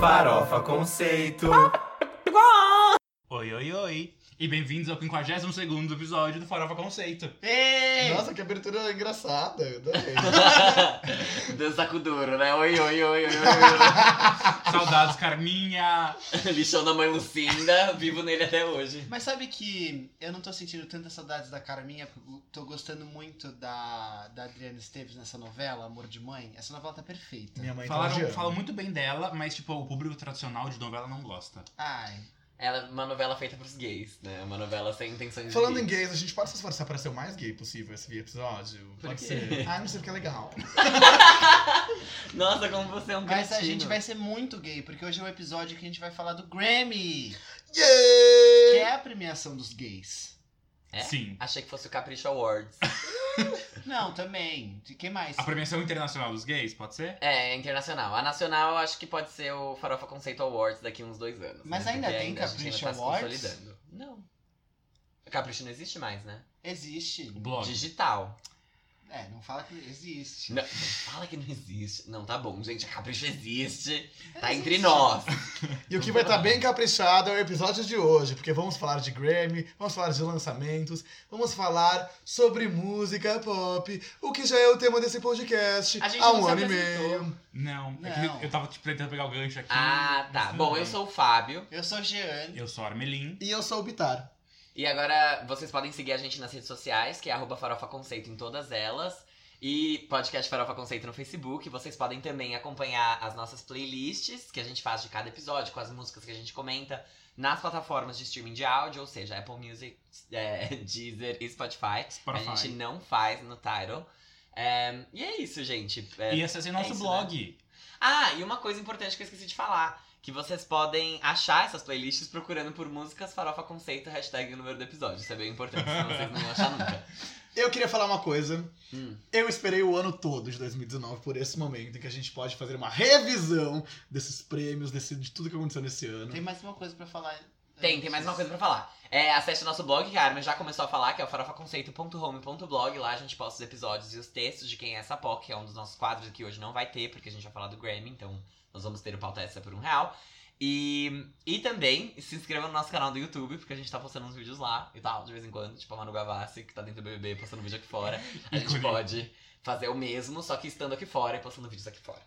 ao conceito. Oi, oi, oi. E bem-vindos ao 52 episódio do Farofa Conceito. É. Nossa, que abertura engraçada. eu adorei. Dança com duro, né? Oi, oi, oi, oi, oi. Saudades, Carminha. oi. Lixão da mãe Lucinda, vivo nele até hoje. Mas sabe que eu não tô sentindo tantas saudades da Carminha, porque eu tô gostando muito da, da Adriana Esteves nessa novela, Amor de Mãe. Essa novela tá perfeita. Minha mãe tá Falaram, odiando. falam muito bem dela, mas tipo, o público tradicional de novela não gosta. Ai, Ela é uma novela feita pros gays, né? Uma novela sem intenção de. Falando em gays, a gente pode se esforçar para ser o mais gay possível esse episódio? Por pode quê? ser. Ah, não sei porque é legal. Nossa, como você é um mas a cretino. gente vai ser muito gay, porque hoje é o episódio que a gente vai falar do Grammy, que Yeah! é a premiação dos gays. É? Sim. Achei que fosse o Capricho Awards. Não, também. De que mais? A premiação internacional dos gays, pode ser? É, internacional. A nacional eu acho que pode ser o Farofa Conceito Awards daqui a uns dois anos. Mas né? ainda Porque tem a gente ainda Capricho tá se Awards? consolidando. Não. Capricho não existe mais, né? Existe. O blog. Digital. É, não fala que existe. Não, não fala que não existe. Não, tá bom, gente. Capricho existe. Tá Existe. entre nós. E o que vai estar bem caprichado é o episódio de hoje, porque vamos falar de Grammy, vamos falar de lançamentos, vamos falar sobre música pop, o que já é o tema desse podcast A gente há não um se ano e apresentou. meio. Não. É Não. que eu tava tipo, tentando pegar o gancho aqui. Ah, tá. mas Bom, não. eu sou o Fábio. Eu sou Jean. Eu sou a Armelin. E eu sou o Bitar. E agora vocês podem seguir a gente nas redes sociais, que é arroba Farofa Conceito em todas elas. E podcast Farofa Conceito no Facebook. Vocês podem também acompanhar as nossas playlists que a gente faz de cada episódio, com as músicas que a gente comenta nas plataformas de streaming de áudio, ou seja, Apple Music, é, Deezer e Spotify. Spotify. A gente não faz no Tidal. É, e é isso, gente. É, E acessem nosso isso, blog. ah, e uma coisa importante que eu esqueci de falar. Que vocês podem achar essas playlists procurando por músicas farofa conceito, hashtag o número do episódio. Isso é bem importante, senão vocês não vão achar nunca. Eu queria falar uma coisa. Hum. Eu esperei o ano todo de 2019 por esse momento em que a gente pode fazer uma revisão desses prêmios, desse, de tudo que aconteceu nesse ano. Tem mais uma coisa pra falar. Tem, tem mais uma coisa pra falar. É, acesse o nosso blog, que a Armin já começou a falar, que é o farofaconceito.home.blog. Lá a gente posta os episódios e os textos de quem é essa POC, que é um dos nossos quadros que hoje não vai ter, porque a gente vai falar do Grammy, então nós vamos ter o pauta essa por um real. E, e também se inscreva no nosso canal do YouTube, porque a gente tá postando uns vídeos lá e tal, de vez em quando, tipo a Manu Gavassi, que tá dentro do BBB, postando vídeo aqui fora. A gente Ícone. pode fazer o mesmo, só que estando aqui fora e postando vídeos aqui fora.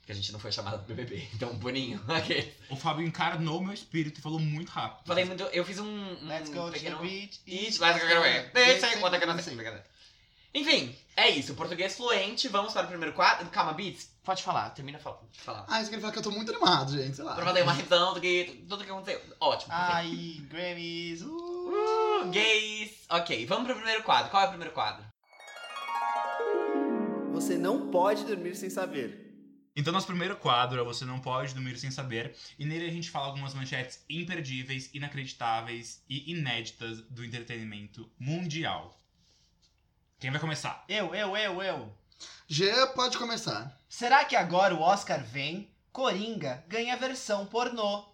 Porque a gente não foi chamado do BBB, então boninho, ok? O Fábio encarnou meu espírito e falou muito rápido. Falei muito. Eu fiz um. um Let's go to the pequeno- beach. Eat, let's go to the beach. Deixa eu contar que eu não sei. Sim. Enfim, é isso. Português fluente. Vamos para o primeiro quadro. Calma, Beats. Pode falar. Termina fal- de falar. Ah, isso quer falar que eu tô muito animado, gente, sei lá. Pra fazer uma revisão do que tudo que aconteceu. Ótimo. perfeito. Ai, Grammys. Uh. Uh, gays. Ok, vamos pro primeiro quadro. Qual é o primeiro quadro? Você não pode dormir sem saber. Então, nosso primeiro quadro é Você Não Pode Dormir Sem Saber, e nele a gente fala algumas manchetes imperdíveis, inacreditáveis e inéditas do entretenimento mundial. Quem vai começar? Eu, eu, eu, eu. Jean, pode começar. Será que agora o Oscar vem? Coringa ganha versão pornô.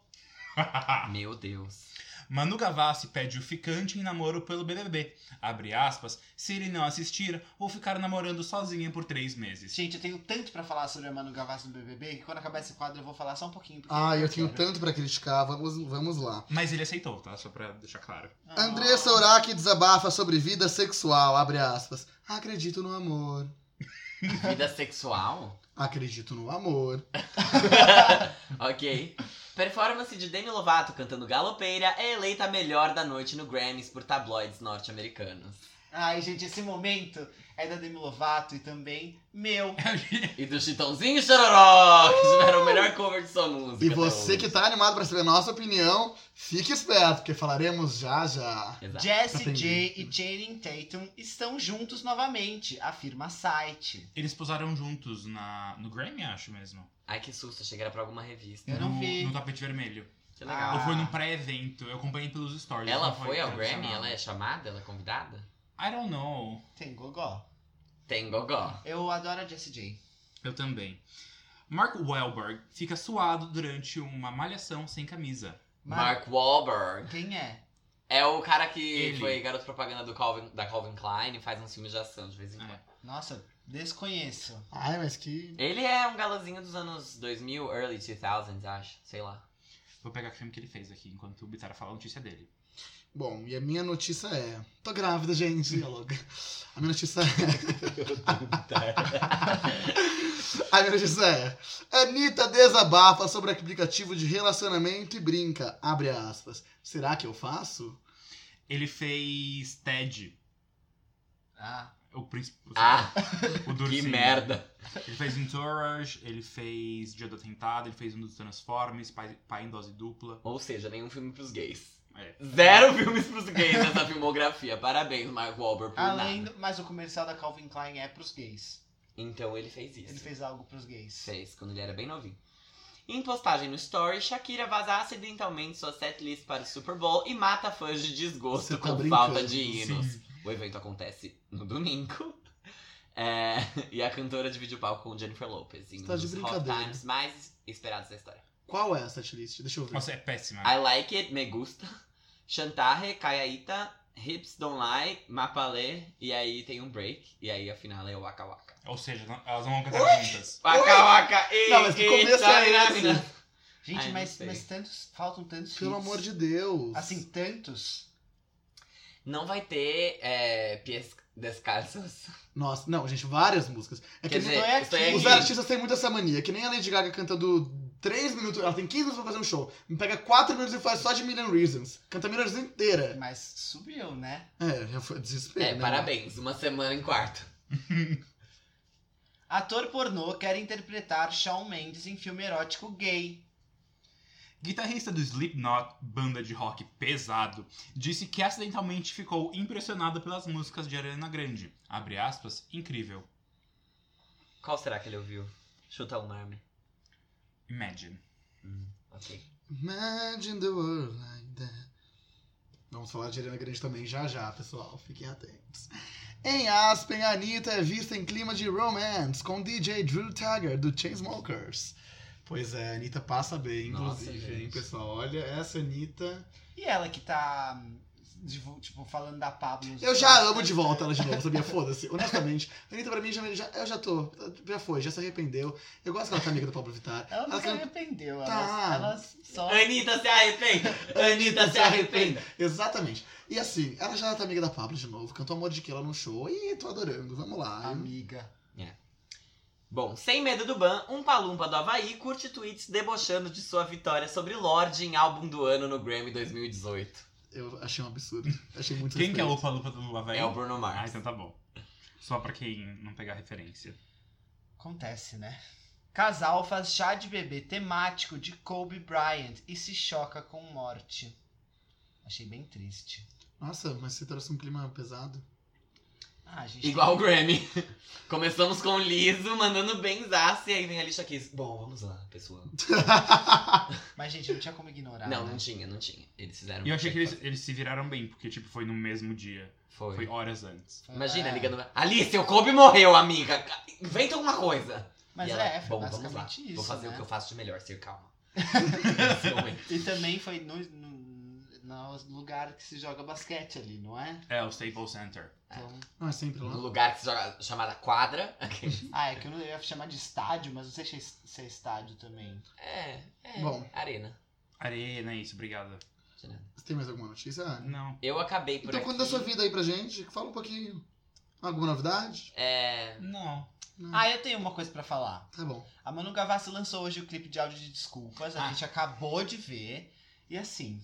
Meu Deus. Manu Gavassi pede o ficante em namoro pelo BBB. Abre aspas, se ele não assistir, vou ficar namorando sozinha por três meses. Gente, eu tenho tanto pra falar sobre a Manu Gavassi no BBB que quando acabar esse quadro eu vou falar só um pouquinho. porque Ah, eu tenho quero. tanto pra criticar, vamos, vamos lá. Mas ele aceitou, tá? Só pra deixar claro. Ah. Andressa Urach desabafa sobre vida sexual, abre aspas. Acredito no amor. Vida sexual? Acredito no amor. ok. Performance de Demi Lovato cantando Galopeira é eleita a melhor da noite no Grammys por tabloides norte-americanos. Ai, gente, esse momento é da Demi Lovato e também meu. E do Chitãozinho e Chororó, que tiveram o melhor cover de sua música. E até você hoje. que tá animado pra saber a nossa opinião, fique esperto, porque falaremos já já. Exato. Jessie Entendi. J e Channing Tatum estão juntos novamente, afirma site. Eles posaram juntos na, no Grammy, acho mesmo. Ai, que susto, achei que era pra alguma revista. Eu não no, vi. No tapete vermelho. Que legal. Ou foi num Ah. pré-evento, eu acompanhei pelos stories. Ela não foi ao tradicional. Grammy? Ela é chamada? Ela é convidada? I don't know. Tem gogó. Tem gogó. Eu adoro a Jessie J. Eu também. Mark Wahlberg fica suado durante uma malhação sem camisa. Mas Mark Wahlberg. Quem é? É o cara que Ele. foi garoto propaganda do Calvin, da Calvin Klein e faz uns filmes de ação de vez em quando. É. Nossa, desconheço. Ai, mas que. Ele é um galãzinho dos anos 2000, early 2000s, acho. Sei lá. Vou pegar o filme que ele fez aqui, enquanto o Bitara fala a notícia dele. Bom, e a minha notícia é. Tô grávida, gente. minha louca. A minha notícia é. A minha notícia é. Anitta desabafa sobre aplicativo de relacionamento e brinca. Abre aspas. Será que eu faço? Ele fez Ted, Ah, o príncipe. ah, o que Dursinho. merda. Ele fez Entourage, ele fez Dia do Atentado, ele fez um dos Transformers, Pai, Pai em Dose Dupla. Ou seja, nenhum filme pros gays. É. Zero filmes pros gays nessa filmografia. Parabéns, Mark Wahlberg, por além nada. do, mas o comercial da Calvin Klein é pros gays. Então ele fez isso. Ele fez algo pros gays. fez quando ele era bem novinho. Em postagem no Story, Shakira vaza acidentalmente sua setlist para o Super Bowl e mata fãs de desgosto Você tá com brincando, falta de hinos. Sim. O evento acontece no domingo. É, e a cantora divide o palco com Jennifer Lopez em Você tá um de dos hot brincadeira. times mais esperados da história. Qual é essa setlist? Deixa eu ver. Nossa, é péssima. I Like It, Me Gusta, Chantarre, Kayaita, Hips Don't Lie, Mapalé, e aí tem um break, e aí a final é o Waka Waka. Ou seja, não- elas não vão cantar juntas. Waka Waka, e, Não, mas que começo é esse? Gente, Ai, não mas, sei. mas tantos. Faltam tantos Pelo hits. amor de Deus. Assim, tantos. Não vai ter é, pies descalços. Nossa, não, gente, várias músicas. É que Quer nem- dizer, não é isso aqui. aí é os que- artistas têm muito essa mania, que nem a Lady Gaga cantando 3 minutos, ela tem 15 minutos pra fazer um show. Me pega 4 minutos e faz só de Million Reasons. Canta Million Reasons inteira. Mas subiu, né? É, já foi desespero. É, né? parabéns, uma semana em quarto. Ator pornô quer interpretar Shawn Mendes em filme erótico gay. Guitarrista do Slipknot, banda de rock pesado, disse que acidentalmente ficou impressionado pelas músicas de Ariana Grande. Abre aspas, incrível. Qual será que ele ouviu? Chuta um o nome. Imagine. Ok. Imagine the world like that. Vamos falar de Ariana Grande também já já, pessoal. Fiquem atentos. Em Aspen, a Anitta é vista em clima de romance com DJ Drew Taggart do Chainsmokers. Pois é, a Anitta passa bem, Nossa, inclusive, gente. hein, pessoal. Olha, essa Anitta. E ela que tá. hum, divu- Tipo, falando da Pablo. Eu já amo de volta ela de novo, sabia? Foda-se. Honestamente, a Anitta pra mim já, já- eu já tô. Já foi, já se arrependeu. Eu gosto que ela tá amiga do Pablo Vittar. é Ela não se can- arrependeu, Tá. ela, ela só. Anitta se arrepende! Anitta se arrepende! Exatamente. E assim, ela já tá amiga da Pablo de novo, cantou Amor de Quila no show e tô adorando, vamos lá. Amiga. Bom, sem medo do ban, um palumpa do Havaí curte tweets debochando de sua vitória sobre Lorde em álbum do ano no Grammy 2018. Eu achei um absurdo. Achei muito Quem que é a respeito. Lupa Lupa do Havaí? É o Bruno Ah, Mars. É então tá bom. Só pra quem não pegar referência. Acontece, né? Casal faz chá de bebê temático de Kobe Bryant e se choca com morte. Achei bem triste. Nossa, mas você trouxe um clima pesado. Ah, gente. Igual o Grammy. Começamos com o Liso, mandando bem zaço, e aí vem a lixa Kiss. Bom, vamos lá, pessoal. Mas, gente, não tinha como ignorar. Não, né? não tinha, não tinha. Eles fizeram... E eu achei que eles, fazer. eles se viraram bem, porque tipo, foi no mesmo dia. Foi. Foi horas antes. Imagina, É. ligando... pra- Alice, o Kobe morreu, amiga! Inventa alguma coisa! Mas E ela, é, foi bom, vamos lá. basicamente isso. Vou fazer né? o que eu faço de melhor, ser calma. Nesse momento. E também foi no, no, no lugar que se joga basquete ali, não é? É, o Staples Center. Então- Não, é sempre Num lá. lugar que se joga chamada quadra. ah, é que eu não eu ia chamar de estádio, mas não sei se é- se é estádio também. É, é. Bom. Arena. Arena, é isso, obrigada. Você tem mais alguma notícia? Ah, Não. Eu acabei por então aqui. conta da sua vida aí pra gente, fala um pouquinho. Alguma novidade? É. Não. Não. Ah, eu tenho uma coisa pra falar. Tá bom. A Manu Gavassi lançou hoje o clipe de áudio de desculpas, a Ah. gente acabou de ver. E assim,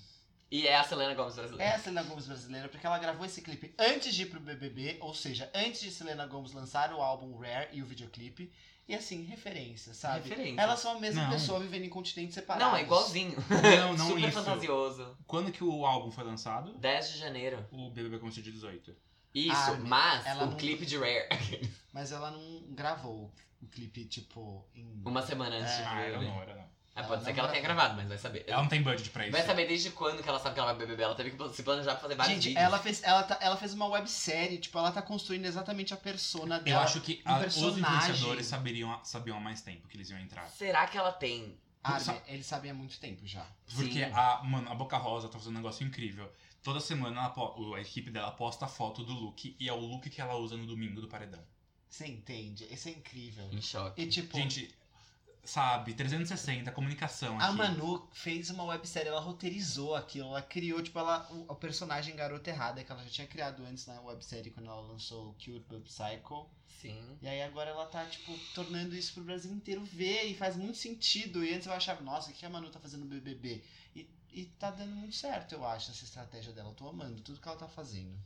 E é a Selena Gomes brasileira. é a Selena Gomes brasileira, porque ela gravou esse clipe antes de ir pro BBB, ou seja, antes de Selena Gomes lançar o álbum Rare e o videoclipe. E assim, referência, sabe? Referência. Elas são a mesma Não. pessoa vivendo em continentes separados. Não, é igualzinho. Não, não Super isso. fantasioso. Quando que o álbum foi lançado? 10 de janeiro. O BBB começou de 18. Isso, Ah, mas ela o não- clipe de Rare. Mas ela não gravou o clipe, tipo, em. Uma semana antes Ah, de era BBB. não, era não. Ah, É, Ela pode ser não que ela tenha gravou. gravado, mas vai saber. Ela não tem budget pra isso. Vai saber desde quando que ela sabe que ela vai beber. Ela teve que se planejar pra fazer vários Gente, vídeos. ela fez, ela, tá- ela fez uma websérie, tipo, ela tá construindo exatamente a persona Eu dela. acho que a- os um personagem. influenciadores saberiam, sabiam há mais tempo que eles iam entrar. Será que ela tem. Ah, Só- ele sabia há muito tempo já. Porque Sim. a, mano, a Boca Rosa tá fazendo um negócio incrível. Toda semana ela po- a equipe dela posta a foto do look e é o look que ela usa no domingo do paredão. Você entende? Isso é incrível. Em choque. E tipo, Gente, sabe, 360, comunicação aqui. A Ah, Manu fez uma websérie, ela roteirizou aquilo, ela criou, tipo, ela, o, o personagem Garota Errada, que ela já tinha criado antes na websérie quando ela lançou o Cute But Psycho. Sim. E aí agora ela tá, tipo, tornando isso pro Brasil inteiro ver e faz muito sentido. E antes eu achava, nossa, o que a Manu tá fazendo no BBB? E, e tá dando muito certo, eu acho, essa estratégia dela. Eu tô amando tudo que ela tá fazendo.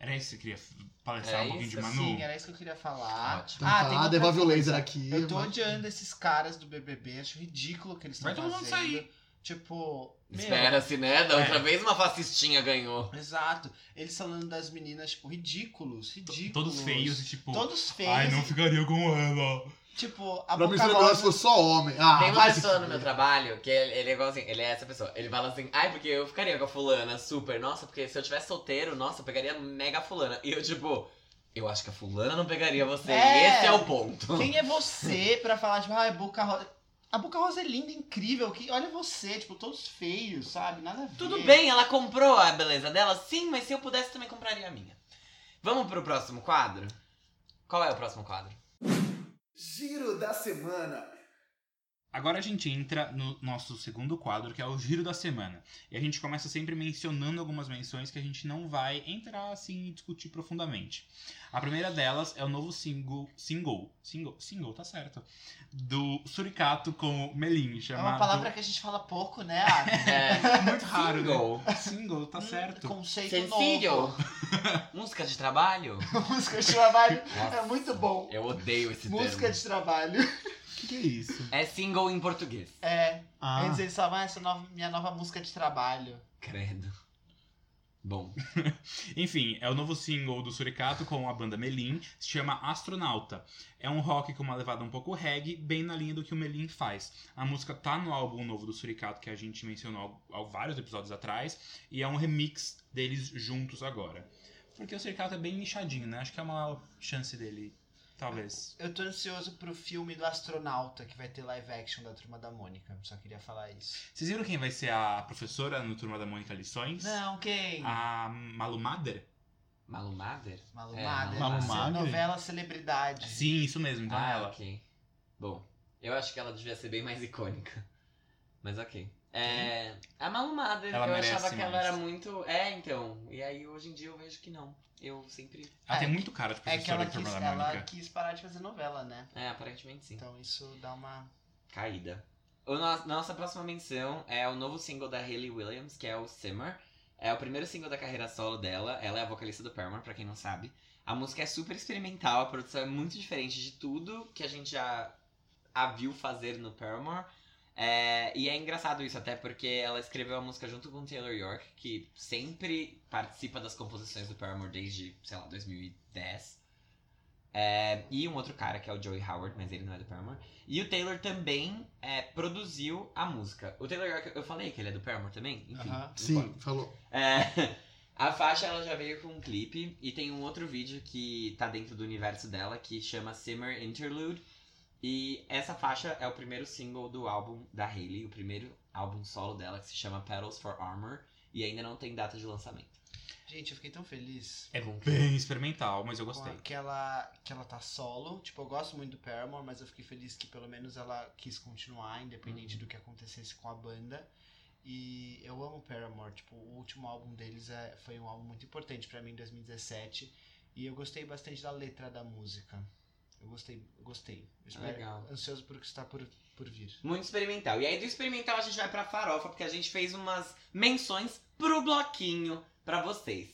Era isso que você queria palestrar Era um pouquinho isso? de Manu? Sim, era É isso que eu queria falar. Ótimo. Então tá, outra devolve o coisa. laser aqui. Eu tô mas- odiando esses caras do BBB, acho ridículo o que eles estão Vai todo fazendo. mundo sair. Tipo, meu, Espera-se, né? Da outra É. vez uma fascistinha ganhou. Exato. Eles falando das meninas, tipo, ridículos, ridículos. Todos feios e tipo. Todos feios. Ai, não ficaria com ela. Tipo, a Pra mim, é boca se rosa- eu fosse só homem. Ah, Tem uma vai pessoa se no meu fuder. trabalho que ele, ele é igualzinho, ele é essa pessoa. Ele fala assim, ai, porque eu ficaria com a fulana, super, nossa, porque se eu tivesse solteiro, nossa, eu pegaria mega fulana. E eu, tipo, eu acho que a fulana não pegaria você. É. Esse é o ponto. Quem é você pra falar, tipo, ah, é boca rosa. A boca rosa é linda, incrível. Que... Olha você, tipo, todos feios, sabe? Nada a ver. Tudo bem, ela comprou a beleza dela, sim, mas se eu pudesse também compraria a minha. Vamos pro próximo quadro? Qual é o próximo quadro? Giro da semana. Agora a gente entra no nosso segundo quadro, que é o Giro da Semana. E a gente começa sempre mencionando algumas menções que a gente não vai entrar assim e discutir profundamente. A primeira delas é o novo single. Single. Single, single tá certo. Do Suricato com Melim, É chamado. uma palavra que a gente fala pouco, né? Ari? É, muito raro, né? Single. Single, tá Hum, certo. Conceito Sencillo. novo. Música de trabalho? Música de trabalho é Nossa, muito bom. Eu odeio esse Música termo. de trabalho. O que, que é isso? É single em português. É. Ah, Antes eles falavam, ah, essa é nova- minha nova música de trabalho. Credo. Bom, Enfim, é o novo single do Suricato com a banda Melim, se chama Astronauta. É um rock com uma levada um pouco reggae, bem na linha do que o Melim faz. A música tá no álbum novo do Suricato que a gente mencionou há vários episódios atrás, e é um remix deles juntos agora. Porque o Suricato é bem nichadinho, né? Acho que é uma chance dele, talvez. Eu tô ansioso pro filme do astronauta que vai ter live action da Turma da Mônica. Só queria falar isso. Vocês viram quem vai ser a professora no Turma da Mônica Lições? Não, quem? A Malu Mader? Malu Mader? Malumada. É, Malu essa Mader. Novela Celebridade. Sim, isso mesmo, então é Ah, ela. ok. Bom, eu acho que ela devia ser bem mais icônica. Mas ok. É, a Malu Mader, Ela eu merece achava que ela mais. era muito. É, então. E aí hoje em dia eu vejo que não. Eu sempre. Ela É tem que- muito cara de É que professora ela do quis, Turma da ela Mônica. quis parar de fazer novela, né? É, aparentemente sim. Então isso dá uma. Caída. O no- nossa próxima menção é o novo single da Hayley Williams, que é o Simmer. É o primeiro single da carreira solo dela. Ela é a vocalista do Paramore, pra quem não sabe. A música é super experimental, a produção é muito diferente de tudo que a gente já a viu fazer no Paramore. É, e é engraçado isso, até porque ela escreveu a música junto com Taylor York, que sempre participa das composições do Paramore desde, sei lá, 2010. É, e um outro cara, que é o Joey Howard, mas ele não é do Paramore. E o Taylor também é, produziu a música. O Taylor York, eu falei que ele é do Paramore também? Enfim. Aham. não sim, importa. falou. É, a faixa ela já veio com um clipe e tem um outro vídeo que tá dentro do universo dela que chama Simmer Interlude. E essa faixa é o primeiro single do álbum da Hayley, o primeiro álbum solo dela que se chama Petals for Armor e ainda não tem data de lançamento. Gente, eu fiquei tão feliz. É bem experimental, mas eu com gostei. Aquela que ela tá solo. Tipo, eu gosto muito do Paramore, mas eu fiquei feliz que pelo menos ela quis continuar, independente do que acontecesse com a banda. E eu amo o Paramore. Tipo, o último álbum deles é, foi um álbum muito importante pra mim em 2017. E eu gostei bastante da letra da música. Eu gostei, gostei. Eu espero, Legal. ansioso por o que está por, por vir. Muito experimental. E aí do experimental a gente vai pra farofa, porque a gente fez umas menções pro bloquinho pra vocês.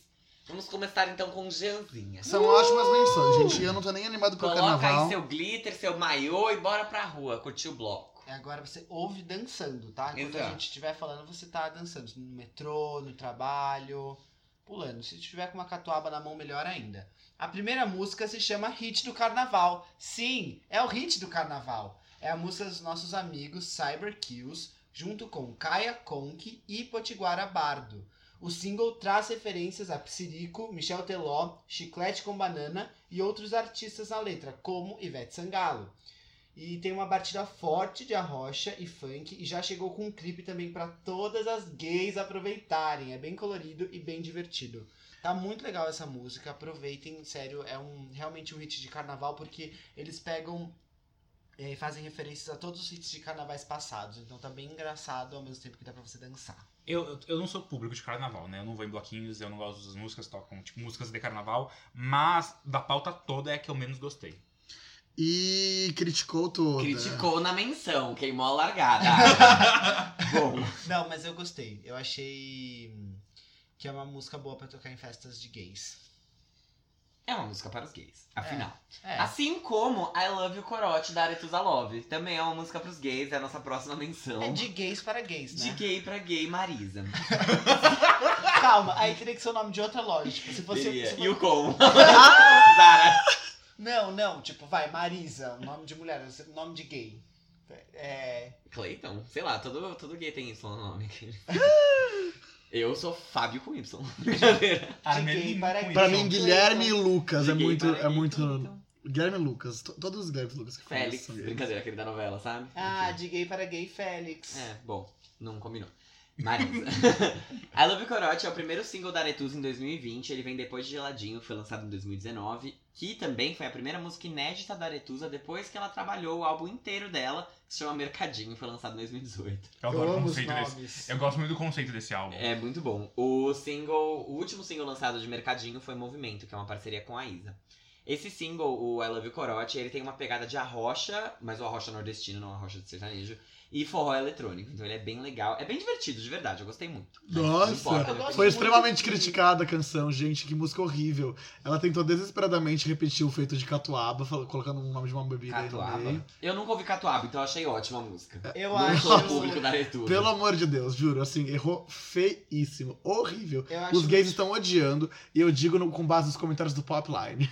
Vamos começar então com Janzinha. São ótimas menções, gente. E eu não tô nem animado pro Coloca carnaval. aí seu glitter, seu maiô e bora pra rua curtir o bloco. É, Agora você ouve dançando, tá? Enquanto a Exato. gente estiver falando, você tá dançando. No metrô, no trabalho, pulando. Se tiver com uma catuaba na mão, melhor ainda. A primeira música se chama Hit do Carnaval. Sim, é o hit do carnaval. É a música dos nossos amigos Cyber Kills, junto com Kaya Conk e Potiguara Bardo. O single traz referências a Psirico, Michel Teló, Chiclete com Banana e outros artistas na letra, como Ivete Sangalo. E tem uma batida forte de arrocha e funk e já chegou com um clipe também pra todas as gays aproveitarem. É bem colorido e bem divertido. Tá muito legal essa música, aproveitem, sério, é um realmente um hit de carnaval porque eles pegam E aí fazem referências a todos os hits de carnavais passados. Então tá bem engraçado ao mesmo tempo que dá pra você dançar. Eu, eu, eu não sou público de carnaval, né? Eu não vou em bloquinhos, eu não gosto das músicas, que tocam tipo, músicas de carnaval, mas da pauta toda é a que eu menos gostei. E criticou né? toda. Criticou na menção, queimou a largada. Bom. Não, mas eu gostei. Eu achei hum, que é uma música boa pra tocar em festas de gays. É uma música para os gays, afinal. É. Assim como I Love You Corote da Aretusa Love. Também é uma música pros gays, é a nossa próxima menção. É de gays para gays, De né? gay pra gay, Marisa. Calma, aí teria que ser o nome de outra lógica. Se fosse. Diria. se fosse- E o como? Zara. Não, não, tipo, vai, Marisa, um nome de mulher, um nome de gay. É. Clayton? Sei lá, todo, todo gay tem Y no nome. Eu sou Fábio com Y. Brincadeira. Armelin para com Pra Y. mim, Guilherme e Lucas é De gay muito. para É gay, muito... Clayton. Guilherme e Lucas. to- Todos os Guilherme e Lucas que falam então. Félix. são gays. Brincadeira, aquele da novela, sabe? Ah, Enfim. de gay para gay, Félix. É, bom, não combinou. Marisa. I Love You Corote é o primeiro single da Arethusa em 2020. Ele vem depois de Geladinho, que foi lançado em 2019. Que também foi a primeira música inédita da Arethusa depois que ela trabalhou o álbum inteiro dela, que se chama Mercadinho, foi lançado em 2018. Eu Eu adoro o amo os conceito desse. nomes. Eu gosto muito do conceito desse álbum. É muito bom. O single, o último single lançado de Mercadinho foi Movimento, que é uma parceria com a Isa. Esse single, o I Love You Corote, ele tem uma pegada de arrocha, mas o arrocha nordestino, não arrocha de sertanejo, e forró eletrônico. Então ele é bem legal, é bem divertido, de verdade, eu gostei muito. Mas Nossa! não importa, Eu né? gosto Foi muito extremamente de- criticada a canção, gente. Que música horrível. Ela tentou desesperadamente repetir o feito de catuaba, fal- colocando o nome de uma bebida aí no meio. Catuaba. Eu nunca ouvi Catuaba, então eu achei ótima a música. Eu Não acho. sou público né? da leitura. Pelo amor de Deus, juro, assim, errou feíssimo, horrível. Eu acho, Os gays estão odiando, e eu digo no- com base nos comentários do Popline.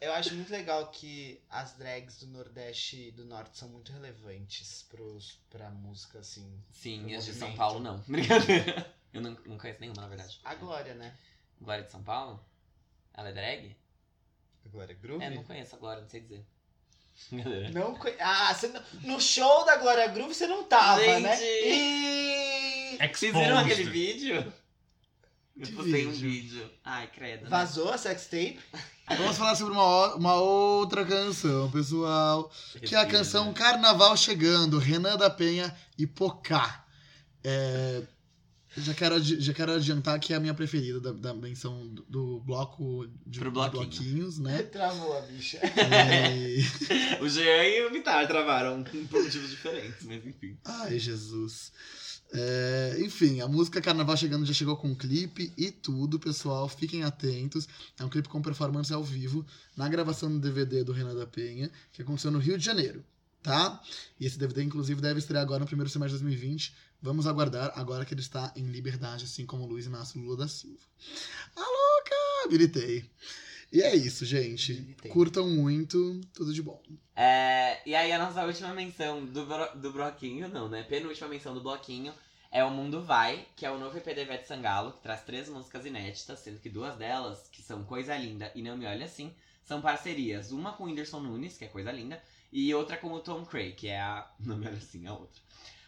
eu acho muito legal que as drags do Nordeste e do Norte são muito relevantes pros, pra música, assim. Sim, Pelo as de São movimento. Paulo não. Brincadeira. Eu não, não conheço nenhuma, na verdade. A Glória, né? Glória de São Paulo? Ela é drag? A Glória Groove? É, não conheço a Glória, não sei dizer. Brincadeira. Não conhe- Ah, você não- no show da Glória Groove você não tava, né? Gente! E... Vocês viram Exposed. aquele vídeo? Que Eu postei um vídeo? vídeo. Ai, credo. né? Vazou a sextape? Vamos falar sobre uma, o- uma outra canção, pessoal. Que é a Respira, canção né? Carnaval Chegando, Renan da Penha e Pocá. É, já, quero, adi- já quero adiantar que é a minha preferida da, da menção do, do bloco de, Pro de bloquinho. bloquinhos, né? Travou a bicha. E- né? O Jean e o Vitar travaram por motivos diferentes, mas enfim. Ai, Jesus. É, enfim, a música Carnaval Chegando já chegou com um clipe e tudo, pessoal. Fiquem atentos. É um clipe com performance ao vivo na gravação do DVD do Renan da Penha, que aconteceu no Rio de Janeiro, tá? E esse DVD, inclusive, deve estrear agora no primeiro semestre de 2020. Vamos aguardar agora que ele está em liberdade, assim como Luiz Inácio Lula da Silva. A louca! Habilitei. E é isso, gente. Habilitei. Curtam muito, tudo de bom. É, e aí a nossa última menção do, bro- do bloquinho, não, né? Penúltima menção do bloquinho é O Mundo Vai, que é o novo EP da Ivete Sangalo, que traz três músicas inéditas, sendo que duas delas, que são Coisa Linda e Não Me Olhe Assim, são parcerias. Uma com o Whindersson Nunes, que é Coisa Linda, e outra com o Tom Cray, que é a... Não Me Olhe Assim, a outra.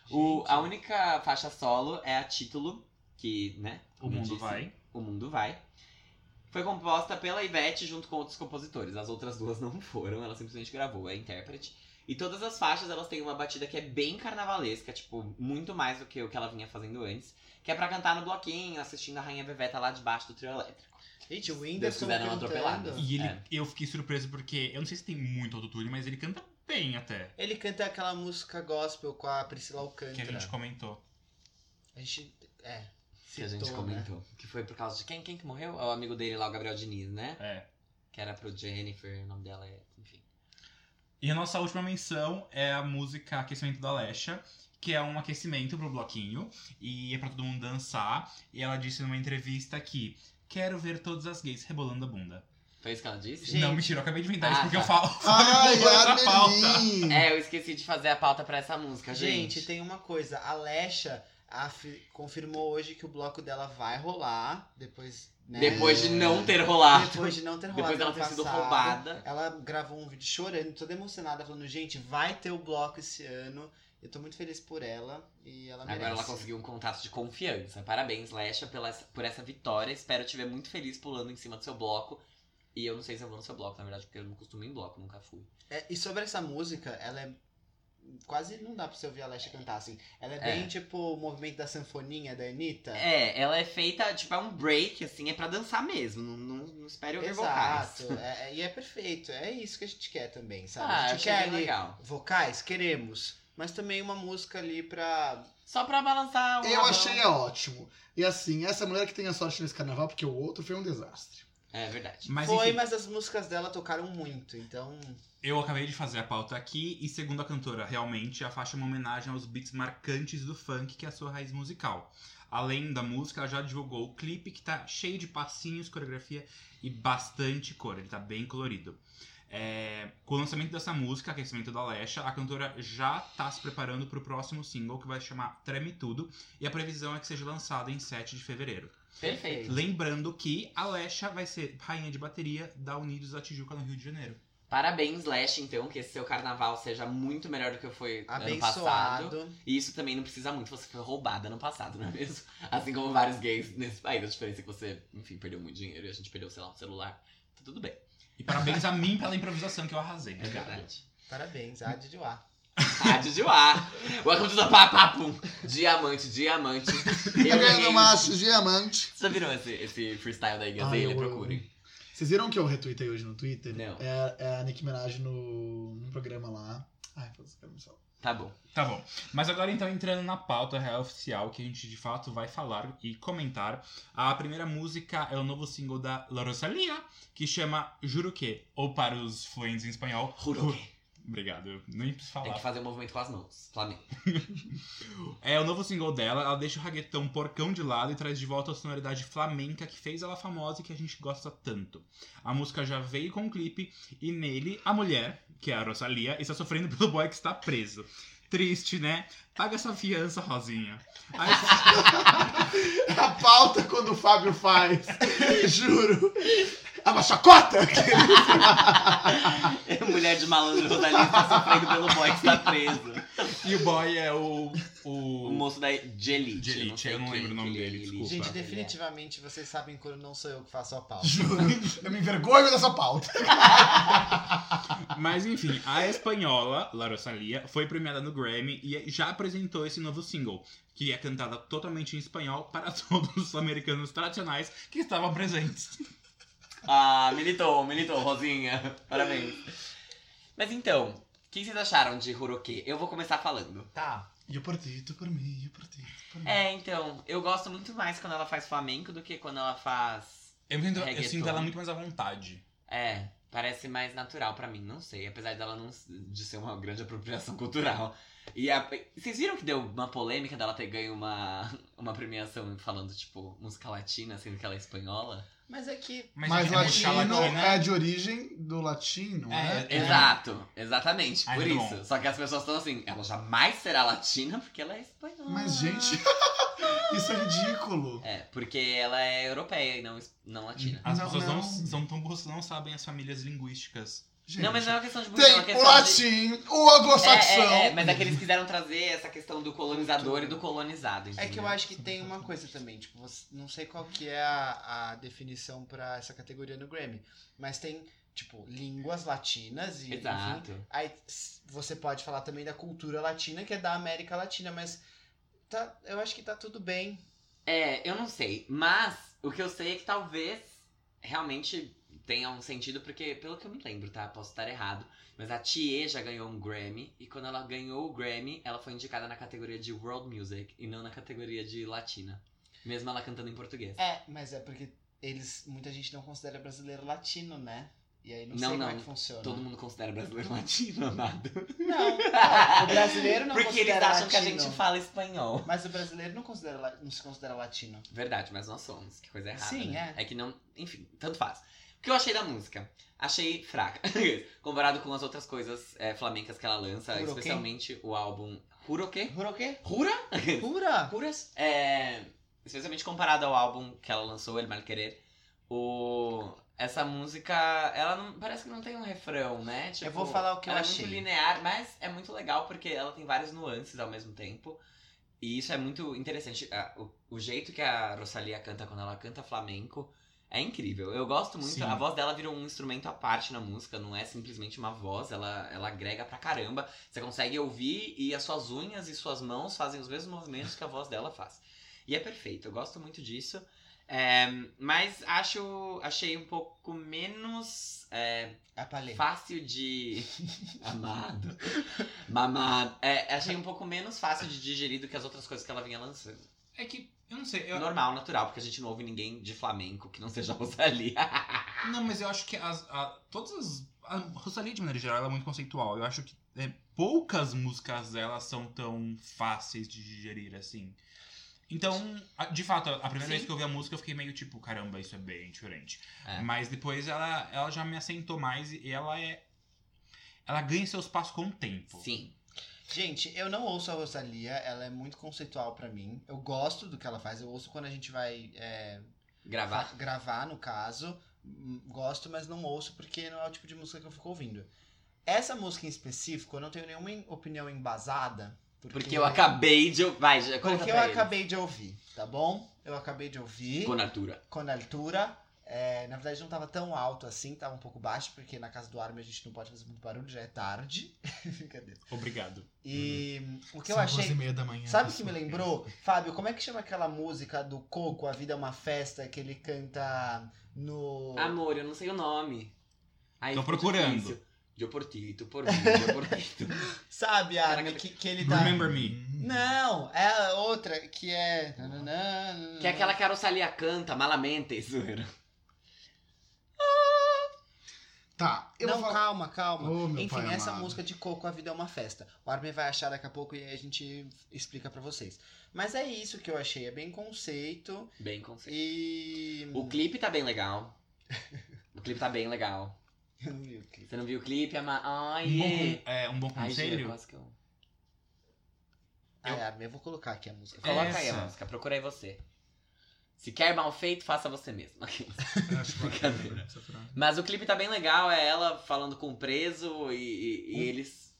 O, a única faixa solo é a Título, que, né? O como eu mundo disse, vai. O Mundo Vai. Foi composta pela Ivete junto com outros compositores. As outras duas não foram, ela simplesmente gravou, é intérprete. E todas as faixas, elas têm uma batida que é bem carnavalesca, tipo, muito mais do que o que ela vinha fazendo antes. Que é pra cantar no bloquinho, assistindo a Rainha Beveta lá debaixo do trio elétrico. Gente, o Deus Whindersson quiser, não cantando. atropelado. E ele, É. eu fiquei surpreso porque eu não sei se tem muito autotune, mas ele canta bem até. Ele canta aquela música gospel com a Priscila Que Alcântara. a É. gente comentou. A gente- É. Que a gente citou, né? comentou. Que foi por causa de quem? Quem que morreu? É O amigo dele lá, o Gabriel Diniz, né? É. Que era pro Jennifer, o nome dela é. Enfim. E a nossa última menção é a música Aquecimento da Alexa, que é um aquecimento pro bloquinho. E é pra todo mundo dançar. E ela disse numa entrevista que quero ver todas as gays rebolando a bunda. Foi isso que ela disse? Gente. Não, mentira, eu acabei de inventar Ah, isso porque tá. eu falo. Ai, falo outra pauta. Armelin! É, eu esqueci de fazer a pauta pra essa música, Gente, gente. tem uma coisa. A Lesha afi- confirmou hoje que o bloco dela vai rolar. Depois, né? Depois de não ter rolado. Depois de não ter rolado. Depois dela ano ter sido passado, roubada. Ela gravou um vídeo chorando, toda emocionada, falando: gente, vai ter o bloco esse ano. Eu tô muito feliz por ela e ela merece. Agora ela conseguiu um contato de confiança. Parabéns, Lesha, pela, por essa vitória. Espero te ver muito feliz pulando em cima do seu bloco. E eu não sei se eu vou no seu bloco, na verdade, porque eu não costumo ir em bloco, nunca fui. É, e sobre essa música, ela é. Quase não dá pra você ouvir a Leste cantar, assim. Ela é, É. bem tipo o movimento da sanfoninha da Anitta. É, ela é feita, tipo, é um break, assim, é pra dançar mesmo. Não, não, não espere ouvir vocais. Exato. É- é- e é perfeito. É isso que a gente quer também, sabe? Ah, a achei gente quer bem ali legal. vocais, queremos. Mas também uma música ali pra. Só pra balançar o Eu rabão. achei ótimo. E assim, essa mulher que tem a sorte nesse carnaval, porque o outro foi um desastre. É verdade. Mas Foi, enfim, mas as músicas dela tocaram muito, então. eu acabei de fazer a pauta aqui e segundo a cantora, realmente a faixa é uma homenagem aos beats marcantes do funk, que é a sua raiz musical. Além da música, ela já divulgou o clipe que tá cheio de passinhos, coreografia e bastante cor, ele tá bem colorido. É, com o lançamento dessa música, Aquecimento da Lecha, a cantora já tá se preparando pro próximo single que vai se chamar Treme Tudo, e a previsão é que seja lançado em 7 de fevereiro. Perfeito. Lembrando que a Lecha vai ser rainha de bateria da Unidos da Tijuca no Rio de Janeiro. Parabéns, Lash, então, que esse seu carnaval seja muito melhor do que foi ano passado. Abençoado. E isso também não precisa muito, você foi roubada no passado, não é mesmo? Assim como vários gays nesse país. A diferença é que você, enfim, perdeu muito dinheiro e a gente perdeu, sei lá, um celular. Tá tudo bem. E parabéns a mim pela improvisação que eu arrasei. É verdade. Parabéns, Adi de Uá. Rádio de Uá. Welcome to the papapum. Diamante, diamante. Eu ganhei ganhei um macho diamante. Vocês já viram esse, esse freestyle da Iggy Ai, Azalea? eu amo. Procurem. Vocês viram que eu retuitei hoje no Twitter? Não. É, é a Nicki Minaj no, num programa lá. Ai, pô, eu me salvo. Tá bom. Tá bom. Mas agora então entrando na pauta real oficial que a gente de fato vai falar e comentar. A primeira música é o novo single da La Rosalia, que chama Juro que, ou para os fluentes em espanhol, Juro Ju- Obrigado, eu nem preciso Tem que falar. fazer o movimento com as mãos. Flamengo. É o novo single dela, ela deixa o raguetão porcão de lado e traz de volta a sonoridade flamenca que fez ela famosa e que a gente gosta tanto. A música já veio com um clipe e nele a mulher, que é a Rosalia, está sofrendo pelo boy que está preso. Triste, né? Paga essa fiança, Rosinha. Aí- A pauta quando o Fábio faz. Juro. É uma chacota! Mulher de malandro Rosalie está sofrendo pelo boy que está preso. e o boy é o. O o... moço da de Elite. De Elite, sei eu não quem lembro o nome que dele, ele- é. desculpa. Gente, Opa. definitivamente vocês sabem quando não sou eu que faço a pauta. Juro. Eu me envergonho dessa pauta. Mas enfim, a espanhola, La Rosalia, foi premiada no Grammy e já apresentou esse novo single, que é cantada totalmente em espanhol para todos os americanos tradicionais que estavam presentes. Ah, militou, militou, Rosinha. Parabéns. Mas então, o que vocês acharam de Huroke? Eu vou começar falando. Tá. E o partido por mim, e o partido por mim. É, então, eu gosto muito mais quando ela faz flamenco do que quando ela faz. Eu, me sinto- eu Reggaeton. sinto ela muito mais à vontade. É, parece mais natural pra mim, não sei. Apesar dela não de ser uma grande apropriação cultural. E a- vocês viram que deu uma polêmica dela ter ganho uma, uma premiação falando, tipo, música latina, sendo que ela é espanhola? Mas é que. Mas, é música latino latina. é de origem do latino, É, né? é. Exato, exatamente, Ai, por muito isso. bom. Só que as pessoas estão assim, ela jamais será latina porque ela é espanhola. Mas, gente, isso é ridículo. É, porque ela é europeia e não, es- não latina. As Não, pessoas não, não. são tão burras, não sabem as famílias linguísticas. Gente, Não, mas não é uma questão de burrice, é uma Tem o questão de... latim, o anglo-saxão. É, é, é, mas é que eles quiseram trazer essa questão do colonizador e do colonizado. É que eu entendeu? acho que tem uma coisa também, tipo, você- não sei qual que é a, a definição pra essa categoria no Grammy, mas tem, tipo, línguas latinas e, enfim, Exato. Aí s- você pode falar também da cultura latina, que é da América Latina, mas tá, eu acho que tá tudo bem. É, eu não sei. Mas o que eu sei é que talvez realmente tenha um sentido, porque, pelo que eu me lembro, tá? Posso estar errado. Mas a Thier já ganhou um Grammy, e quando ela ganhou o Grammy, ela foi indicada na categoria de World Music e não na categoria de Latina. Mesmo ela cantando em português. É, mas é porque eles muita gente não considera brasileiro latino, né? E aí não, Não, sei não. como é que funciona. Todo mundo considera brasileiro latino, amado. Não, não, o brasileiro não Porque eles considera acham latino. que a gente fala espanhol. Mas o brasileiro não, considera, la- não se considera latino. Verdade, mas nós somos. Que coisa errada. Sim, né? É que não. Enfim, tanto faz. O que eu achei da música? Achei fraca. Comparado com as outras coisas é, flamencas que ela lança, Huroque? especialmente o álbum Huroque. Por quê? Hura? Pura! Huras? É, especialmente comparado ao álbum que ela lançou, El Mal Querer. O, essa música, ela não, parece que não tem um refrão, né? Tipo, Eu vou falar o que eu ela achei. é muito linear, mas é muito legal porque ela tem várias nuances ao mesmo tempo. E isso é muito interessante. Ah, O, o jeito que a Rosalia canta quando ela canta flamenco É incrível. Eu gosto muito. Sim. A voz dela virou um instrumento à parte na música. Não é simplesmente uma voz. Ela, ela agrega pra caramba. Você consegue ouvir e as suas unhas e suas mãos fazem os mesmos movimentos que a voz dela faz. E é perfeito. Eu gosto muito disso. É, mas acho, achei um pouco menos é, Apalei. fácil de. Amado. Mamado. É, achei um pouco menos fácil de digerir do que as outras coisas que ela vinha lançando. É que, eu não sei, eu- Normal, natural, porque a gente não ouve ninguém de flamenco que não seja a Rosalia. Não, mas eu acho que as, a- todas as. A Rosalía, de maneira geral, ela é muito conceitual. Eu acho que é, poucas músicas dela são tão fáceis de digerir assim. Então, a- de fato, a primeira Sim. vez que eu ouvi a música, eu fiquei meio tipo, caramba, isso é bem diferente. É. Mas depois ela, ela já me assentou mais e ela é. Ela ganha seus passos com o tempo. Sim. Gente, eu não ouço a Rosalia, ela é muito conceitual pra mim. Eu gosto do que ela faz, eu ouço quando a gente vai é, Gravar. fa- gravar, no caso. Hum, Gosto, mas não ouço porque não é o tipo de música que eu fico ouvindo. Essa música em específico, eu não tenho nenhuma em- opinião embasada. Porque, Porque eu acabei de. Vai, já conta Porque eu pra ele. acabei de ouvir, tá bom? Eu acabei de ouvir. Com Natura. com a altura. É, na verdade, não tava tão alto assim, tava um pouco baixo, porque na casa do Armin a gente não pode fazer muito barulho, já é tarde. Brincadeira. Obrigado. E o que eu São achei. 11h30 da manhã. Sabe o que me lembrou? Fábio, como é que chama aquela música do Coco, A Vida é uma Festa, que ele canta no. Amor, eu não sei o nome. Aí Tô fica procurando. difícil. De oportito, por mim, de oportito. Sabe, Armin, Caraca. que, que ele tá. Remember Me. Não. Não, é a outra que é. que é aquela que a Rosalia canta, malamente, zoeira. Tá, eu não, vou falar. calma, calma. Ô, meu Enfim, pai essa amado. música de Coco, A Vida é uma Festa. O Armin vai achar daqui a pouco e aí a gente explica pra vocês. Mas é isso que eu achei, é bem conceito Bem conceito. e... O clipe tá bem legal. O clipe tá bem legal. Eu não li o clipe. Você não viu o clipe? É uma... Ai, Um, bom, é. con- é, um bom Ai, gente, eu conselho? quase que eu... Ai, Armin, eu vou colocar aqui a música. É. Coloca aí a Essa. música, procura aí você. Se quer mal feito, faça você mesmo. Acho bacana Brincadeira. essa frase. Mas o clipe tá bem legal, é ela falando com o preso e, e- e eles.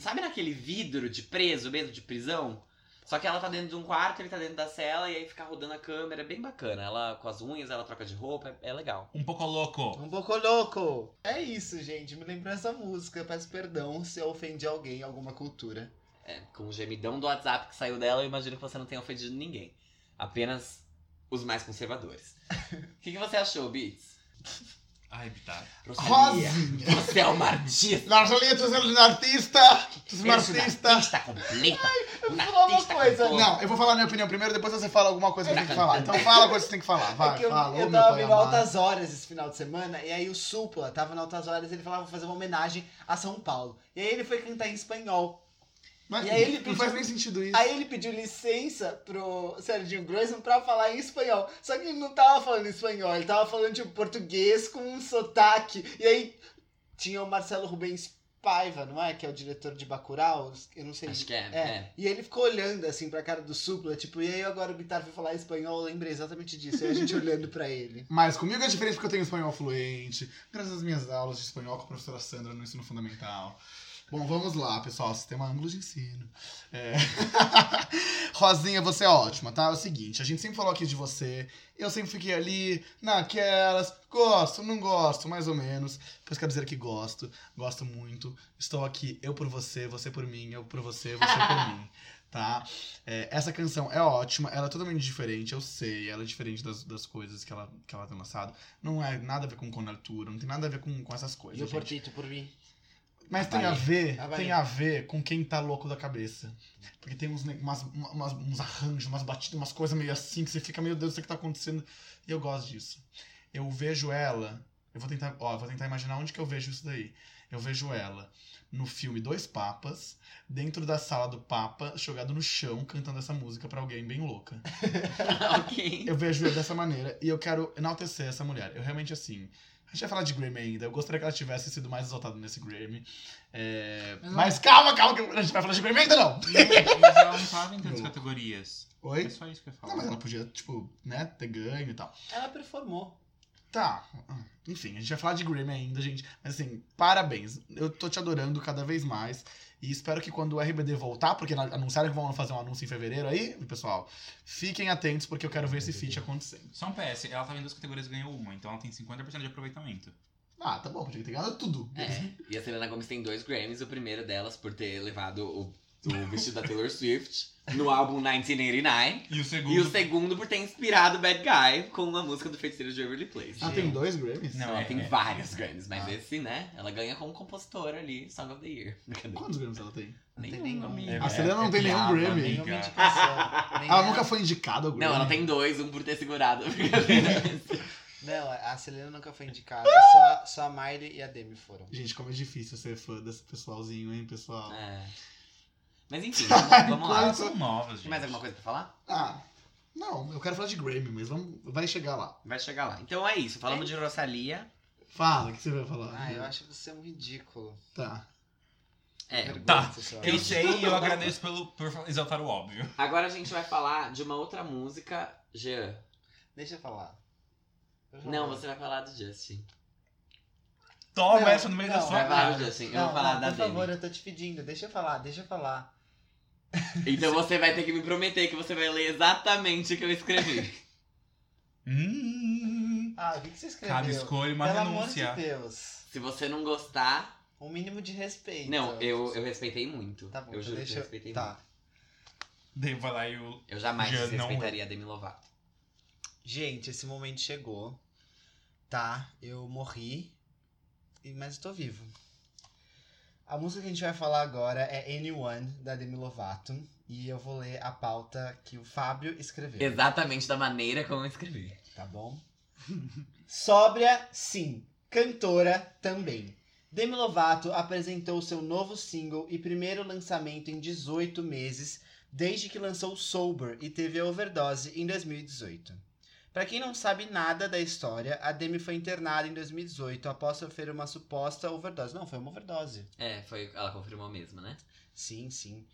Sabe naquele vidro de preso mesmo, de prisão? Só que ela tá dentro de um quarto, ele tá dentro da cela e aí fica rodando a câmera, é bem bacana. Ela com as unhas, ela troca de roupa, é, é legal. Um pouco louco. Um pouco louco! É isso, gente, me lembrou essa música. Peço perdão se eu ofendi alguém, alguma cultura. É, com o gemidão do WhatsApp que saiu dela, eu imagino que você não tenha ofendido ninguém. Apenas os mais conservadores. O que, que você achou, Beats? Ai, Bitar. Rosalia, Rosinha. Você é uma artista! Rosalia, tu és um artista! Tu és um Eres uma artista! artista Tá completa! eu vou falar uma artista coisa. completa. Não, eu vou falar minha opinião primeiro, depois você fala alguma coisa que Ele tem que tá falar. Então fala a coisa que você tem que falar. É Vai, que eu, fala. Ô, eu meu tava pai vendo amado. altas horas esse final de semana, e aí o Supla tava na altas horas, ele falava "Vou fazer uma homenagem a São Paulo. E aí ele foi cantar em espanhol. Mas E aí ele não pediu- faz nem sentido isso. Aí ele pediu licença pro Serginho Groisman pra falar em espanhol. Só que ele não tava falando espanhol, ele tava falando tipo português com um sotaque. E aí tinha o Marcelo Rubens Paiva, não é? Que é o diretor de Bacurau, eu não sei. Acho que é, É. é. E ele ficou olhando assim pra cara do Supla, tipo, e aí agora o Bitar foi falar espanhol, eu lembrei exatamente disso. E a gente olhando pra ele. Mas comigo é diferente porque eu tenho espanhol fluente, graças às minhas aulas de espanhol com a professora Sandra no ensino fundamental. Bom, vamos lá, pessoal. Sistema ângulo de ensino. É. Rosinha, você é ótima, tá? É o seguinte, a gente sempre falou aqui de você. Eu sempre fiquei ali, naquelas. Gosto, não gosto, mais ou menos. Pois quero dizer que gosto, gosto muito. Estou aqui, eu por você, você por mim, eu por você, você por mim. Tá? É, essa canção é ótima, ela é totalmente diferente, eu sei, ela é diferente das, das coisas que ela, que ela tem lançado. Não é nada a ver com Conatura, não tem nada a ver com, com essas é, coisas. E o gente. Portito por mim. Mas tem a Avalie. ver, Avalie. tem a ver com quem tá louco da cabeça. Porque tem uns, ne- umas, umas- uns arranjos, umas batidas, umas coisas meio assim que você fica, meu Deus, o que tá acontecendo? E eu gosto disso. Eu vejo ela. Eu vou tentar, ó, eu vou tentar imaginar onde que eu vejo isso daí. Eu vejo ela no filme Dois Papas, dentro da sala do Papa, jogado no chão, cantando essa música pra alguém bem louca. Tá ok. Eu vejo ela dessa maneira e eu quero enaltecer essa mulher. Eu realmente, assim. A gente vai falar de Grammy ainda. Eu gostaria que ela tivesse sido mais exaltada nesse Grammy. É, Mas Mas, não- calma, calma, que a gente vai falar de Grammy ainda não! Mas ela não tava em tantas Louco. categorias. É Oi? só isso que eu falo. Não, mas ela podia, tipo, né, ter ganho e tal. Ela performou. Tá. Enfim, a gente vai falar de Grammy ainda, gente. Mas assim, parabéns. Eu tô te adorando cada vez mais. E espero que quando o RBD voltar, porque na- anunciaram que vão fazer um anúncio em fevereiro aí, pessoal, fiquem atentos, porque eu quero ver esse feat acontecendo. Só um PS, ela tava em duas categorias e ganhou uma, então ela tem 50% de aproveitamento. Ah, tá bom, podia ter ganhado tudo. É. E a Selena Gomez tem dois Grammys, o primeiro delas por ter levado o, o vestido da Taylor Swift no álbum 1989. E o segundo. E o segundo por ter inspirado Bad Guy com uma música do Feiticeiro de Waverly Place. Ah, tem dois Grammys? Não, Então, ela é- tem é. vários Grammys, mas Ah. esse, né? Ela ganha como compositora ali, Song of the Year. Cadê? Quantos Grammys ela tem? Não tem Nenhum, nenhum. amigo. É, A Selena não tem nenhum piada, Grammy. amiga. Nenhuma indicação. nem Ela nunca foi indicada ao Grammy. Não, ela tem dois, um por ter segurado. Brincadeira. Não, a Selena nunca foi indicada. Só, só a Miley e a Demi foram. Gente, como é difícil ser fã desse pessoalzinho, hein, pessoal? É. Mas enfim, vamos, vamos lá. Elas são novas, gente. Tem mais alguma coisa pra falar? Ah, não, eu quero falar de Grammy, mas vamos, vai chegar lá. Vai chegar lá. Então é isso, falamos de Rosalia. Fala, o que você vai falar? Ah, eu acho você um ridículo. Tá. É, Tá. pessoal. Eu sei e eu agradeço pelo, por exaltar o óbvio. agora a gente vai falar de uma outra música, Jean. Deixa eu falar. Eu já Não, vou. você vai falar do Justin. Toma Não, essa no meio da não, sua Vai falar do cara. Justin, eu Não, vou falar não, da por favor, Demi. eu tô te pedindo. Deixa eu falar, deixa eu falar. Então você vai ter que me prometer que você vai ler exatamente o que eu escrevi. Hum, Ah, o que, que você escreveu? cada escolha uma Pelo renúncia. amor de Deus. Se você não gostar. Um mínimo de respeito. Não, eu, eu respeitei muito. Então, Tá bom, eu então juro que deixa eu eu- respeitei muito. Tá. Daí vai lá e o. Eu jamais Jean, não respeitaria a Demi Lovato. Gente, esse momento chegou. Tá, eu morri. e- Mas eu tô vivo. A música que a gente vai falar agora é Anyone, da Demi Lovato. E eu vou ler a pauta que o Fábio escreveu. Exatamente da maneira como eu escrevi. Tá bom? Sóbria, sim. Cantora, também. Demi Lovato apresentou seu novo single e primeiro lançamento em 18 meses, desde que lançou Sober e teve a overdose em 2018. Pra quem não sabe nada da história, a Demi foi internada em 2018 após sofrer uma suposta overdose. Não, foi uma overdose. É, foi. Ela confirmou mesmo, né? Sim, sim.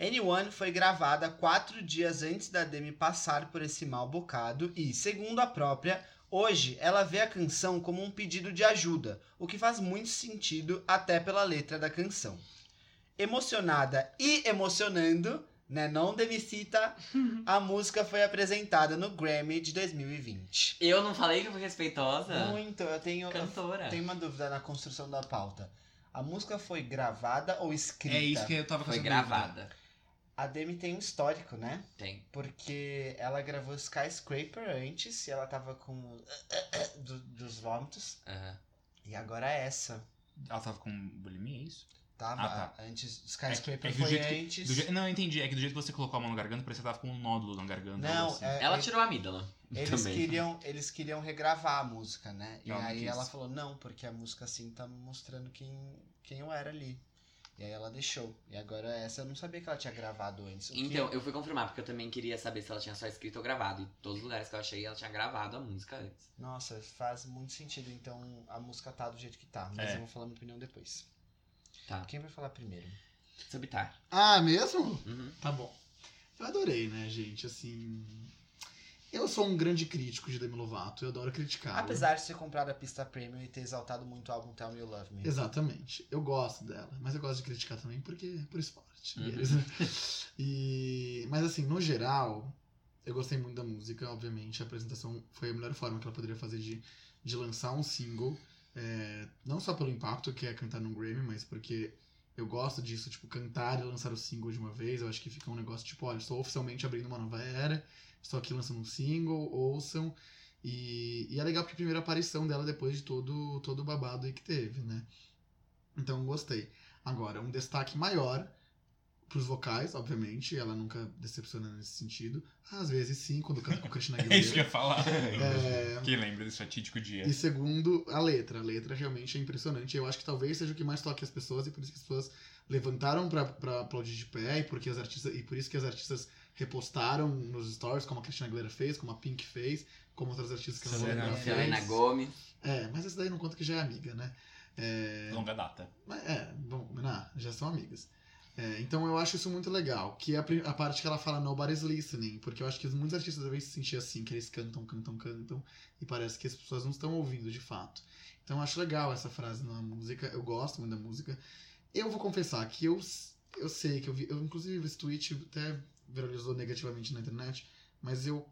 Anyone foi gravada quatro dias antes da Demi passar por esse mau bocado e, segundo a própria, hoje ela vê a canção como um pedido de ajuda, o que faz muito sentido até pela letra da canção. Emocionada e emocionando, né, não Demicita, a música foi apresentada no Grammy de 2020. Eu não falei que eu fui respeitosa? Muito, eu tenho, eu Cantora. tenho uma dúvida na construção da pauta. A música foi gravada ou escrita? É isso que eu tava com Foi essa gravada. A Demi tem um histórico, né? Tem. Porque ela gravou Skyscraper antes e ela tava com. do- dos vômitos. Aham. E agora é essa. dúvida. Ela tava com bulimia, é isso? Tava Ah, antes. É que- Skyscraper é que do foi jeito que- antes. Do je- Não, eu entendi. É que do jeito que você colocou a mão na garganta, parecia que ela tava com um nódulo na garganta. Não, algo assim. é- Ela é- tirou a amígdala. eles, também. queriam, eles queriam regravar a música, né? E né? Ela não aí quis. ela falou, não, porque a música assim tá mostrando quem, quem eu era ali. E aí ela deixou. E agora essa eu não sabia que ela tinha gravado antes. o que- Então, eu fui confirmar, porque eu também queria saber se ela tinha só escrito ou gravado. E todos os lugares que eu achei, ela tinha gravado a música antes. Nossa, faz muito sentido. Então a música tá do jeito que tá. Mas É. eu vou falar minha opinião depois. Tá. Quem vai falar primeiro? Subtar. Ah, mesmo? Uhum. Tá bom. Eu adorei, né, gente? Assim. Eu sou um grande crítico de Demi Lovato, eu adoro criticar. Apesar de ter comprado a pista premium e ter exaltado muito o álbum Tell Me You Love Me. Exatamente. Eu gosto dela, mas eu gosto de criticar também porque é por esporte. né? Uhum. E, mas assim, no geral, eu gostei muito da música, obviamente. A apresentação foi a melhor forma que ela poderia fazer de, de lançar um single. É, não só pelo impacto que é cantar num Grammy, mas porque eu gosto disso, tipo, cantar e lançar o single de uma vez. Eu acho que fica um negócio tipo, olha, estou oficialmente abrindo uma nova era, estou aqui lançando um single, ouçam. E, e é legal porque é a primeira aparição dela depois de todo, todo o babado aí que teve, né? Então gostei. Agora, um destaque maior pros vocais, obviamente. Ela nunca decepciona nesse sentido. Às vezes sim, quando canta com Cristina É isso que eu Aguilera. ia falar. É, Quem lembra desse fatídico dia? e segundo, a letra. A letra realmente é impressionante. Eu acho que talvez seja o que mais toque as pessoas e por isso que as pessoas levantaram pra- pra aplaudir de pé e, porque as artistas, e por isso que as artistas repostaram nos stories, como a Cristina Aguilera fez, como a Pink fez, como outras artistas que eu não vou Selena lembrar Gomez. Selena fez. Gomes. É, mas essa daí não conta que já é amiga, né? É, Longa data. mas é, vamos combinar, já são amigas. É, então eu acho isso muito legal, que é a, pri- a parte que ela fala nobody's listening, porque eu acho que muitos artistas devem se sentir assim, que eles cantam, cantam, cantam, e parece que as pessoas não estão ouvindo de fato. Então eu acho legal essa frase na música, eu gosto muito da música. Eu vou confessar que eu, s- eu sei que eu vi, eu inclusive esse tweet até viralizou negativamente na internet, mas eu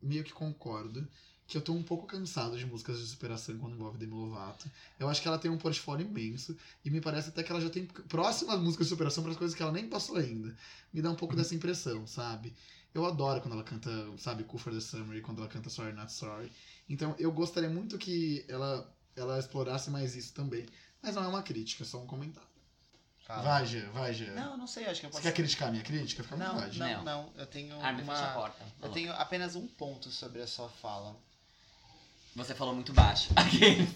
meio que concordo que eu tô um pouco cansado de músicas de superação quando envolve Demi Lovato. Eu acho que ela tem um portfólio imenso e me parece até que ela já tem próximas músicas de superação para coisas que ela nem passou ainda. Me dá um pouco dessa impressão, sabe? Eu adoro quando ela canta, sabe, Cool for the Summer e quando ela canta Sorry Not Sorry. Então eu gostaria muito que ela, ela explorasse mais isso também. Mas não é uma crítica, é só um comentário. Vai, Gê, vai, Gê. Não, não sei, acho que eu Você posso. quer criticar a minha crítica? Fica à Não, vontade. não, não. Eu tenho Armin, fecha a uma. porta. Eu tenho apenas um ponto sobre a sua fala. Você falou muito baixo. Aqueles.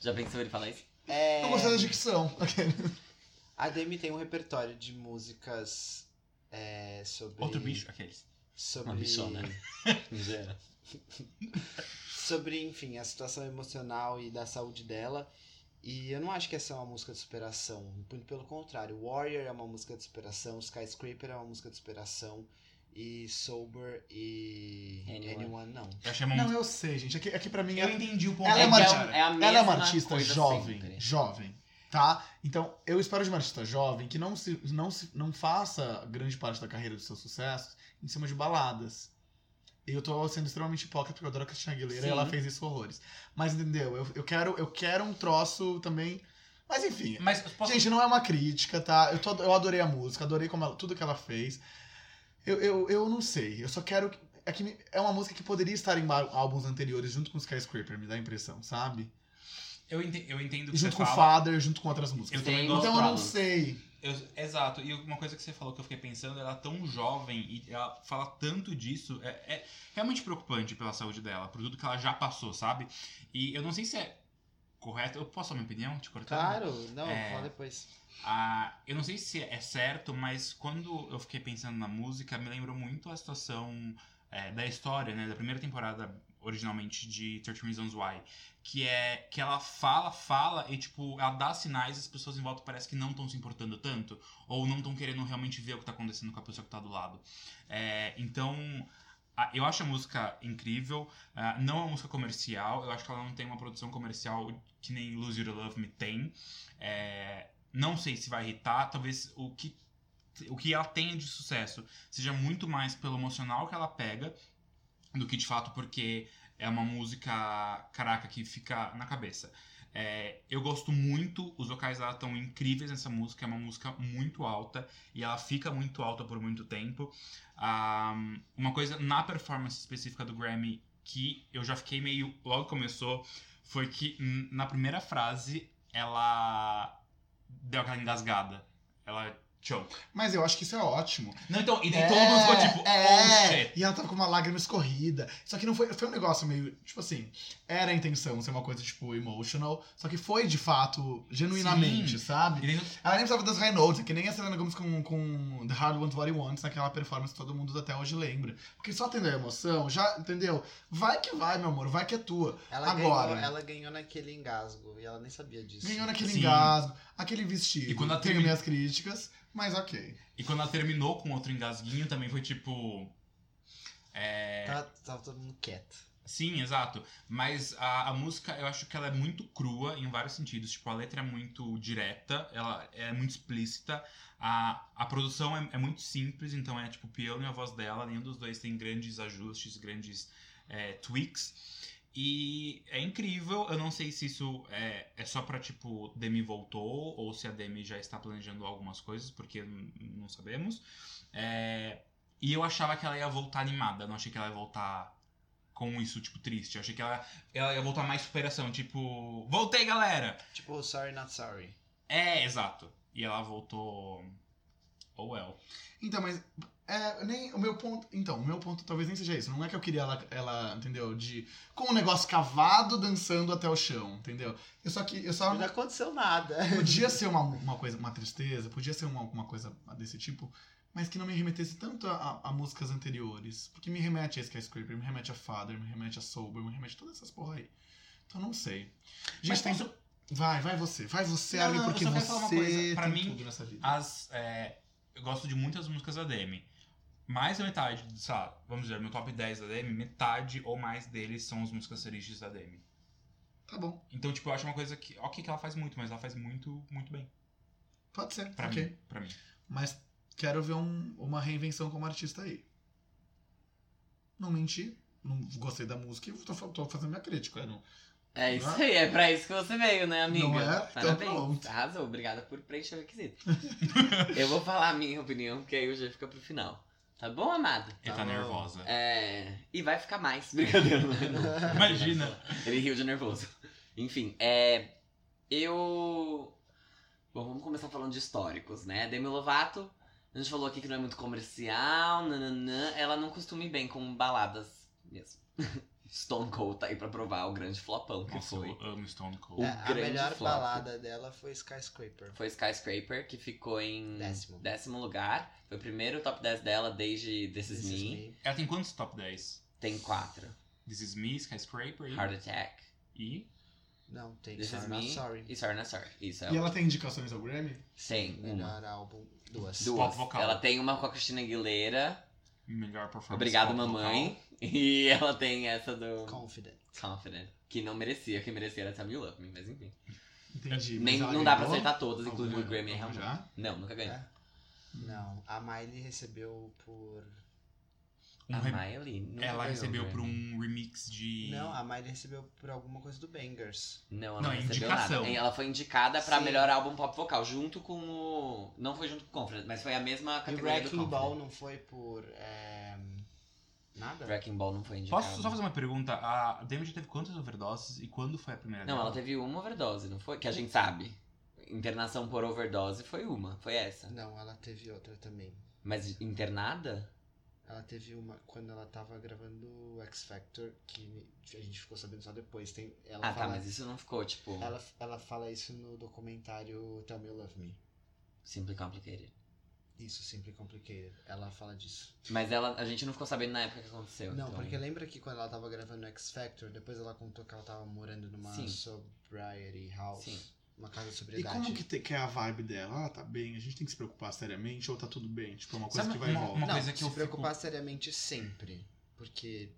Já pensou ele falar isso? É... Eu gostei da dicção. A Demi tem um repertório de músicas é, sobre. Outro bicho, aqueles. Sobre. Uma né? bichona. é. sobre, enfim, a situação emocional e da saúde dela. E eu não acho que essa é uma música de superação. Muito pelo contrário. Warrior é uma música de superação, Skyscraper é uma música de superação. E Sober e. Anyone. não. Eu achei uma Não, música- eu sei, gente. Aqui, aqui pra mim Eu é entendi o ponto Ela é do uma cara. é a mesma Ela é uma artista coisa jovem, sempre. jovem, tá? Então, eu espero de uma artista jovem que não, se, não, se, não faça grande parte da carreira dos seus sucessos em cima de baladas. Eu tô sendo extremamente hipócrita porque eu adoro a Cristina Aguilera e Sim. ela fez isso horrores. Mas entendeu? Eu, eu, quero, eu quero um troço também. Mas enfim, Mas posso... Gente, não é uma crítica, tá? Eu, tô, eu adorei a música, adorei como ela- tudo que ela fez. Eu, eu, eu não sei, eu só quero. É, que me- é uma música que poderia estar em ba- álbuns anteriores, junto com Skyscraper, me dá a impressão, sabe? eu, ente- eu entendo o que Junto você com fala. Father, junto com outras músicas. Eu também Tem então eu não problems. sei. Eu- exato, e uma coisa que você falou que eu fiquei pensando, ela é tão jovem e ela fala tanto disso, é, é realmente preocupante pela saúde dela, por tudo que ela já passou, sabe? E eu não sei se é correto, eu posso dar minha opinião, te cortar? Claro, não, É. fala depois. Ah, eu não sei se é certo, mas quando eu fiquei pensando na música, me lembrou muito a situação é, da história, né? Da primeira temporada, originalmente, de 13 Reasons Why. Que é que ela fala, fala e, tipo, ela dá sinais e as pessoas em volta parece que não estão se importando tanto. Ou não estão querendo realmente ver o que tá acontecendo com a pessoa que tá do lado. É, então, a- eu acho a música incrível. ah, não é uma música comercial. Eu acho que ela não tem uma produção comercial que nem Lose Your Love Me tem. É, não sei se vai irritar, talvez o que, o que ela tenha de sucesso seja muito mais pelo emocional que ela pega do que de fato porque é uma música, caraca, que fica na cabeça. É, eu gosto muito, os vocais dela estão incríveis nessa música, é uma música muito alta e ela fica muito alta por muito tempo. Ah, uma coisa na performance específica do Grammy que eu já fiquei meio. logo começou, foi que hum, na primeira frase ela deu aquela engasgada. Ela choke. Mas eu acho que isso é ótimo. Não, então, e daí É, todo mundo ficou tipo, oh é. shit. E ela tava com uma lágrima escorrida. Só que não foi. Foi um negócio meio. Tipo assim, era a intenção ser uma coisa, tipo, emotional. Só que foi de fato, genuinamente, sabe? E daí Ela nem precisava das high notes, é que nem a Selena Gomez com, com The Hard Ones What He Wants, naquela performance que todo mundo até hoje lembra. Porque só tendo a emoção, já, entendeu? Vai que vai, meu amor, vai que é tua. Ela, Agora. Ganhou, ela ganhou naquele engasgo e ela nem sabia disso. Ganhou naquele Sim. engasgo, aquele vestido. E quando ela Tenho termina- minhas críticas, mas ok. E quando ela terminou com outro engasguinho, também foi tipo. É... Tava, Tá, tava todo mundo quieto. Sim, exato. Mas a, a música, eu acho que ela é muito crua em vários sentidos. Tipo, a letra é muito direta, ela é muito explícita. A, a produção é, é muito simples, então é tipo o piano e a voz dela. Nenhum dos dois tem grandes ajustes, grandes é, tweaks. E é incrível, eu não sei se isso é, é só pra, tipo, Demi voltou ou se a Demi já está planejando algumas coisas, porque n- não sabemos. É, e eu achava que ela ia voltar animada, não achei que ela ia voltar com isso, tipo, triste. Eu achei que ela, ela ia voltar mais superação, tipo, voltei, galera! Tipo, sorry, not sorry. É, exato. E ela voltou. Oh well. Então, mas. É, nem o meu ponto. Então, o meu ponto talvez nem seja isso. Não é que eu queria ela, ela entendeu? De. Com um negócio cavado dançando até o chão, entendeu? Eu só que. Eu só é Não aconteceu nada. Podia ser uma, uma coisa, uma tristeza, podia ser uma, alguma coisa desse tipo, mas que não me remetesse tanto a, a músicas anteriores. Porque me remete a Skyscraper, me remete a Father, me remete a Sober, me remete a todas essas porra aí. Então não sei. Gente, Mas tem, posso- Vai, vai você. Vai você, Não, Armin, não, eu porque só quero falar uma você coisa. tem Pra mim, tudo nessa vida. As, é, eu gosto de muitas músicas da Demi. Mais da metade, sei lá, vamos dizer, meu top 10 da Demi, metade ou mais deles são as músicas origens da Demi. Tá bom, Então, tipo, eu acho uma coisa que, ok, que ela faz muito, mas ela faz muito, muito bem. pode ser. Pra ok. mim, pra mim. Mas quero ver um- uma reinvenção como artista aí. Não menti. Não gostei da música e tô, fa- tô fazendo minha crítica. né? eu não- É isso aí, é pra isso que você veio, né, amiga? Não é? Então Parabéns. pronto. Arrasou, obrigada por preencher o requisito. eu vou falar a minha opinião, porque aí o G fica pro final. Tá bom, amado? Ele Tá tá bom. nervosa. É. E vai ficar mais. Brincadeira, né? Não. Imagina. Ele riu de nervoso. Enfim, é. Eu. Bom, vamos começar falando de históricos, né? Demi Lovato, a gente falou aqui que não é muito comercial, nananã. Ela não costuma ir bem com baladas mesmo. Stone Cold tá aí pra provar o grande flopão que Nossa, foi. eu amo Stone Cold. O É, a grande melhor flop. Hum, balada dela foi Skyscraper. Foi Skyscraper, que ficou em Décimo. décimo lugar. Foi o primeiro top 10 dela desde This Is This Is Me. Me. Ela tem quantos top 10? Tem quatro. This Is Me, Skyscraper e- Heart Attack, e... Não, tem This Is Sorry, Not Me Sorry. e Sorry Not Sorry. Isso, é E o- ela tem indicações ao Grammy? Tem uma. Melhor álbum. Duas. Duas. Pop vocal. Ela tem uma com a Cristina Aguilera, Melhor performance. Obrigado pop Mamãe, vocal. e ela tem essa do Confident. Confident, que não merecia, que merecia era Tell Me You Love Me, mas enfim. Entendi. Nem, mas ela não dá pra ganhou acertar todas, inclusive o alguma- Grammy alguma realmente. já? Não, nunca ganhou. É? Não, a Miley recebeu por. Um a re- Miley nunca Ela ganhou recebeu o por Grammy. um remix de... Não, a Miley recebeu por alguma coisa do Bangers. Não, ela Não, não, é recebeu indicação. nada. Ela foi indicada pra Sim. melhor álbum pop vocal, junto com o... Não foi junto com o Confident, mas foi a mesma E o categoria do Wrecking Confident. Ball né? não foi por. é, Nada? Wrecking Ball não foi indicada. Posso só fazer uma pergunta? A Demi já teve quantas overdoses e quando foi a primeira Não, dela? ela teve uma overdose, não foi? Que a gente sabe. Internação por overdose foi uma, foi essa. Não, ela teve outra também. Mas internada? Ela teve uma quando ela tava gravando o X Factor, que a gente ficou sabendo só depois. Tem, ela, Ah, tá, fala, mas isso não ficou, tipo, ela, ela fala isso no documentário Tell Me You Love Me. simply complicated. Isso, Simply Complicated. Ela fala disso. Mas ela, a gente não ficou sabendo na época que aconteceu. Não, então... porque lembra que quando ela tava gravando o X Factor, depois ela contou que ela tava morando numa Sim. sobriety house. Sim. Uma casa de E sobriedade. como que, te- que é a vibe dela? Ela tá bem? A gente tem que se preocupar seriamente ou tá tudo bem? Tipo, é uma coisa Sabe que vai e uma- volta. uma- Não, coisa que se eu fico- preocupar seriamente sempre. Porque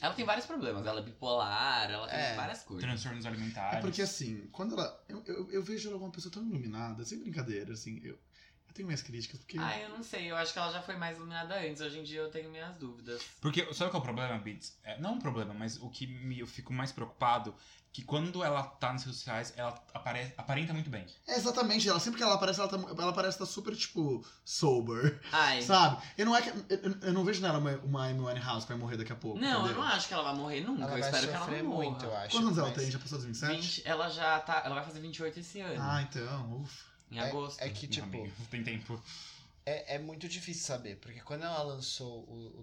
Ela tem vários problemas. Ela é bipolar, ela tem É. várias coisas. Transtornos alimentares. É porque assim, quando ela. Eu, eu, eu vejo ela como uma pessoa tão iluminada, sem brincadeira, assim. Eu, eu tenho minhas críticas, porque. Ah, eu não sei. Eu acho que ela já foi mais iluminada antes. Hoje em dia eu tenho minhas dúvidas. Porque sabe qual é o problema, Beats? É, não um problema, mas o que me, eu fico mais preocupado que quando ela tá nas redes sociais, ela apare, aparenta muito bem. É, exatamente, ela sempre que ela aparece, ela, tá, ela parece tá super, tipo, sober, Ai. sabe? Eu não, é que, eu, eu- eu não vejo nela uma, uma Amy Winehouse que vai morrer daqui a pouco. Não, eu entendeu? não acho que ela vai morrer nunca. ela Hum, eu vai espero que ela sofrer não morra. muito, eu acho. Quantos anos ela mas tem? Já passou dos 27? 20, ela já tá. Ela vai fazer 28 esse ano. Ah, então, ufa. em agosto. É que, Não, tipo, amiga, não tem tempo. é, é muito difícil saber. Porque quando ela lançou o, o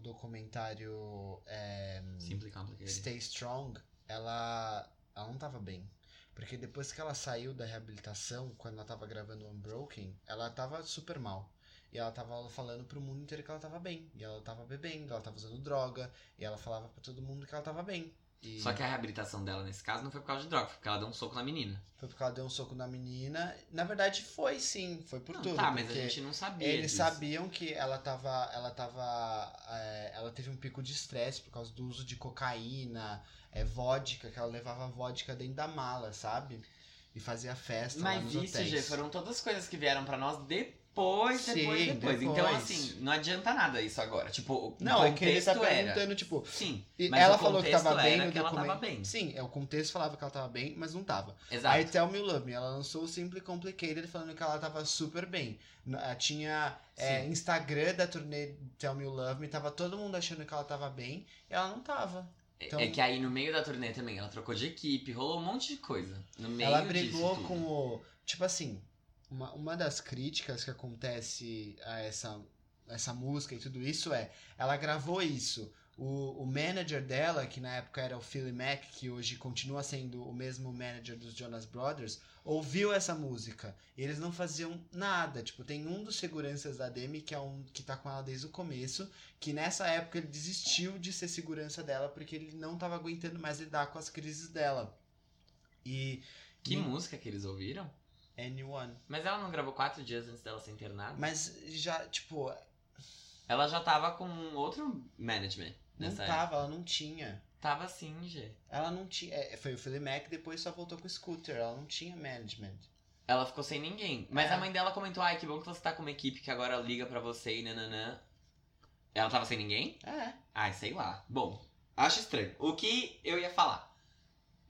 documentário é, Simply complicated. Stay Strong, ela, ela não tava bem. Porque depois que ela saiu da reabilitação, quando ela tava gravando Unbroken, ela tava super mal. E ela tava falando pro mundo inteiro que ela tava bem. E ela tava bebendo, ela tava usando droga. E ela falava pra todo mundo que ela tava bem. E Só que a reabilitação dela nesse caso não foi por causa de droga, foi porque ela deu um soco na menina. foi porque ela deu um soco na menina. Na verdade, foi sim, foi por Não, tudo. tá, mas a porque- gente não sabia. Eles disso. sabiam que ela tava. Ela tava. é, ela teve um pico de estresse por causa do uso de cocaína, é, vodka, que ela levava vodka dentro da mala, sabe? E fazia festa lá Mas nos isso, hotéis. Gê, foram todas coisas que vieram pra nós depois, depois, Sim, depois. depois. Então, assim, não adianta nada isso agora. Tipo, o Não, é que ele contexto tá perguntando, era. tipo. Sim, e mas ela o falou que contexto tava bem era no que ela documento. tava bem. Sim, é, o contexto falava que ela tava bem, mas não tava. Exato. Aí Tell Me You Love Me, ela lançou o Simply Complicated falando que ela tava super bem. N- ah, Tinha é, Sim. Instagram da turnê Tell Me You Love Me, tava todo mundo achando que ela tava bem e ela não tava. É- então- É que aí no meio da turnê também, ela trocou de equipe, rolou um monte de coisa. No meio Ela disso brigou tudo. com o. Tipo assim, uma, uma das críticas que acontece a essa, essa música e tudo isso é. Ela gravou isso. O, o manager dela, que na época era o Philly Mac, que hoje continua sendo o mesmo manager dos Jonas Brothers, ouviu essa música. E eles não faziam nada. Tipo, tem um dos seguranças da Demi, que é um que tá com ela desde o começo, que nessa época ele desistiu de ser segurança dela porque ele não tava aguentando mais lidar com as crises dela. E Que música que eles ouviram? Anyone. Mas ela não gravou quatro dias antes dela ser internada? Mas já, tipo, Ela já tava com um outro management não nessa época. tava, ela não tinha. Tava assim, Gê. Ela não tinha. é, Foi o Philly Mac, depois só voltou com o Scooter. Ela não tinha management. Ela ficou sem ninguém. Mas É. a mãe dela comentou, ai, que bom que você tá com uma equipe que agora liga pra você e nananã. Ela tava sem ninguém? É. Ai, sei lá. Bom, acho estranho. O que eu ia falar?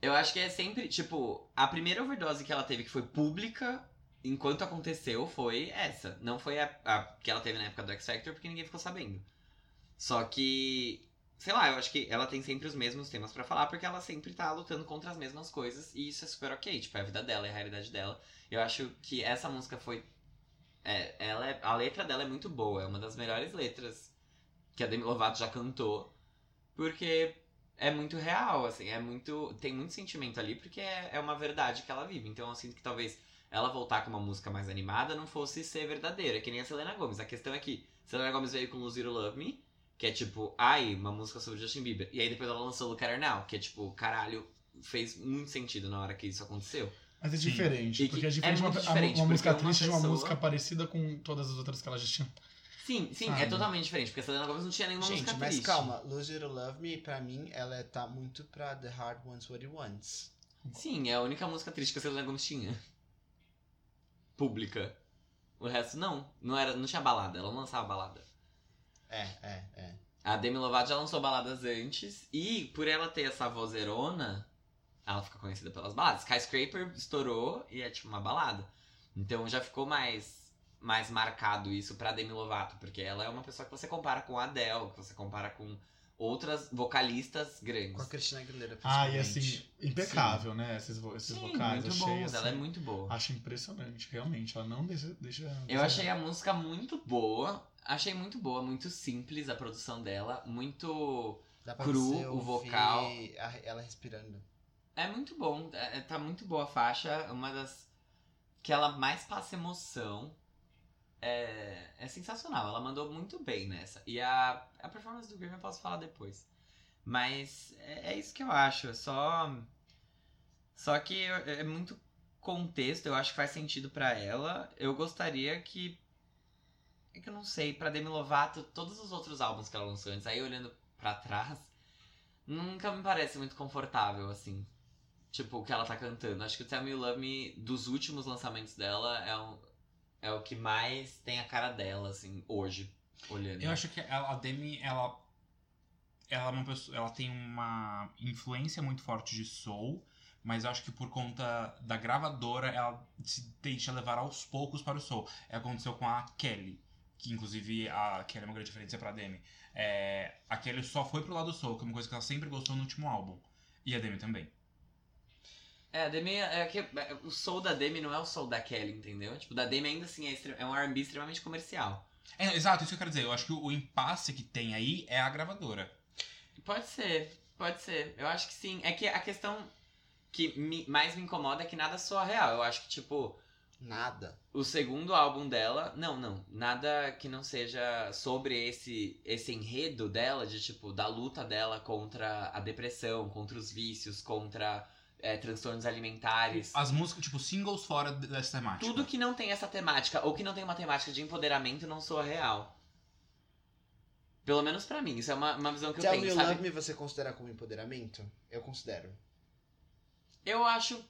Eu acho que é sempre, tipo, a primeira overdose que ela teve que foi pública, enquanto aconteceu, foi essa. Não foi a, a que ela teve na época do X Factor, porque ninguém ficou sabendo. Só que, sei lá, eu acho que ela tem sempre os mesmos temas pra falar, porque ela sempre tá lutando contra as mesmas coisas, e isso é super ok. Tipo, é a vida dela, é a realidade dela. Eu acho que essa música foi. É, ela é- a letra dela é muito boa, é uma das melhores letras que a Demi Lovato já cantou, porque é muito real, assim, é muito. Tem muito sentimento ali, porque é, é uma verdade que ela vive. Então eu sinto que talvez ela voltar com uma música mais animada não fosse ser verdadeira, que nem a Selena Gomes. A questão é que Selena Gomes veio com Lose It or Love Me, que é tipo, ai, uma música sobre Justin Bieber. E aí depois ela lançou Look At Her Now, que é tipo, caralho, fez muito sentido na hora que isso aconteceu. Mas é Sim. diferente, E que porque é é diferente uma, muito a- diferente, uma porque é música uma triste de uma pessoa- música parecida com todas as outras que ela já tinha. Sim, sim, é Sabe? totalmente diferente, porque a Selena Gomes não tinha nenhuma Gente, música mas triste. calma. Lose It or Love Me, pra mim, ela tá muito pra The Hard Ones What He Wants. Sim, é a única música triste que a Selena Gomes tinha. Pública. O resto não. Não, era, não tinha balada, ela não lançava balada. É, é, é. A Demi Lovato já lançou baladas antes. E por ela ter essa vozeirona, ela fica conhecida pelas baladas. Skyscraper estourou e é tipo uma balada. Então já ficou mais, mais marcado isso pra Demi Lovato. Porque ela é uma pessoa que você compara com a Adele, que você compara com outras vocalistas Com a grandes. Cristina Aguilera, Ah, e assim, principalmente. impecável, né? Esses, vo- esses Sim, vocais. muito achei, bons, assim, ela é muito boa. Acho impressionante, realmente. Ela não deixa. deixa Eu desejar. achei a música muito boa. Achei muito boa, muito simples a produção dela. Muito. Dá pra cru, você o ouvir vocal. a- ela respirando. É muito bom. é- é- tá muito boa a faixa. Uma das. Que ela mais passa emoção. É, é sensacional. Ela mandou muito bem nessa. E a, a performance do Grammy eu posso falar depois. Mas é, é isso que eu acho. é Só. Só que eu- é muito contexto, eu acho que faz sentido pra ela. Eu gostaria que. É que eu não sei, pra Demi Lovato, todos os outros álbuns que ela lançou antes, aí olhando pra trás, nunca me parece muito confortável, assim. Tipo, o que ela tá cantando. Acho que o Tell Me You Love Me, dos últimos lançamentos dela, é, um, é o que mais tem a cara dela, assim, hoje, olhando. Eu acho que ela- a Demi, ela. Ela, é uma pessoa, ela tem uma influência muito forte de soul, mas eu acho que por conta da gravadora, ela se deixa levar aos poucos para o soul. É o que aconteceu com a Kelly, que inclusive a Kelly é uma grande referência para a Demi. É, a Kelly só foi pro lado soul, que é uma coisa que ela sempre gostou no último álbum. E a Demi também. É, a Demi é que é, o soul da Demi não é o soul da Kelly, entendeu? Tipo, da Demi ainda assim é, extre- é um R&B extremamente comercial. É, exato, isso que eu quero dizer. Eu acho que o, o impasse que tem aí é a gravadora. Pode ser, pode ser. Eu acho que sim. É que a questão que me- mais me incomoda é que nada soa real. Eu acho que, tipo, Nada. o segundo álbum dela, não, não, nada que não seja sobre esse esse enredo dela de tipo da luta dela contra a depressão, contra os vícios, contra é, transtornos alimentares. As músicas, tipo, singles fora de- dessa temática. Tudo que não tem essa temática ou que não tem uma temática de empoderamento não soa real. Pelo menos pra mim, isso é uma, uma visão que eu Tell Me tenho, You sabe? Love Me você considera como empoderamento? Eu considero. Eu acho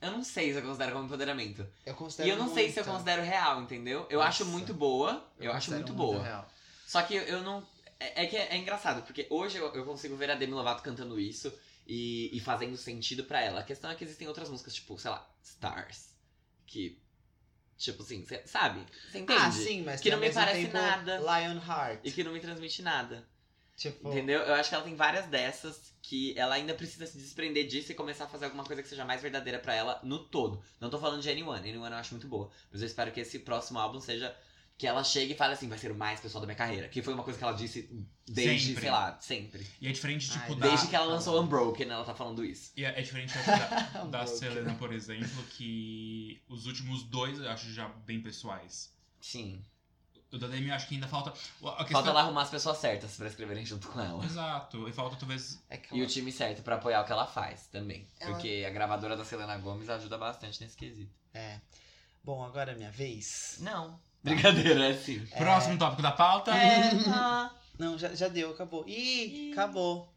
eu não sei se eu considero como empoderamento. Eu E considero eu não sei se eu muito. considero real, entendeu? Eu acho é Nossa. muito boa, eu, acho considero muito boa. real. Só que eu não. É, é que é, é engraçado, porque hoje eu, eu consigo ver a Demi Lovato cantando isso e, e fazendo sentido pra ela. A questão é que existem outras músicas, tipo, sei lá, Stars. Que. Tipo assim, cê, sabe? Você entende? Ah, sim, mas Que não tem me ao mesmo parece tempo nada. Lionheart. E que não me transmite nada. Tipo, Entendeu? Eu acho que ela tem várias dessas que ela ainda precisa se desprender disso e começar a fazer alguma coisa que seja mais verdadeira pra ela no todo. Não tô falando de Anyone, Anyone eu acho muito boa. Mas eu espero que esse próximo álbum seja. Que ela chegue e fale assim, vai ser o mais pessoal da minha carreira. Que foi uma coisa que ela disse desde, Sempre. sei lá, sempre. E é diferente, tipo, Ai, da... Desde que ela lançou Unbroken, ela tá falando isso. E é é diferente eu acho, da, da Louco. Selena, por exemplo, que os últimos dois eu acho já bem pessoais. Sim. O da Demi eu acho que ainda falta. A questão... Falta ela arrumar as pessoas certas pra escreverem junto com ela. Exato. E falta talvez. É que E ela- o time certo pra apoiar o que ela faz também. Ela- Porque a gravadora da Selena Gomes ajuda bastante nesse quesito. É. Bom, agora é minha vez. Não. Brincadeira, é assim. Próximo tópico da pauta. É, Não, já, já deu, acabou. Ih, acabou.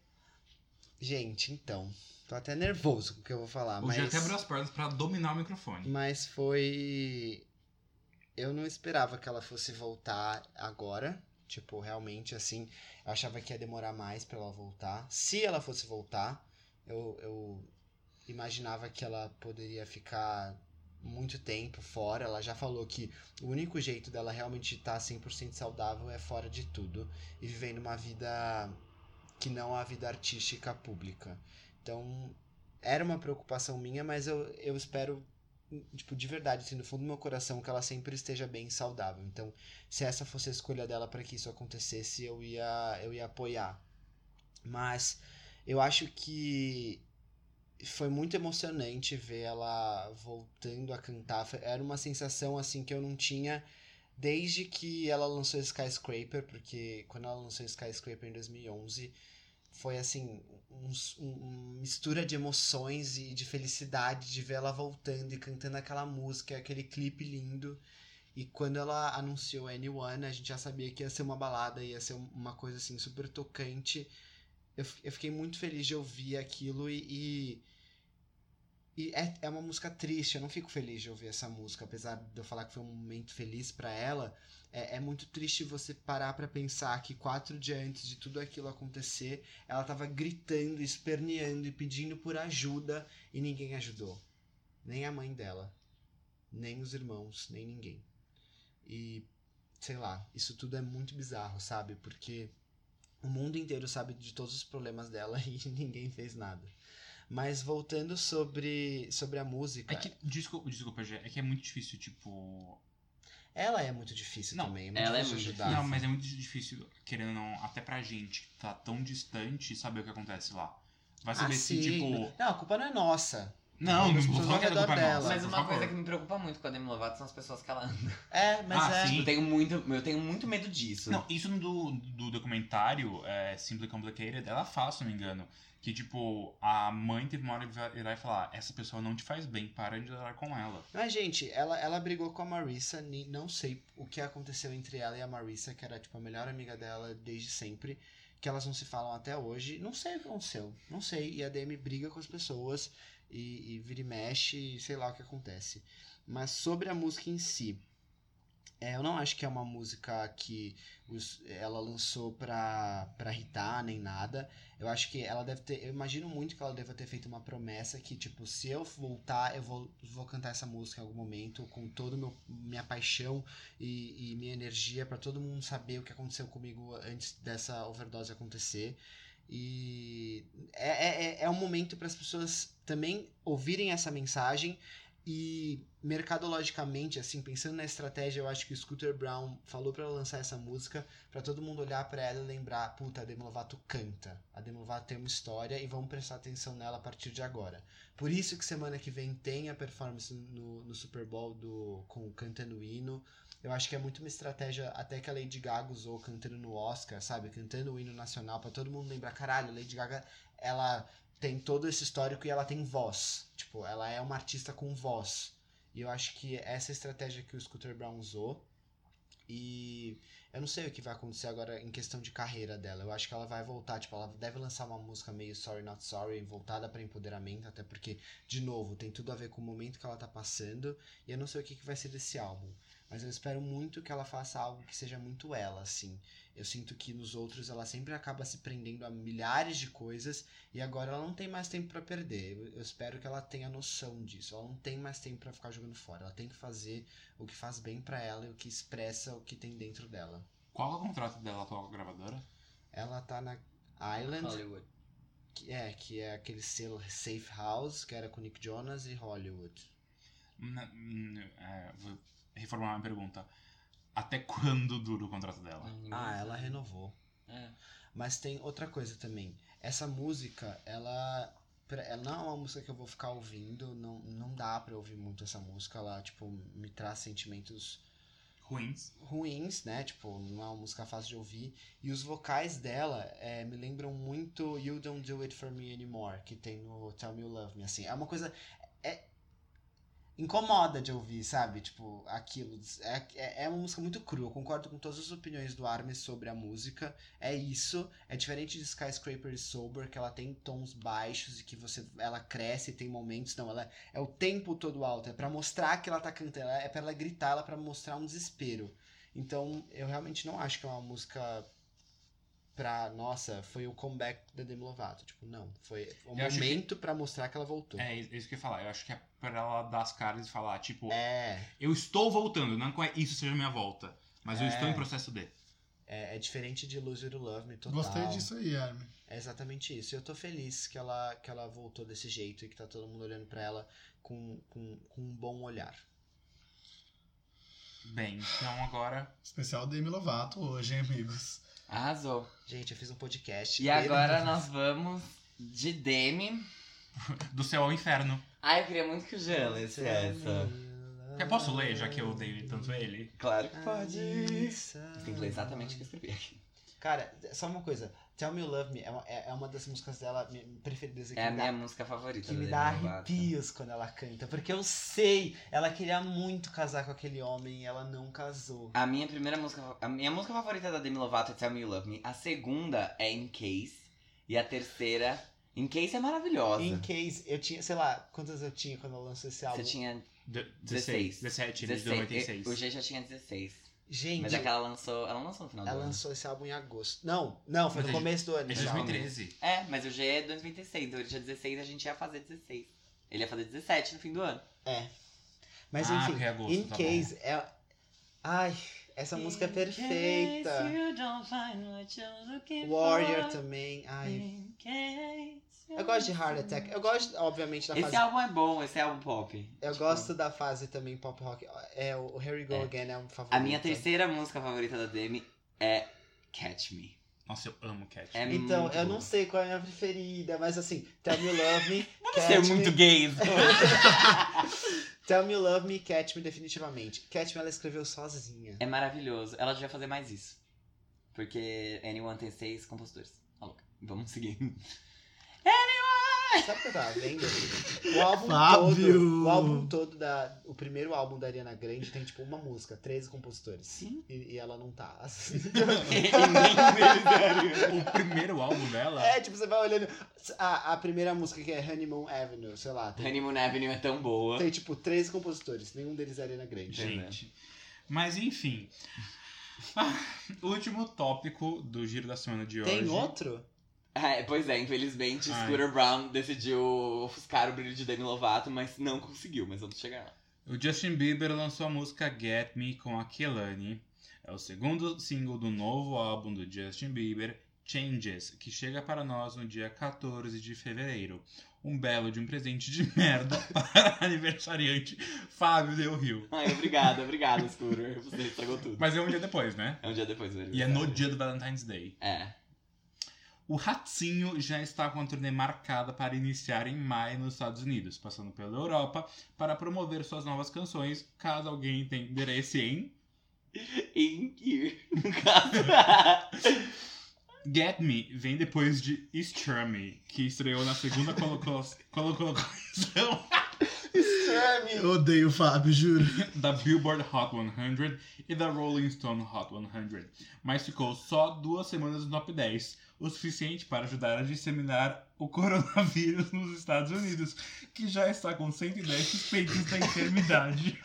Gente, então. Tô até nervoso com o que eu vou falar, O mas. É. Jean quebrou as pernas pra dominar o microfone. Mas foi. Eu não esperava que ela fosse voltar agora. Tipo, realmente, assim. Eu achava que ia demorar mais pra ela voltar. Se ela fosse voltar, eu, eu imaginava que ela poderia ficar muito tempo fora. Ela já falou que o único jeito dela realmente tá estar 100% saudável é fora de tudo e vivendo uma vida que não é a vida artística pública. Então, era uma preocupação minha, mas eu, eu espero, tipo, de verdade, assim, do fundo do meu coração, que ela sempre esteja bem e saudável. Então, se essa fosse a escolha dela para que isso acontecesse, eu ia, eu ia apoiar. Mas eu acho que foi muito emocionante ver ela voltando a cantar. Foi- Era uma sensação assim que eu não tinha desde que ela lançou Skyscraper, porque quando ela lançou Skyscraper em 2011, foi assim, um, um- uma mistura de emoções e de felicidade de ver ela voltando e cantando aquela música, aquele clipe lindo. E quando ela anunciou Anyone, a gente já sabia que ia ser uma balada, ia ser uma coisa assim super tocante. Eu, fi- eu fiquei muito feliz de ouvir aquilo e. e... e é, é uma música triste, eu não fico feliz de ouvir essa música, apesar de eu falar que foi um momento feliz pra ela. É, é muito triste você parar pra pensar que quatro dias antes de tudo aquilo acontecer, ela tava gritando, esperneando e pedindo por ajuda e ninguém ajudou. Nem a mãe dela, nem os irmãos, nem ninguém. E sei lá, isso tudo é muito bizarro, sabe? Porque o mundo inteiro sabe de todos os problemas dela e ninguém fez nada. Mas voltando sobre, sobre a música, É que. Desculpa, desculpa, Jean. É que é muito difícil, tipo. ela é muito difícil Não, também, é muito ela é difícil muito ajudar. Não, mas é muito difícil, querendo ou não, até pra gente que tá tão distante, saber o que acontece lá. Vai saber Ah, se, sim. tipo. Não, a culpa não é nossa. Não, não As vou pessoas falar ao que é redor culpa dela. nossa. Mas por uma favor. coisa que me preocupa muito com a Demi Lovato são as pessoas que ela anda. É, mas Ah, é. sim. Eu tenho muito, eu tenho muito medo disso. Não, isso no do, do documentário é, Simply Complicated, ela fala, se não me engano, que, tipo, a mãe teve uma hora de virar e falar: essa pessoa não te faz bem, para de andar com ela. Mas, gente, ela, ela brigou com a Marissa, ni- não sei o que aconteceu entre ela e a Marissa, que era, tipo, a melhor amiga dela desde sempre, que elas não se falam até hoje. Não sei o que aconteceu, não sei. E a DM briga com as pessoas e, e vira e mexe, e sei lá o que acontece. Mas sobre a música em si, é, eu não acho que é uma música que os- ela lançou pra, pra irritar nem nada. Eu acho que ela deve ter. Eu imagino muito que ela deva ter feito uma promessa que, tipo, se eu voltar, eu vou, vou cantar essa música em algum momento, com toda minha paixão e, e minha energia, pra todo mundo saber o que aconteceu comigo antes dessa overdose acontecer. E é, é, é- é um momento para as pessoas também ouvirem essa mensagem. E mercadologicamente, assim, pensando na estratégia, eu acho que o Scooter Brown falou pra ela lançar essa música Pra todo mundo olhar pra ela e lembrar, puta, a Demi Lovato canta. A Demi Lovato tem uma história e vamos prestar atenção nela a partir de agora. Por isso que semana que vem tem a performance no, no Super Bowl do, com o Cantando o Hino. Eu acho que é muito uma estratégia até que a Lady Gaga usou cantando no Oscar, sabe? Cantando o hino nacional pra todo mundo lembrar, caralho, a Lady Gaga, ela tem todo esse histórico e ela tem voz. Tipo, ela é uma artista com voz. E eu acho que essa é a estratégia que o Scooter Brown usou. E eu não sei o que vai acontecer agora em questão de carreira dela. Eu acho que ela vai voltar, tipo, ela deve lançar uma música meio Sorry Not Sorry, voltada pra empoderamento, até porque, de novo, tem tudo a ver com o momento que ela tá passando. E eu não sei o que, que vai ser desse álbum. Mas eu espero muito que ela faça algo que seja muito ela, assim. Eu sinto que nos outros ela sempre acaba se prendendo a milhares de coisas e agora ela não tem mais tempo pra perder. Eu, eu espero que ela tenha noção disso. Ela não tem mais tempo pra ficar jogando fora. Ela tem que fazer o que faz bem pra ela e o que expressa o que tem dentro dela. Qual é o contrato dela atual com a gravadora? Ela tá na Island, Hollywood. que é, que é aquele selo Safe House, que era com Nick Jonas e Hollywood. Na- hum, é, vou reformular minha pergunta. Até quando dura o contrato dela? Hum. Ah, ela renovou. É. Mas tem outra coisa também. Essa música, ela. pra- Ela não é uma música que eu vou ficar ouvindo, não, não dá pra eu ouvir muito essa música, ela, tipo, me traz sentimentos ruins. ruins, né? Tipo, não é uma música fácil de ouvir. E os vocais dela é, me lembram muito You Don't Do It For Me Anymore, que tem no Tell Me You Love Me, assim. É uma coisa... É, incomoda de ouvir, sabe? Tipo, aquilo. É, é, é uma música muito crua. Eu concordo com todas as opiniões do Armes sobre a música. É isso. É diferente de Skyscraper e Sober, que ela tem tons baixos e que você ela cresce e tem momentos. Não, ela é o tempo todo alto. É pra mostrar que ela tá cantando. É pra ela gritar, ela é pra mostrar um desespero. Então, eu realmente não acho que é uma música pra. Nossa, foi o comeback da Demi Lovato. Tipo, não. Foi o Eu acho que- momento pra mostrar que ela voltou. É isso é isso que eu ia falar. Eu acho que é pra ela dar as caras e falar, tipo, É. eu estou voltando, não é isso seja minha volta. Mas eu É. estou em processo de. É, é diferente de Lose Your Love Me total. Gostei disso. Isso aí, Armin. É exatamente isso. E eu tô feliz que ela, que ela voltou desse jeito e que tá todo mundo olhando pra ela com, com, com um bom olhar. Bem, então agora. Especial Demi Lovato hoje, hein, amigos? Arrasou. Gente, eu fiz um podcast. E agora nós vamos de Demi. Do céu ao inferno. Ai, eu queria muito que o Jean lesse essa. Eu posso ler, já que eu odeio tanto ele? Claro que pode. Tem que ler exatamente o que eu escrevi aqui. Cara, só uma coisa. Tell Me You Love Me é uma, é é uma das músicas dela me- preferidas aqui. É a me minha dá- música favorita. que me dá da Demi Lovato. arrepios quando ela canta. Porque eu sei, ela queria muito casar com aquele homem e ela não casou. A minha primeira música, a minha música favorita da Demi Lovato é Tell Me You Love Me. A segunda é In Case e a terceira, In Case é maravilhosa. In case, eu tinha, sei lá, quantas eu tinha quando eu lançou esse álbum? Você tinha De- 16, 17, ele de 16. 96. É, O G já tinha 16. Gente, Mas é que ela lançou, ela lançou no final do Ela ano. lançou esse álbum em agosto. Não, não, foi Mas é no de- começo do ano. É de esse álbum. 2013. É, mas o G é 2026, então ele tinha 16 a gente ia fazer 16. Ele ia fazer 17 no fim do ano. É. Mas Ah, enfim, porque é agosto, In tá bom. Case é. Ai, essa música é perfeita. Warrior também. Ai. Eu gosto de Heart Attack. Eu gosto, obviamente, da Esse fase. álbum é bom, esse álbum pop. Tá Eu Tipo, gosto da fase também pop rock. É, o Harry Go É. Again é um favorito. A minha terceira música favorita da Demi é Catch Me. Nossa, eu amo Cat. É Então, muito eu boa. não sei qual é a minha preferida, mas assim, Tell Me You Love Me. Você é Catch Me, muito gay. Tell Me You Love Me, Catch Me, definitivamente. Catch Me ela escreveu sozinha. é maravilhoso. Ela devia fazer mais isso. Porque Anyone tem seis compositores. Tá louca. Vamos seguir. Sabe o que eu tava vendo? O álbum Fábio! todo. O álbum todo da. O primeiro álbum da Ariana Grande tem tipo uma música, 13 compositores. Sim. E, e ela não tá. assim. O primeiro álbum dela. é, tipo, você vai olhando. A, a primeira música que é Honeymoon Avenue, sei lá. Tem, Honeymoon Avenue é tão boa. tem, tipo 13 compositores, nenhum deles é Ariana Grande. Gente. Mas enfim. Ah, último tópico do giro da semana de hoje. Tem outro? É, pois é, infelizmente, Ai. Scooter Brown decidiu ofuscar o brilho de Demi Lovato, mas não conseguiu, mas vamos chegar lá. O Justin Bieber lançou a música Get Me com a Kelani. É o segundo single do novo álbum do Justin Bieber, Changes, que chega para nós no dia 14 de fevereiro. Um belo de um presente de merda para aniversariante Fábio Del Rio. Ai, obrigado, obrigado, Scooter. Você estragou tudo. Mas é um dia depois, né? É um dia depois do E é no aniversário. dia do Valentine's Day. É. O Ratinho já está com a turnê marcada para iniciar em maio nos Estados Unidos, passando pela Europa para promover suas novas canções, caso alguém tenha interesse em Em ir, no caso. Get Me vem depois de Stir Me, que estreou na segunda colo- colo- colo- colocação É, Eu odeio o Fábio, juro. da Billboard Hot 100 e da Rolling Stone Hot 100, mas ficou só duas semanas no top 10, o suficiente para ajudar a disseminar o coronavírus nos Estados Unidos, que já está com 110 suspeitos da enfermidade.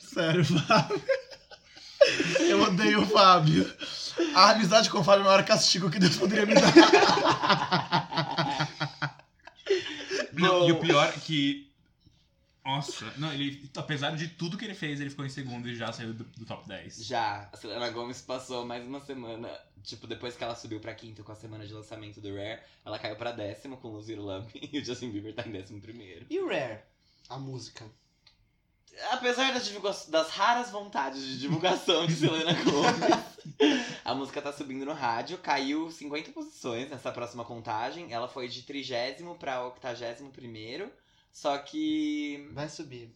Sério, Fábio. Eu odeio o Fábio. A amizade com o Fábio é o maior castigo que Deus poderia me dar. Não, Bom. e o pior é que. Nossa, não, ele, apesar de tudo que ele fez, ele ficou em segundo e já saiu do, do top 10. Já, a Selena Gomez passou mais uma semana. Tipo, depois que ela subiu pra quinto com a semana de lançamento do Rare, ela caiu pra décimo com Lose Your Love Me, e o Justin Bieber tá em décimo primeiro. E o Rare? A música. Apesar das, divulga- das raras vontades de divulgação de Selena Gomez, a música tá subindo no rádio, caiu 50 posições nessa próxima contagem. Ela foi de 30 pra 81 primeiro, só que Vai subir.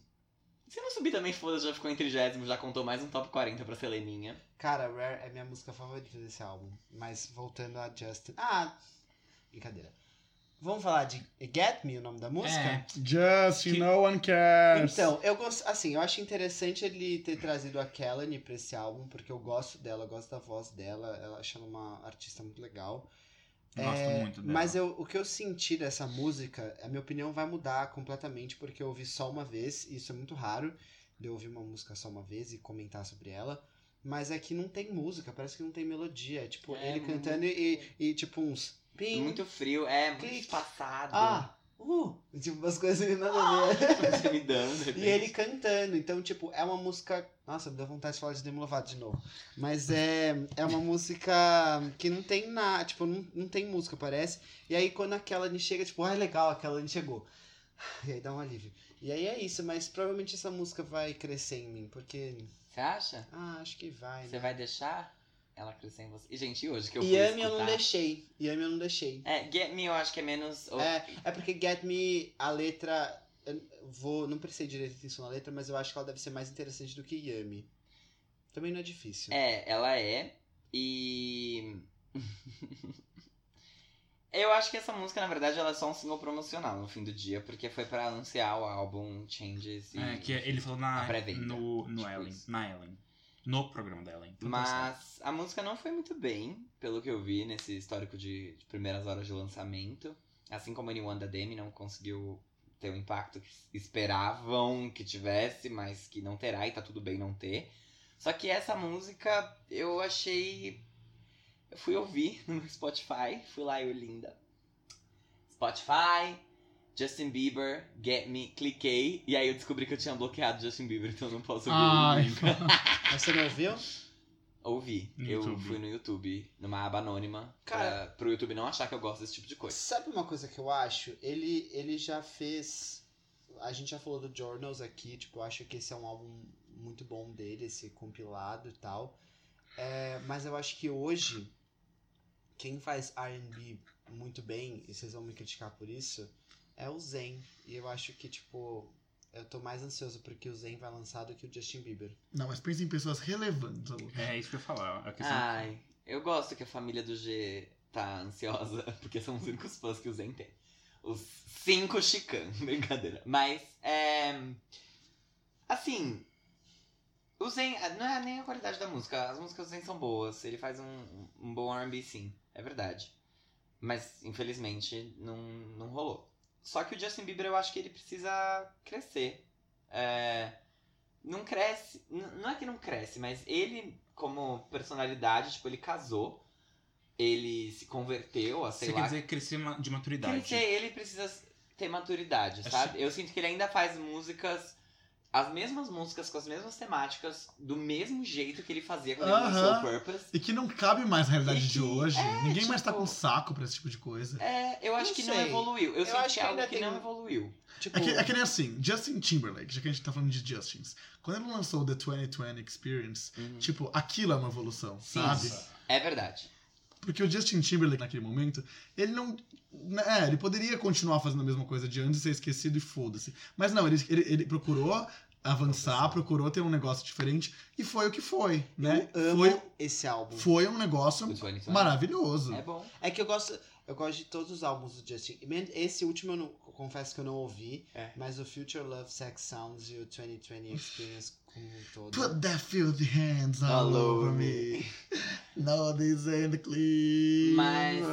Se não subir também, foda-se, já ficou em trigésimo, já contou mais um top 40 pra Seleninha. Cara, Rare é minha música favorita desse álbum. Mas voltando a Justin. Ah, brincadeira. Vamos falar de Get Me, o nome da música? É. Just Que- no one cares. Então, eu gosto. Assim, eu acho interessante ele ter trazido a Kellany pra esse álbum, porque eu gosto dela, eu gosto da voz dela, ela acho ela uma artista muito legal. Gosto É, muito dela. Mas eu- o que eu senti dessa música, a minha opinião vai mudar completamente, porque eu ouvi só uma vez, e isso é muito raro, de eu ouvir uma música só uma vez e comentar sobre ela. Mas é que não tem música, parece que não tem melodia. é Tipo, É, ele muito- cantando e, e, tipo uns. Pim, Muito frio, é, muito Clique. espaçado. ah, uh! Tipo, umas coisas que nada a ver. Você me dando, de repente. E ele cantando, então, tipo, é uma música. Nossa, me deu vontade de falar de Demi Lovato de novo. Mas é, é uma música que não tem nada, tipo, não, não tem música, parece. E aí quando a Kelly chega, tipo, ai, legal, a Kelly chegou. E aí dá um alívio. E aí é isso, mas provavelmente essa música vai crescer em mim, porque. Você acha? Ah, acho que vai. Você Né? vai deixar ela crescer em você? E, gente, e hoje que eu fui Yami eu não escutar- deixei. Yami eu não deixei. É, Get Me eu acho que é menos... É porque Get Me, a letra. Eu vou, não prestei direito atenção na letra, mas eu acho que ela deve ser mais interessante do que Yami. Também não é difícil. É, ela é. E. Eu acho que essa música, na verdade, ela é só um single promocional no fim do dia, porque foi pra anunciar o álbum Changes e. É, que ele falou na, A pré-venda. no, no Tipo Ellen. isso. Na Ellen. No programa da Ellen. Então tá certo. Mas a música não foi muito bem, pelo que eu vi nesse histórico de, de primeiras horas de lançamento. Assim como Anyone da Demi não conseguiu ter o impacto que esperavam que tivesse, mas que não terá, e tá tudo bem não ter. Só que essa música eu achei. Eu fui ouvir no meu Spotify, fui lá eu linda. Spotify, Justin Bieber, Get Me, cliquei, e aí eu descobri que eu tinha bloqueado Justin Bieber, então eu não posso ouvir. Ai, Mas você não ouviu? Ouvi. No eu YouTube. fui no YouTube, numa aba anônima, Cara- pra, pro YouTube não achar que eu gosto desse tipo de coisa. Sabe uma coisa que eu acho? Ele, ele já fez. A gente já falou do Journals aqui, tipo, eu acho que esse é um álbum muito bom dele, esse compilado e tal. É, mas eu acho que hoje, quem faz RB muito bem, e vocês vão me criticar por isso, é o Zen. E eu acho que, tipo, eu tô mais ansioso porque o Zen vai lançar do que o Justin Bieber. Não, mas pensa em pessoas relevantes. Lu. É isso que eu ia falar. A questão Ai, eu gosto que a família do G tá ansiosa, porque são os únicos fãs que o Zen tem. Os cinco Chican, brincadeira. Mas, é. Assim. O Zen, não é nem a qualidade da música, as músicas do Zen são boas, ele faz um, um bom RB sim, é verdade. Mas, infelizmente, não, não rolou. Só que o Justin Bieber eu acho que ele precisa crescer. É, não cresce. n- Não é que não cresce, mas ele, como personalidade, tipo, ele casou. Ele se converteu a sei Você lá. quer dizer crescer ma- de maturidade. Crescer, ele precisa ter maturidade, Acho- sabe? Eu sinto que ele ainda faz músicas. As mesmas músicas com as mesmas temáticas, do mesmo jeito que ele fazia quando ele lançou o Aham. Purpose. E que não cabe mais na realidade E de que- hoje. é, Ninguém mais tá tipo- com saco pra esse tipo de coisa. É, eu acho Não que não sei. evoluiu. Eu, Eu sinto acho que que é algo ainda que tem- não evoluiu. Tipo, É que, é que nem assim, Justin Timberlake, já que a gente tá falando de Justins. Quando ele lançou The 2020 Experience, Uhum. tipo, aquilo é uma evolução, Sim. sabe? É verdade. Porque o Justin Timberlake naquele momento, ele não. É, ele poderia continuar fazendo a mesma coisa de antes e ser esquecido e foda-se. Mas não, ele, ele, ele procurou avançar, procurou ter um negócio diferente e foi o que foi, né? eu amo Foi, esse álbum. foi um negócio O 2020 maravilhoso. É bom. É que eu gosto, eu gosto de todos os álbuns do Justin. E men- Esse último eu, não, eu confesso que eu não ouvi, É. mas o Future Love Sex Sounds e o 2020 Experience como um todo. Put that filthy hands all All over over me. No, this ain't clean. Mas-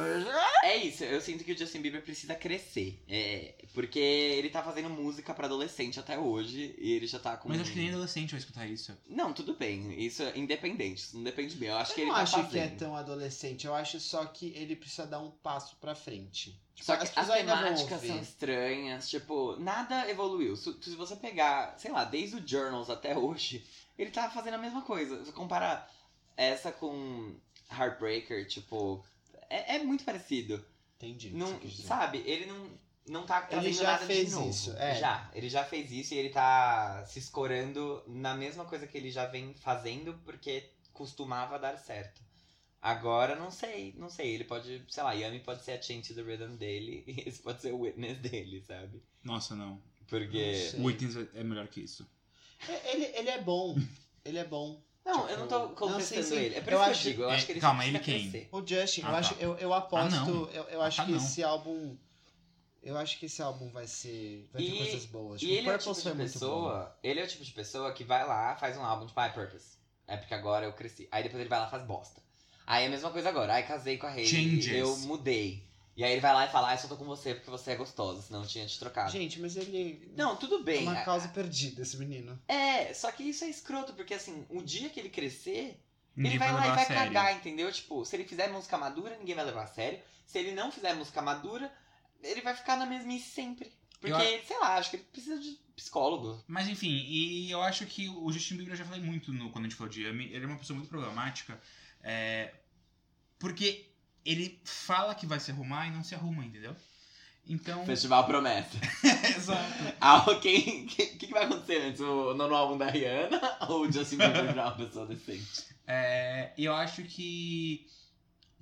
É isso, eu sinto que o Justin Bieber precisa crescer. É, porque ele tá fazendo música pra adolescente até hoje e ele já tá com. Mas acho que nem adolescente vai escutar isso. Não, tudo bem. Isso é independente, isso não depende de mim. Eu acho eu que ele não tá acho fazendo. que é tão adolescente, eu acho só que ele precisa dar um passo pra frente. Tipo, Só que as, pessoas ainda vão temáticas são ouvir. estranhas, tipo, nada evoluiu. Se, se você pegar, sei lá, desde o Journals até hoje, ele tá fazendo a mesma coisa. Se comparar essa com Heartbreaker, tipo, é, é muito parecido. Entendi. o que Não, você quis dizer. sabe, ele não, não tá trazendo já nada fez de novo. isso, é. Já, ele já fez isso e ele tá se escorando na mesma coisa que ele já vem fazendo, porque costumava dar certo. Agora, não sei, não sei. Ele pode, sei lá, Yami pode ser a Change do Rhythm dele e esse pode ser o Witness dele, sabe? Nossa, não. Porque. Sim. O Itens é é melhor que isso. Ele, ele é bom. Ele é bom. Não, Tipo, eu não tô não, contestando sim, sim. ele. É por Eu isso que acho- eu digo. Eu É, acho que ele só calma, ele precisa quem? crescer. O Justin, Ah, eu, tá. acho, eu, eu aposto. Ah, não. eu eu Ah, acho tá, que não. esse álbum. Eu acho que esse álbum vai ser. Vai ter E- coisas boas. E Tipo, ele é o Purples tipo de foi muito bom. pessoa. Ele é o tipo de pessoa que vai lá, faz um álbum de My Purpose. É porque agora eu cresci. Aí depois ele vai lá e faz bosta. Aí é a mesma coisa agora. Aí casei com a Hayley. Changes. Eu mudei. E aí ele vai lá e fala, ah, eu só tô com você porque você é gostosa, senão eu tinha te trocado. Gente, mas ele. não, tudo é bem. uma A- causa perdida, esse menino. É, só que isso é escroto, porque assim, o dia que ele crescer, Ninguém ele vai lá e levar vai a sério. cagar, entendeu? Tipo, se ele fizer música madura, ninguém vai levar a sério. Se ele não fizer música madura, ele vai ficar na mesmice sempre. Porque, Eu- sei lá, acho que ele precisa de psicólogo. Mas enfim, e eu acho que o Justin Bieber eu já falei muito no, quando a gente falou de Amy, ele é uma pessoa muito problemática. é, porque ele fala que vai se arrumar e não se arruma, entendeu? Então. é, Festival Promessa. Exato. Ah, ok. O que, que vai acontecer antes? O nono álbum da Rihanna ou o Justin Bieber virar uma pessoa decente? É, eu acho que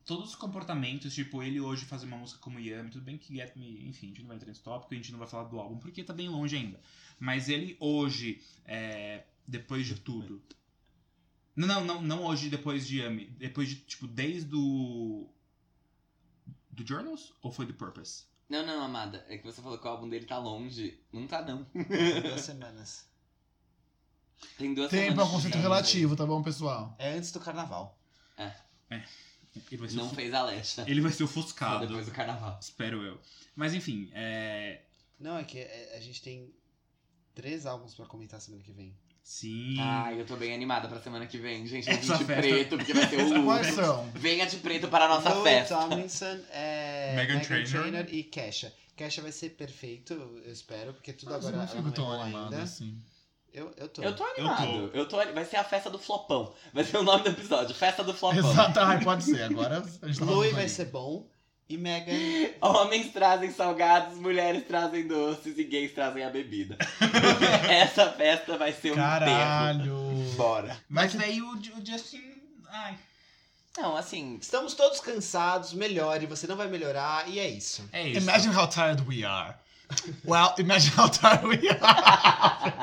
todos os comportamentos, tipo, ele hoje fazer uma música como Yami, tudo bem que Get Me, enfim, a gente não vai entrar nesse tópico, a gente não vai falar do álbum, porque tá bem longe ainda. Mas ele hoje, é, depois de tudo. Não, não, não, não hoje, depois de Yami. Depois de, tipo, desde o. Do Journals? Ou foi do Purpose? Não, não, amada. É que você falou que o álbum dele tá longe. Não tá, não. Duas semanas. Tem duas Tempo é um semanas. conceito de- relativo, tá bom, pessoal? É antes do carnaval. Ele vai ser, Não ofu- fez a lecha. ele vai ser Só ofuscado. depois do carnaval. Espero eu. Mas enfim, é. Não, é que é, a gente tem três álbuns pra comentar semana que vem. Sim. Ai, eu tô bem animada pra semana que vem, gente. Eu vim Essa de festa- preto, porque vai ser o Quais Lula. são? Venha de preto para a nossa Chloe festa. Tomlinson, é, Meghan Megan, Trainor. Trainor. e Kesha. Kesha vai ser perfeito, eu espero, porque tudo Mas eu agora não ela fico tão é boa animado ainda. assim. Eu, eu tô. Eu tô animado. Eu Eu tô. ani- Vai ser a festa do flopão. Vai ser o nome do episódio. Festa do flopão. Exato, ai, pode ser. Agora a gente tá falando Louis com vai ele. ser bom e Megan. Homens trazem salgados, mulheres trazem doces e gays trazem a bebida. Essa festa vai ser um berro. Caralho. Bora. Mas daí o, Ju- o Justin. Ai. Não, assim, Estamos todos cansados, melhore, você não vai melhorar e é isso. É isso. Imagine how tired we are. Well, imagine how tired we are.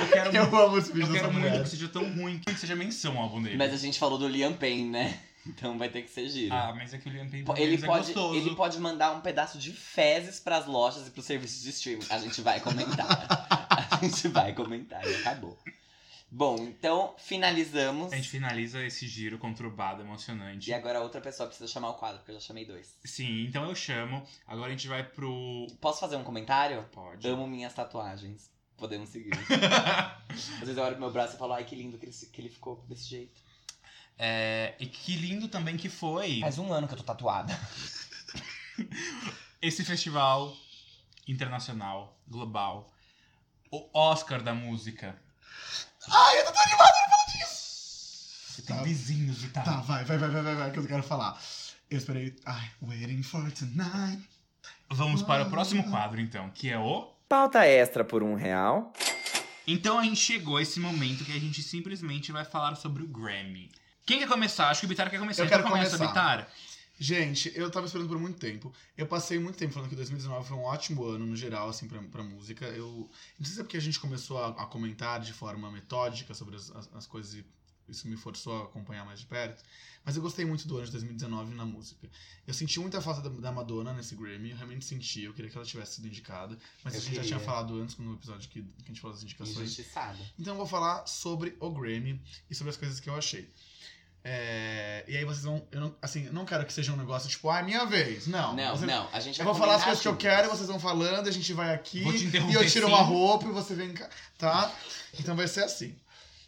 eu quero, Eu muito, amo esse vídeo eu dessa quero muito mulher. que seja tão ruim que seja menção ao álbum dele. mas a gente falou do Liam Payne, né? Então vai ter que ser giro. Ah, mas é que o Liam Payne Po- pelo Ele menos é pode, gostoso. ele pode mandar um pedaço de fezes pras lojas e pros serviços de streaming. A gente vai comentar. A gente vai comentar e acabou. Bom, então finalizamos. A gente finaliza esse giro conturbado, emocionante. E agora outra pessoa precisa chamar o quadro, porque eu já chamei dois. Sim, então eu chamo. Agora a gente vai pro. Posso fazer um comentário? Pode. Amo minhas tatuagens. Podemos seguir. Às vezes eu olho pro meu braço e falo, ai que lindo que ele, se- que ele ficou desse jeito. É, e que lindo também que foi Faz um ano que eu tô tatuada. esse festival internacional, global. O Oscar da música. Ai, eu tô tão animado. Você tem Tá. vizinhos e Tá, vai, vai, vai, vai, vai, vai, que eu quero falar. Eu esperei. Ai, waiting for tonight. Vamos Ah. para o próximo quadro, então, que é o. Pauta extra por um real. Então a gente chegou a esse momento que a gente simplesmente vai falar sobre o Grammy. Quem quer começar? Acho que o Bitar quer começar. Eu Então quero começa, começar. Bitar. Gente, eu tava esperando por muito tempo. Eu passei muito tempo falando que 2019 foi um ótimo ano, no geral, assim, pra, pra música. Eu. Não sei se é porque a gente começou a, a comentar de forma metódica sobre as, as- as coisas e isso me forçou a acompanhar mais de perto. Mas eu gostei muito do ano de 2019 na música. Eu senti muita falta da, da Madonna nesse Grammy, eu realmente senti, eu queria que ela tivesse sido indicada. Mas Eu isso a gente já queria. tinha falado antes no episódio que, que a gente falou das indicações. Injustiçada. Então eu vou falar sobre o Grammy e sobre as coisas que eu achei. É, E aí vocês vão. Eu não, assim, eu não quero que seja um negócio tipo, ah, é minha vez. Não. Não, vocês- não. A gente tá um Eu vai vou falar as comentar coisas que eu tudo. quero, vocês vão falando, a gente vai aqui. Vou te interromper, e eu tiro uma sim. roupa e você vem cá. Tá? Então vai ser assim.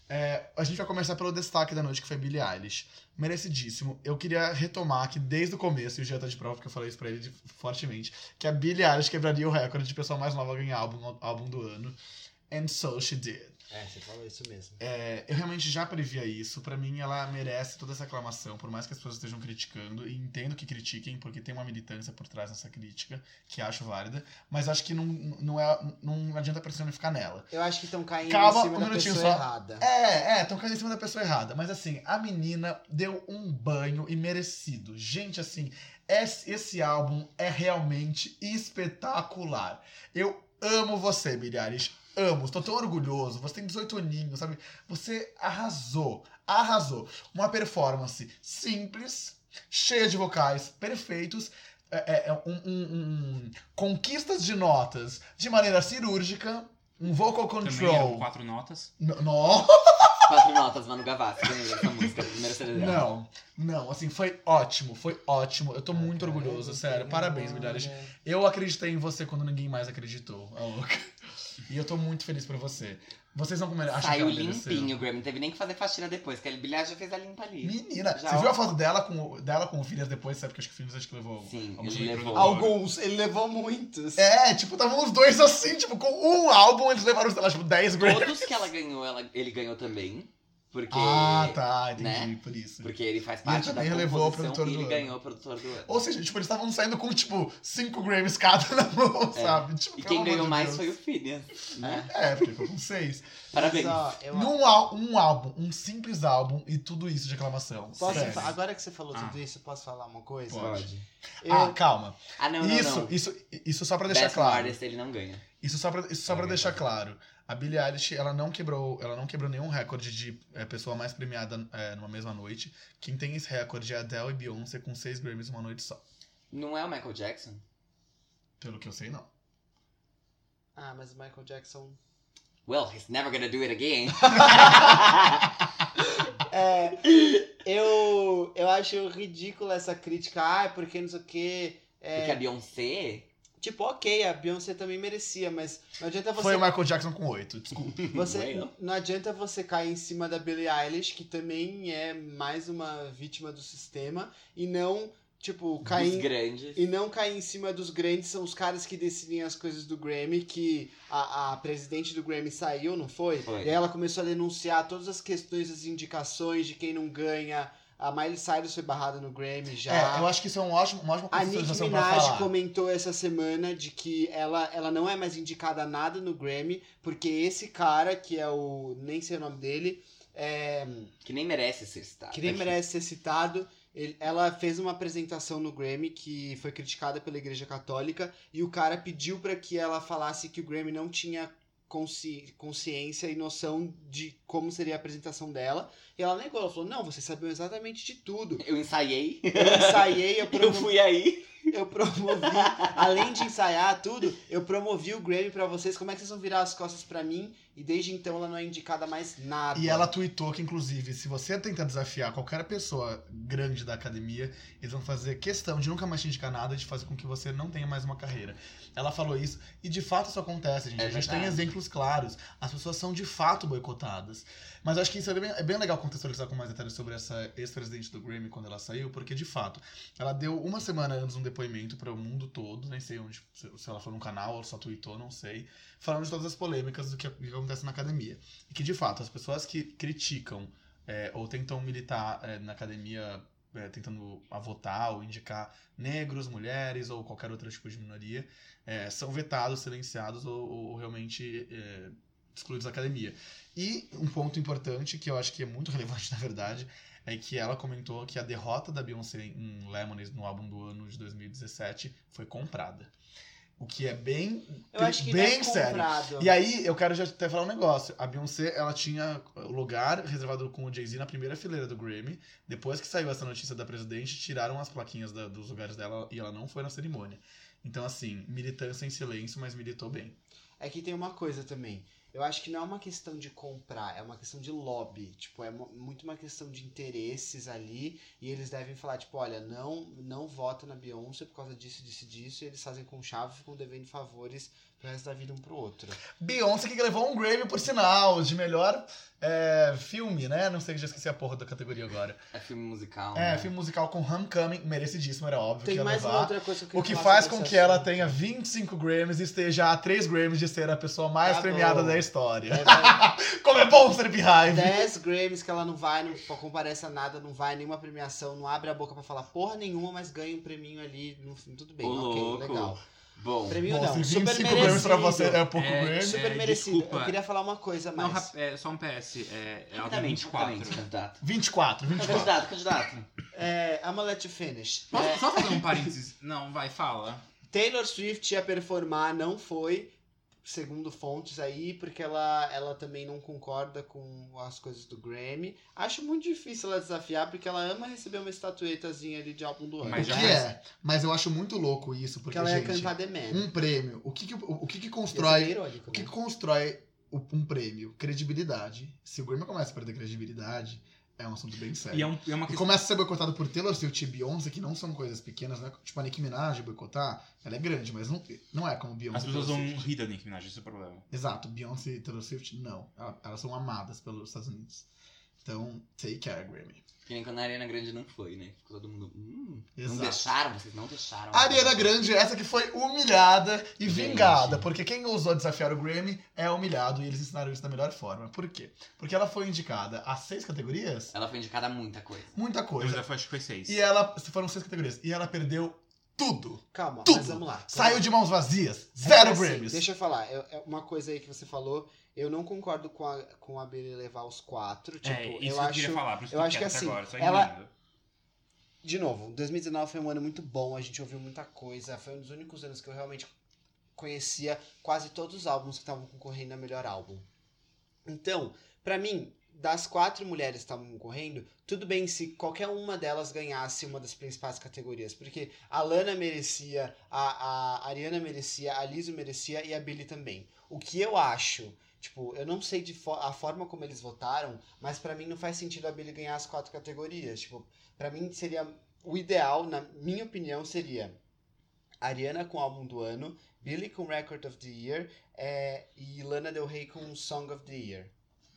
É, a gente vai começar pelo destaque da noite, que foi Billie Eilish. Merecidíssimo. Eu queria retomar aqui desde o começo, e o Jean tá de prova, porque eu falei isso pra ele de- fortemente, que a Billie Eilish quebraria o recorde de pessoa mais nova a ganhar álbum, álbum do ano. And so she did. É, você falou isso mesmo. É, eu realmente já previa isso. Pra mim, ela merece toda essa aclamação, por mais que as pessoas estejam criticando. E entendo que critiquem, porque tem uma militância por trás dessa crítica, que acho válida. Mas acho que não, não, é, não adianta personificar nela. Eu acho que estão caindo Calma, em cima um da minutinho pessoa só. errada. É, é, tão caindo em cima da pessoa errada. Mas assim, a menina deu um banho e merecido. Gente, assim, esse, esse álbum é realmente espetacular. Eu amo você, Bilhares. Amo, estou tão orgulhoso. Você tem 18 aninhos, sabe? Você arrasou, arrasou. Uma performance simples, cheia de vocais perfeitos, é, é, é um- um- um- conquistas de notas de maneira cirúrgica, um vocal Também eram control. quatro notas. No- no- Quatro notas, Manu Gavassi, ganhou essa música, primeiro CD dela. Não, não, assim, foi ótimo, foi ótimo. Eu tô muito orgulhoso, sério. Parabéns, Milhares. Eu acreditei em você quando ninguém mais acreditou, a louca. E eu tô muito feliz por você. Vocês não comeram. acham que Saiu ela mereceu. limpinho, o Grammy. Não teve nem que fazer faxina depois, que a Bilhar já fez a limpa ali. Menina, Já, você ó. viu a foto dela com, o- dela com o Filhas depois? Sabe que acho que o Filhas acho que levou. Sim, Vamos ele ver, levou. Bruno. Alguns, ele levou muitos. É, tipo, estavam os dois assim, tipo, com um álbum eles levaram, sei lá, tipo, 10 Grammys. Todos que ela ganhou, ela- ele ganhou também. Porque, Ah, tá, entendi, né? por isso. porque ele faz E ele parte da também levou o composição produtor e do ele ano. ganhou o produtor do ano. Ou seja, tipo, eles estavam saindo com, tipo, 5 Grammys cada na mão, É. sabe? Tipo, E pelo quem amor ganhou de mais Deus. foi o Phineas, né? É, porque ficou com 6. Parabéns. Mas, ó, eu- Num al- um álbum, um simples álbum e tudo isso de aclamação. Posso Sério. fa- agora que você falou tudo Ah. isso, posso falar uma coisa? Pode. Eu, Ah, calma. Ah, não, não, Isso, não. isso, isso só pra deixar Best claro. Artist ele não ganha. Isso só pra, isso só pra deixar claro. A Billie Eilish, ela não quebrou, ela não quebrou nenhum recorde de é, pessoa mais premiada é, numa mesma noite. Quem tem esse recorde é Adele e Beyoncé com seis Grammys uma noite só. Não é o Michael Jackson? Pelo que eu sei, não. Ah, mas o Michael Jackson. Well, he's never gonna do it again. É, eu, eu acho ridícula essa crítica. Ah, porque não sei o quê. é, Porque a Beyoncé... Tipo, ok, a Beyoncé também merecia, mas não adianta Então você. Foi o Michael Jackson com oito, desculpa. você Well. não adianta você cair em cima da Billie Eilish, que também é mais uma vítima do sistema, e não, tipo, cair Dos grandes. E não cair em cima dos grandes são os caras que decidem as coisas do Grammy, que a, a presidente do Grammy saiu, não foi? Foi. E aí ela começou a denunciar todas as questões, as indicações de quem não ganha. A Miley Cyrus foi barrada no Grammy já. É, eu acho que isso é um ótimo, uma ótima A Nicki consideração pra Minaj falar. comentou essa semana de que ela, ela não é mais indicada a nada no Grammy, porque esse cara, que é o. nem sei o nome dele, é, Que nem merece ser citado. que nem aqui. merece ser citado. ele- ela fez uma apresentação no Grammy que foi criticada pela Igreja Católica e o cara pediu pra que ela falasse que o Grammy não tinha consci- consciência e noção de como seria a apresentação dela. E ela negou, ela falou: "Não, vocês sabiam exatamente de tudo. Eu ensaiei. Eu ensaiei, eu, Eu promo- fui aí. eu promovi, além de ensaiar tudo, eu promovi o Grammy pra vocês. Como é que vocês vão virar as costas pra mim?" E desde então ela não é indicada mais nada. E ela tweetou que, inclusive, se você tentar desafiar qualquer pessoa grande da academia, eles vão fazer questão de nunca mais te indicar nada, de fazer com que você não tenha mais uma carreira. Ela falou isso, e de fato isso acontece, gente. É a gente tem verdade. exemplos claros. As pessoas são de fato boicotadas. Mas eu acho que isso é bem, é bem legal contextualizar com mais detalhes sobre essa ex-presidente do Grammy quando ela saiu, porque de fato, ela deu uma semana antes um depoimento para o mundo todo, nem sei onde, se se ela foi num canal ou só tweetou, não sei, falando de todas as polêmicas do que, do que acontece na academia. E que de fato, as pessoas que criticam é, ou tentam militar é, na academia, é, tentando a votar ou indicar negros, mulheres ou qualquer outro tipo de minoria, é, são vetados, silenciados ou, ou- ou realmente é, excluídos da academia. E um ponto importante, que eu acho que é muito relevante na verdade, é que ela comentou que a derrota da Beyoncé em Lemonade no álbum do ano de 2017 foi comprada. O que é bem, Eu acho que bem não é sério. comprado. E aí, eu quero já até falar um negócio. A Beyoncé, ela tinha o lugar reservado com o Jay-Z na primeira fileira do Grammy. Depois que saiu essa notícia da presidente, tiraram as plaquinhas da- dos lugares dela e ela não foi na cerimônia. Então, assim, militância em silêncio, mas militou bem. É que tem uma coisa também. Eu acho que não é uma questão de comprar, é uma questão de lobby. Tipo, é mu- muito uma questão de interesses ali. E eles devem falar, tipo, olha, não, não vota na Beyoncé por causa disso, disso, disso. E eles fazem com chave, ficam devendo favores pro resto da vida um pro outro. Beyoncé que levou um Grammy, por sinal, de melhor é, filme, né? Não sei, já esqueci a porra da categoria agora. É filme musical. É, né? filme musical com Homecoming, merecidíssimo, era óbvio que Tem ia mais uma levar. outra coisa que eu O que queria falar faz sobre com esse que ela assunto. tenha 25 Grammys e esteja a 3 Grammys de ser a pessoa mais Tá premiada bom. da história. É, vai- Como é bom ser Beehive! 10 Grammys que ela não vai, não comparece a nada, não vai, nenhuma premiação, não abre a boca pra falar porra nenhuma, mas ganha um preminho ali, no fim, tudo bem, Ô, ok, louco. legal. Bom, Prêmio Bom, não, se super 25 Grammys pra você merecido. é pouco É, Grammy. Super é, merecido. desculpa. Eu queria falar uma coisa a Não, mais. rap- é, só um PS. É, ela tem rapidamente, 24. rapidamente, né? candidato. 24, 24. Candidato, candidato. É, I'm gonna let you finish. Posso É, só fazer um parênteses? Não, vai, fala. Taylor Swift ia performar, não foi. segundo fontes aí, porque ela, ela também não concorda com as coisas do Grammy. Acho muito difícil ela desafiar, porque ela ama receber uma estatuetazinha ali de álbum do ano. Mas o já que faz- é? Mas eu acho muito louco isso, porque, Porque ela ia gente, cantar The Man. um prêmio, o que que, o, o que que Ia ser meio constrói, irônico, o que que né? constrói o- um prêmio? Credibilidade. Se o Grammy começa a perder credibilidade, é um assunto bem sério. E é, um- é uma E questão. começa a ser boicotado por Taylor Swift e Beyoncé, que não são coisas pequenas, né? Tipo, a Nicki Minaj boicotar, ela é grande, mas não, não é como Beyoncé As e pessoas Taylor vão Swift. rir da Nicki Minaj, esse é o problema. Exato, Beyoncé e Taylor Swift, não. Ela- Elas são amadas pelos Estados Unidos. Então, take care, Grammy. Que nem quando a Ariana Grande não foi, né? Ficou todo mundo. Hum, não Exato. deixaram, vocês não deixaram. Ah, tá. Ariana Grande, essa que foi humilhada e Gente. vingada, porque quem ousou desafiar o Grammy é humilhado e eles ensinaram isso da melhor forma. Por quê? Porque ela foi indicada a seis categorias, Ela foi indicada a muita coisa. muita Eu coisa. já acho que foi seis. é É, E ela, foram seis categorias, e ela perdeu tudo. Calma, Tudo. mas vamos lá. Vamos Saiu lá. de mãos vazias, É que, zero assim, Grammys. Deixa eu falar, eu- é uma coisa aí que você falou, eu não concordo com a, com a Billie levar os quatro. Tipo, é, isso eu que eu acho. queria falar, por isso eu eu acho que quero até assim, agora, só ela- ignorando. De novo, 2019 foi um ano muito bom, a gente ouviu muita coisa, foi um dos únicos anos que eu realmente conhecia quase todos os álbuns que estavam concorrendo a melhor álbum. Então, pra mim, das quatro mulheres que estavam concorrendo, tudo bem se qualquer uma delas ganhasse uma das principais categorias, porque a Lana merecia, a, a Ariana merecia, a Liso merecia e a Billy também. O que eu acho, tipo, eu não sei de fo- a forma como eles votaram, mas pra mim não faz sentido a Billy ganhar as quatro categorias. Tipo, pra mim seria o ideal, na minha opinião, seria Ariana com álbum do ano, Billy com Record of the Year é, e Lana Del Rey com Song of the Year.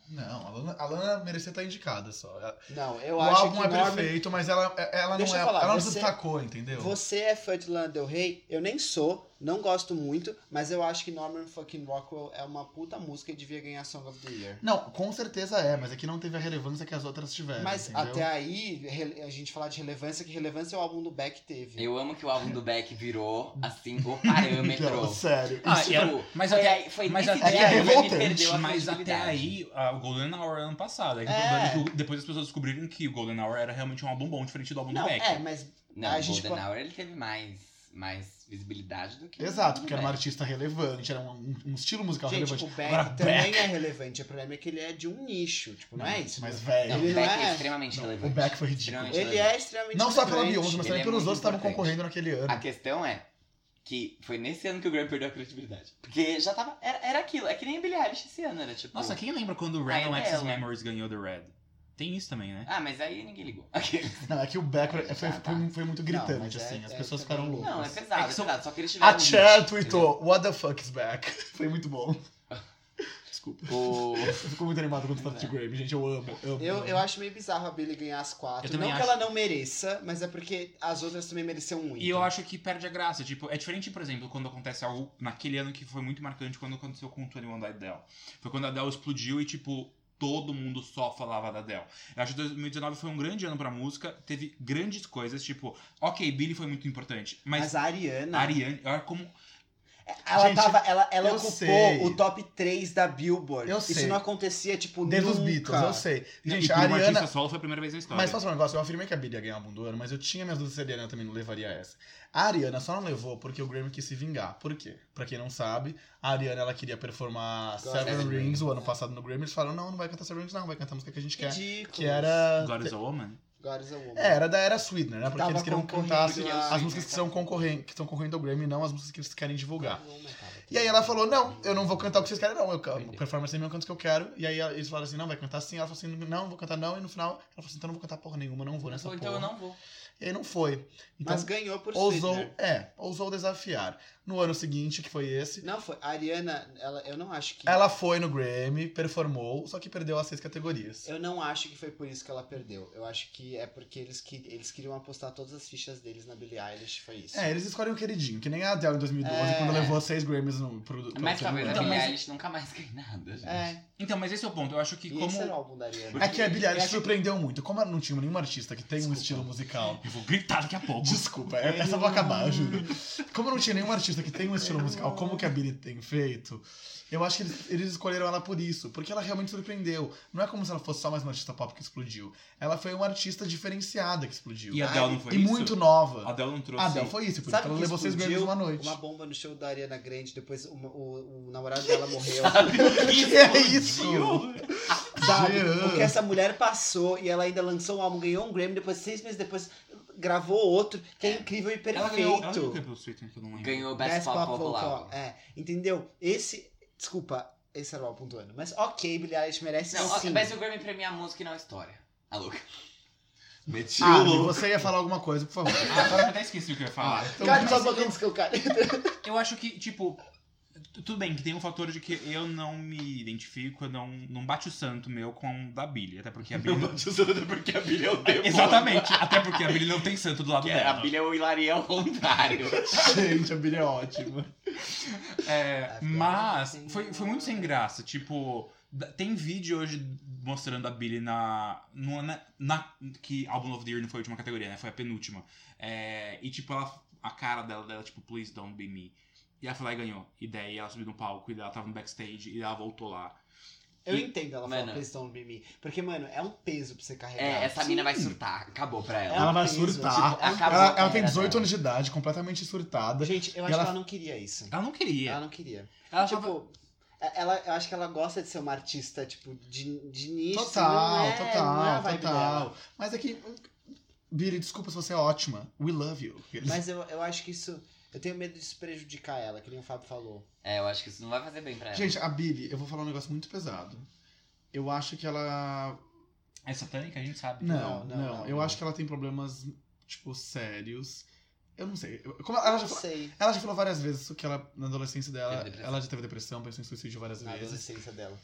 Não, a Lana, a Lana merecia estar indicada só. Ela- Não, eu o acho álbum que é Norman- perfeito, mas ela, ela não Deixa é. eu falar, ela não você- se destacou, entendeu? Você é fã de Lana Del Rey? Eu nem sou, não gosto muito, mas eu acho que Norman fucking Rockwell é uma puta música e devia ganhar Song of the Year. Não, com certeza é, mas aqui não teve a relevância que as outras tiveram. Mas É, entendeu? até aí, re- a gente falar de relevância, que relevância é o álbum do Beck teve. Eu amo que o álbum do Beck virou, assim, o parâmetro. Não, sério. Ah, Isso, e ela- tipo, mas foi até- aí- foi mas nesse até aí- dia que o Grammy revoltante, perdeu a Mas até credibilidade. aí, a- o Golden Hour ano passado. É que o É. problema é que o- depois as pessoas descobriram que o Golden Hour era realmente um álbum bom, diferente do álbum não, do Beck. é, mas Não, A o gente Golden po- Hour ele teve mais, mais visibilidade do que. Exato, porque o era uma Beck. artista relevante, era um, um estilo musical É. Gente, relevante. o Beck Agora, também Beck- é relevante. O problema é que ele é de um nicho, tipo, não, é isso. Mas, né? velho. Não, Ele o não Beck é, é- extremamente não, relevante. o Beck foi ridículo. Extremamente Ele é extremamente Não só pela relevante. Beyoncé, mas Ele também é pelos outros muito que estavam importante. concorrendo naquele ano. Ah, A questão é que foi nesse ano que o Grammy perdeu a credibilidade. Porque já tava. Era, era aquilo. É que nem a Billie Eilish esse ano, era tipo. Nossa, Hum. quem lembra quando o Ah, é Random Access dela. Memories ganhou The Red? Tem isso também, né? Ah, mas aí ninguém ligou. Não, é que o Beck foi, foi- Ah, tá. foi muito Não, mas gritante, é- assim. As é pessoas também- ficaram loucas. Não, é pesado, É é, que são- pesado. Só que eles tiveram. A um Cher nicho, tweetou, what the fuck is back? Foi muito bom. Desculpa. entendeu? O... Eu fico muito animado quando fala de Grammy, gente. Eu amo. amo, Eu, amo. eu acho meio bizarro a Billy ganhar as quatro. Eu Não também que acho. ela não mereça, mas é porque as outras também mereciam muito. E eu acho que perde a graça. Tipo, é diferente, por exemplo, quando acontece algo naquele ano que foi muito marcante quando aconteceu com o 21 da Adele. Foi quando a Adele explodiu e, tipo, todo mundo só falava da Adele. Eu acho que 2019 foi um grande ano pra música, teve grandes coisas, tipo, ok, Billy foi muito importante, Mas, mas, a Ariana, a Ariane, olha como ela Gente, tava, ela, ela eu ocupou sei. o top 3 da Billboard. Eu sei. Isso não acontecia, tipo, Desde os nunca. Beatles, eu sei. Gente, Gente, um a Ariana. artista solo foi a primeira vez na história. Mas posso falar um negócio? Eu afirmei que a Billie ia ganhar a Bunda do ano, mas eu tinha minhas dúvidas se a Ariana também não levaria essa. A Ariana só não levou porque o Grammy quis se vingar. Por quê? Pra quem não sabe, a Ariana ela queria performar Agora, Seven Seven Rings o ano É. passado no Grammy. Eles falaram: não, não vai cantar Seven Rings, não, vai cantar a música que a gente quer. Ridículos. Que era. God is a Woman? God is a Woman. É, era da era Sweetener, né? Porque Tava eles queriam concorrendo né? cantar porque as, a- as músicas que são concorrendo, que estão concorrendo ao Grammy, não as músicas que eles querem divulgar. God is a Woman tava E aí ela falou, não, eu não vou cantar o que vocês querem, não. Eu canto, performance é meu, eu canto o que eu quero. E aí eles falaram assim, não, vai cantar sim. Ela falou assim, não, vou cantar não. E no final, ela falou assim, então eu não vou cantar porra nenhuma, não vou Ou nessa então eu porra. não vou. E aí não foi. Então, Mas ganhou né? por ousou, Sweetener. é, ousou desafiar. No ano seguinte, que foi esse, Não, foi. A Ariana, ela, eu não acho que. ela foi no Grammy, performou, só que perdeu as seis categorias. Eu não acho que foi por isso que ela perdeu. Eu acho que é porque eles, que, eles queriam apostar todas as fichas deles na Billie Eilish, foi isso. É, eles escolhem o queridinho, que nem a Adele em 2012, É. quando levou seis Grammys no, pro, pro segundo Mas talvez a ano. Então, Billie mas- Eilish nunca mais ganhe nada, gente. É, Então, mas esse é o ponto. Eu acho que e esse era o como... álbum da Ariana. É que a Billie Eu Eilish acho surpreendeu muito. Como ela não tinha nenhum artista que tem um estilo musical Eu vou gritar daqui a pouco. Desculpa, é- essa eu vou acabar, eu juro. Como eu não tinha nenhum artista artista que tem um estilo musical como que a Billie tem feito, eu acho que eles, eles escolheram ela por isso, porque ela realmente surpreendeu. Não é como se ela fosse só mais uma artista pop que explodiu. Ela foi uma artista diferenciada que explodiu. E a Adele não foi e isso? muito nova. A Adele assim, não trouxe. A Adele foi isso, por isso Sabe que ela que levou seis Grammys explodiu uma noite. uma bomba no show da Ariana Grande, depois uma- o, o namorado dela morreu. Que é isso? Sabe? Jean. Porque essa mulher passou e ela ainda lançou um álbum, ganhou um Grammy, depois, seis meses depois, gravou outro, que é incrível e perfeito. Ela ganhou. Ela ganhou o que pelo Sweet, que eu não lembro. Ganhou o Best Pop Popular. É, entendeu? Esse. Desculpa, esse era o pontuando. Mas ok, Billie Eilish merece Não, É, sim. mas o Grammy premia a música e não a história. A louca. Tio, ah, Lu, você ia falar alguma coisa, por favor. Ah, agora eu até esqueci o que eu ia falar. então, Cale sua boca antes que eu cale. Eu acho que, tipo, tu- tudo bem que tem um fator de que eu não me identifico, eu não, não bate o santo meu com o da Billy. Até porque a Billy. não- porque a Billy é o demônio. Exatamente, até porque a Billy não tem santo do lado Que dela. a Billy é o hilaria ao contrário. gente, a Billie é ótima. É, mas foi, foi muito sem graça. Tipo, da- tem vídeo hoje mostrando a Billy na, no- na, na- Que álbum of the year não foi a última categoria, né? Foi a penúltima. É, e tipo, ela, a cara dela, dela, tipo, please don't be me. E ela foi lá e ganhou. E daí ela subiu no palco e ela tava no backstage e ela voltou lá. Eu entendo ela falar Mano. Please Don't Be Me. Porque, mano, é um peso pra você carregar. É, essa mina vai Sim. surtar. Acabou pra ela. Ela um vai peso, surtar. tipo, é um Acabou. Ela, a ela tem carreira 18 dela. anos de idade, completamente surtada. Gente, eu E acho ela- que ela não queria isso. Ela não queria. Ela não queria. Ela tipo, tava- ela, eu acho que ela gosta de ser uma artista, tipo, de, de nicho. Total, não é- total, não é a vibe total. dela. Mas é que. Billy, desculpa se você é ótima. We love you. Mas eu, eu acho que isso. Eu tenho medo disso prejudicar ela, que nem o Fábio falou. É, eu acho que isso não vai fazer bem é. pra ela. Gente, a Billy, eu vou falar um negócio muito pesado. Eu acho que ela. É satânica, a gente sabe. Não, não. Não, não, não, eu não. acho que ela tem problemas, tipo, sérios. Eu não sei. Eu- Como ela, já, não fa- sei. ela já falou várias vezes que ela, na adolescência dela, Teve depressão. ela já teve depressão, pensou em suicídio várias Na vezes. adolescência dela.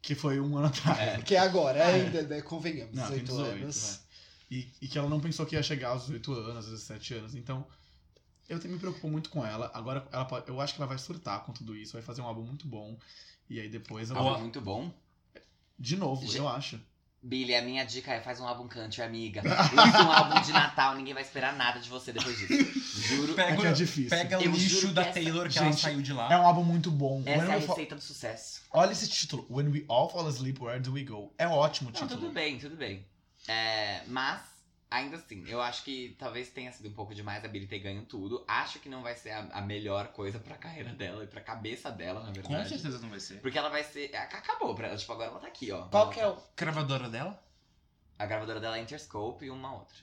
Que foi um ano atrás. Que é agora, ainda, né? Convenhamos, Não, tem 18, 18 anos. vai. E, e que ela não pensou que ia chegar aos 18 anos, aos 17 anos. Então, eu te- me preocupo muito com ela. Agora, ela pode- eu acho que ela vai surtar com tudo isso, vai fazer um álbum muito bom. E aí depois ela Álbum vai- muito bom. De novo, Ge- eu acho. Billy, a minha dica é faz um álbum country, amiga. Lança um álbum de Natal, ninguém vai esperar nada de você depois disso. Juro. É que é difícil. Pega o Eu lixo juro da que essa- Taylor que ela Gente, saiu de É lá. um álbum muito bom. When Essa é a we fall- receita do sucesso. Olha esse título. When we all fall asleep, where do we go? É um ótimo Não, título. tudo bem, tudo bem. É, mas, ainda assim, eu acho que talvez tenha sido um pouco demais a Billy ter ganho tudo. Acho que não vai ser a, a melhor coisa pra carreira dela e pra cabeça dela, na verdade. Com certeza não vai ser. Porque ela vai ser. ac- Acabou pra ela. Tipo, agora ela tá aqui, ó. Qual que é o. O Cravadora dela? A gravadora dela é Interscope e uma outra.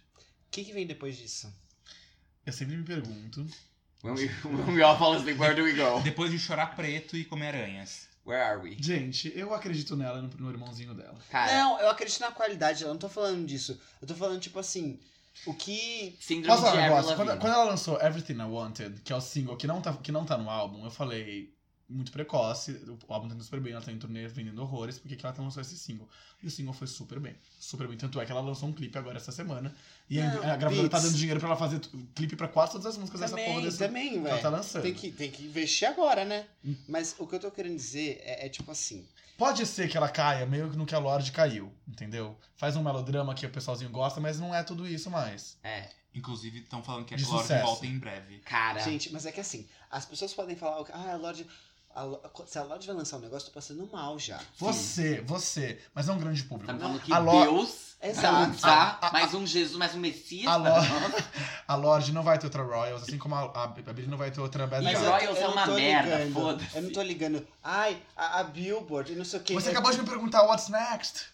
que, que vem depois disso? Eu sempre me pergunto. When we, when we all fall asleep, where do we go? Depois de chorar preto e comer aranhas. Where are we? Gente, eu acredito nela e no, no irmãozinho dela. Cara, Não, eu acredito na qualidade dela, não tô falando disso. Eu tô falando, tipo assim, o que. síndrome Posso falar de um Avril negócio? Lavigne. Quando, quando ela lançou Everything I Wanted, que é o single que não tá, que não tá no álbum, eu falei muito precoce, o álbum tá indo super bem, ela tá em turnê vendendo horrores, porque que ela não lançou esse single. E o single foi super bem, super bem. Tanto é que ela lançou um clipe agora essa semana, e Não, a, a gravadora tá Beats. dando dinheiro pra ela fazer t- clipe pra quase todas as músicas dessa Tipo, porra Também, desse também, que ela tá velho. lançando. Tem que, tem que investir agora, né? Mas o que eu tô querendo dizer é, é tipo assim. Pode ser que ela caia meio que no que a Lorde caiu, entendeu? Faz um melodrama que o pessoalzinho gosta, mas não é tudo isso mais. É, Inclusive, estão falando que a De Lorde sucesso. volta em breve. cara. Gente, mas é que assim, as pessoas podem falar, ah, a Lorde. a Lo- se a Lorde vai lançar um negócio, eu tô passando mal já. Você, você, mas não um grande público. Tá me falando que A Lo- Deus Exato. Ah, tá mais um Jesus, mais um Messias A pra Lo- nós. A Lorde não vai ter outra Royals, assim como a, a, a Billie não vai ter outra Bad E Guy. o Royals é não uma tô merda, ligando. foda-se. Eu não tô ligando. Ai, a, a Billboard e não sei o que. Você acabou de me perguntar what's next.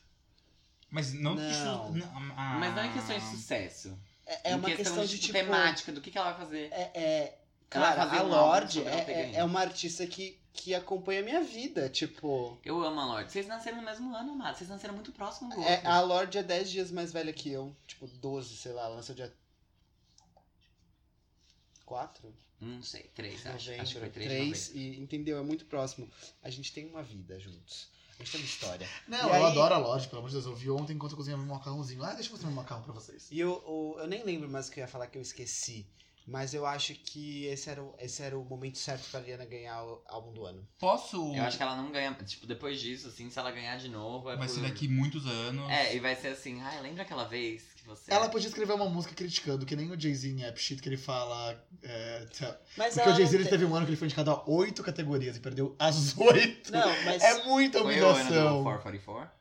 Mas não, Não. isso- não, ah, Mas não é questão de sucesso. É, é Em uma questão, de tipo. temática, do que, que ela vai fazer. É, é, Ela vai cara, fazer a um álbum Lorde sobre é, ela ter é, ganho. é uma artista que, que acompanha a minha vida. Tipo, Eu amo a Lorde. Vocês nasceram no mesmo ano, amado. Vocês nasceram muito próximo do outro. é, a Lorde é 10 dias mais velha que eu. Tipo, 12, sei lá. ela Lançou dia. 4? Não sei, três, acho. Acho que foi Novembro, três, três. 3. E, entendeu? É muito próximo. A gente tem uma vida juntos. A gente tem uma história. Não, E eu aí- adoro a Lorde, pelo amor de Deus. Eu vi ontem enquanto eu cozinhava um macarrãozinho. Ah, deixa eu mostrar meu macarrão pra vocês. E eu, eu, eu nem lembro mais o que eu ia falar que eu esqueci. Mas eu acho que esse era o, esse era o momento certo pra Ariana ganhar o álbum do ano. Posso. Eu acho que ela não ganha. Tipo, depois disso, assim, se ela ganhar de novo, é Vai por... ser daqui muitos anos. É, e vai ser assim, ai, lembra aquela vez que você. Ela podia escrever uma música criticando, que nem o Jay-Z em App Shit, que ele fala. é, tell- Mas Porque ela o Jay-Z não ele tem- teve um ano que ele foi indicado a oito categorias e perdeu as oito. tá- Não, mas... É muita Foi o ano do humilhação. 444?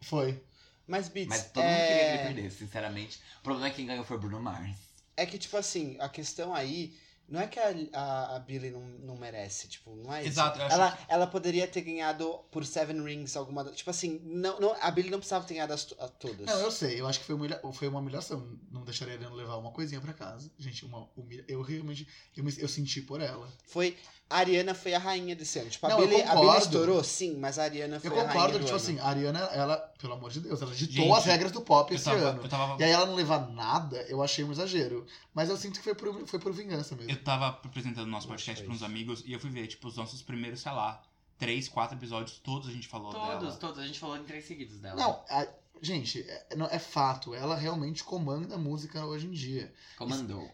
Foi. Mas, Beats, Mas todo é... mundo queria que ele perdesse, sinceramente. O problema é que quem ganhou foi Bruno Mars. É que, tipo assim, a questão aí. Não é que a, a, a Billie não, não merece, tipo, não é isso. Exato, eu acho Ela, ela poderia ter ganhado por Seven Rings alguma. do- Tipo assim, não, não, a Billie não precisava ter ganhado as, to- a todas. Não, eu sei, eu acho que foi, humilha... foi uma humilhação. Não deixaria ele levar uma coisinha pra casa. Gente, uma humilha... eu realmente. Eu, me- eu senti por ela. Foi. A Ariana foi a rainha desse ano. Tipo, a, Não, eu Billie, a Billie concordo. estourou, sim, mas a Ariana foi Eu é a rainha. concordo do que, tipo ano. assim, a Ariana, ela, pelo amor de Deus, ela ditou Gente, as regras do pop Eu esse tava, ano. eu tava E aí ela não levar nada, eu achei um exagero. Mas eu sinto que foi por, foi por vingança mesmo. Eu tava apresentando nosso podcast é Nossa, pra uns amigos e eu fui ver, tipo, os nossos primeiros, sei lá, três, quatro episódios, todos a gente falou Todos, dela. todos. A gente falou em três seguidos dela. Não, a- gente, é, não, é fato. Ela realmente comanda a música hoje em dia. Comandou.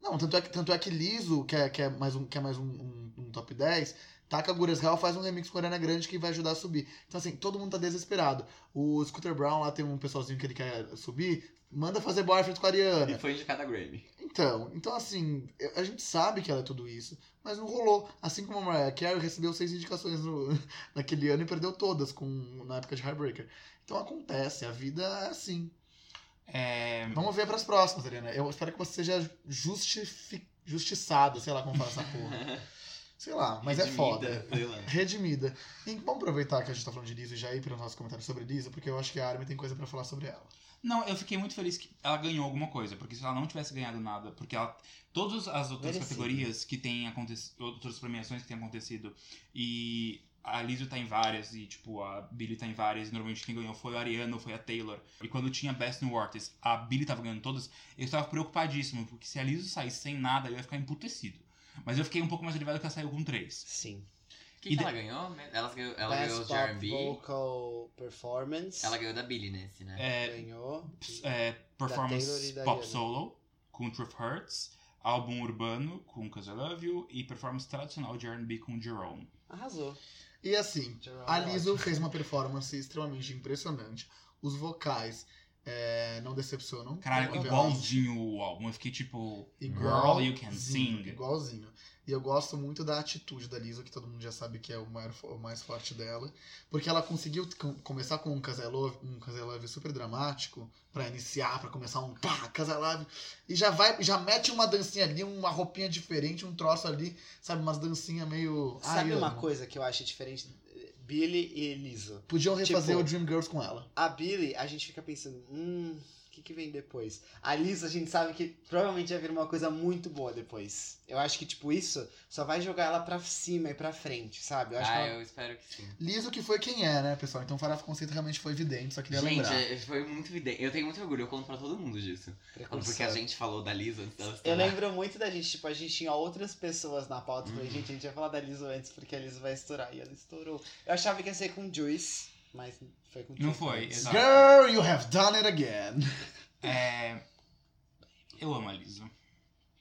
Não, tanto é que, tanto é que Liso, que é, que é mais, um, que é mais um, um- um top 10, tá com a Gures Real, faz um remix com a Ariana Grande que vai ajudar a subir. Então, assim, todo mundo tá desesperado. O Scooter Brown lá tem um pessoalzinho que ele quer subir, manda fazer boyfriend com a E Ariana. foi indicada a Grammy. Então, então assim, eu- a gente sabe que ela é tudo isso, mas não rolou. Assim como a Mariah Carey recebeu seis indicações no- naquele ano e perdeu todas com, na época de Heartbreaker. Então acontece, a vida é assim. É, Vamos ver pras próximas, Ariana. Eu espero que você seja justifi... justiçada, sei lá como fala essa porra. Sei lá, mas é Redimida, foda. sei lá. Redimida. E vamos aproveitar que a gente tá falando de Lisa e já ir para os nossos comentários sobre Lisa, porque eu acho que a Armin tem coisa pra falar sobre ela. Não, eu fiquei muito feliz que ela ganhou alguma coisa, porque se ela não tivesse ganhado nada, porque ela. Todas as outras Merecido. categorias que têm acontecido, outras premiações que têm acontecido, e a Lizzo tá em várias, e tipo, a Billy tá em várias, e normalmente quem ganhou foi a Ariana ou foi a Taylor. E quando tinha Best New Artist, a Billy tava ganhando todas, eu estava preocupadíssimo, porque se a Lizzo saísse sem nada, eu ia ficar emputecido. Mas eu fiquei um pouco mais aliviado que ela saiu com três. Sim. O que, E que de- ela ganhou? Ela ganhou, ela Best ganhou de Pop R&B. Vocal Performance. Ela ganhou da Billy nesse, né? É, ganhou. é, Taylor e performance da pop Ariana. solo com Truth Hurts, álbum urbano com Cause I Love You e performance tradicional de R&B com Jerome. Arrasou. E assim, A Lizzo fez uma performance extremamente impressionante. Os vocais é, não decepcionam. Caralho, um Igual- igualzinho o álbum. Eu fiquei tipo, igual- Girl, you can zinho, sing. Igualzinho. E eu gosto muito da atitude da Lizzo, que todo mundo já sabe que é o maior fo- o mais forte dela. Porque ela conseguiu com- começar com um Casai Love, um Cause I Love super dramático, pra iniciar, pra começar um pá, Casai Love. E já vai, já mete uma dancinha ali, uma roupinha diferente, um troço ali, sabe? Umas dancinhas meio. Sabe Ai, uma eu- coisa que eu acho diferente? Billy e Lizzo. Podiam Tipo- refazer o Dream Girls com ela. A Billy, a gente fica pensando, hum, o que, que vem depois? A Lizzo, a gente sabe que provavelmente vai vir uma coisa muito boa depois. Eu acho que, tipo, isso só vai jogar ela pra cima e pra frente, sabe? Eu acho ah, que ela- eu espero que sim. Liso que foi quem é, né, pessoal? Então o Farofa Conceito realmente foi evidente, só queria Gente, lembrar. é- foi muito evidente. Eu tenho muito orgulho, eu conto pra todo mundo disso. é Quando- Porque a Precursor. gente né? falou da Lisa antes dela Eu estourar. lembro muito da gente, tipo, a gente tinha outras pessoas na pauta. eu Falei, gente, a gente vai falar da Lizzo antes, porque a Lizzo vai estourar. E ela estourou. Eu achava que ia ser com Juice, mas foi com Não Juice foi, antes. exato. Girl, you have done it again. É, eu amo a Lizzo.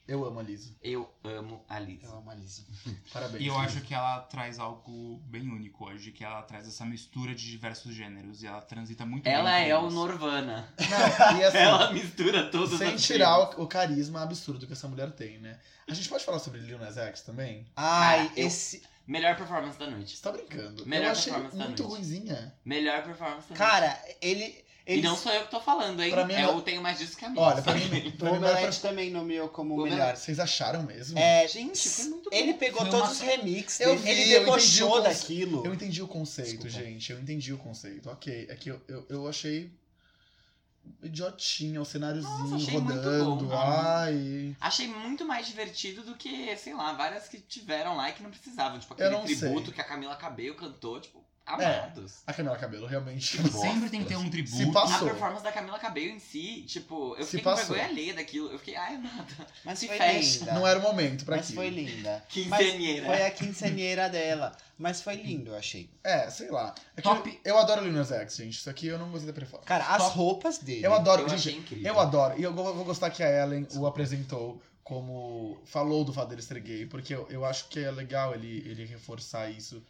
Eu amo a Liso. Eu amo a Eu Lisa. amo a Lizzo. Parabéns. E eu Liso. acho que ela traz algo bem único hoje, que ela traz essa mistura de diversos gêneros e ela transita muito Ela bem. entre é o eles. Norvana. Não, e assim, Ela mistura todas sem as tirar tribos. o, o carisma absurdo que essa mulher tem, né? A gente pode falar sobre Lil Nas X também? Ai, Ah, eu- esse. Melhor performance da noite. Você tá brincando. Melhor eu achei performance da muito noite. ruinzinha. Melhor performance da noite. Cara, ele. E ele não sou eu que tô falando, hein? Pra mim, é- eu tenho mais disso que a minha. Olha, pra sabe? mim, O pra mim melhor Omelete também nomeou como o performance- melhor. Vocês acharam mesmo? É, Gente, foi muito bom. ele pegou Foi todos uma- os remixes Eu dele. vi, ele eu entendi o debochou conceito. daquilo. Eu entendi o conceito, Desculpa. gente. Eu entendi o conceito. Ok. É que eu, eu, eu achei idiotinha o cenáriozinho Nossa, achei muito rodando. bom. Ai. Achei muito mais divertido do que, sei lá, várias que tiveram lá e que não precisavam. Tipo, Eu aquele não tributo sei. É. que a Camila Cabello cantou, tipo, amados. A Camila Cabelo realmente. Sempre tem que ter um tributo. A passou. performance da Camila Cabello em si, tipo, eu Se fiquei com passou. vergonha alheia daquilo. Eu fiquei, ai, nada. Mas Se foi fez. linda. Não era o momento pra Mas aquilo. foi linda. Quinceañera. Mas Foi a quinceanheira dela. Mas foi lindo, eu achei. É, sei lá. É que Top. eu- Eu adoro Lil Nas X, gente. Isso aqui eu não gostei da performance. Cara, as roupas dele. Eu adoro, eu gente. achei incrível. Eu adoro. E eu vou vou gostar que a Ellen o apresentou como falou do fato dele ser gay, porque eu, eu acho que é legal ele, ele reforçar isso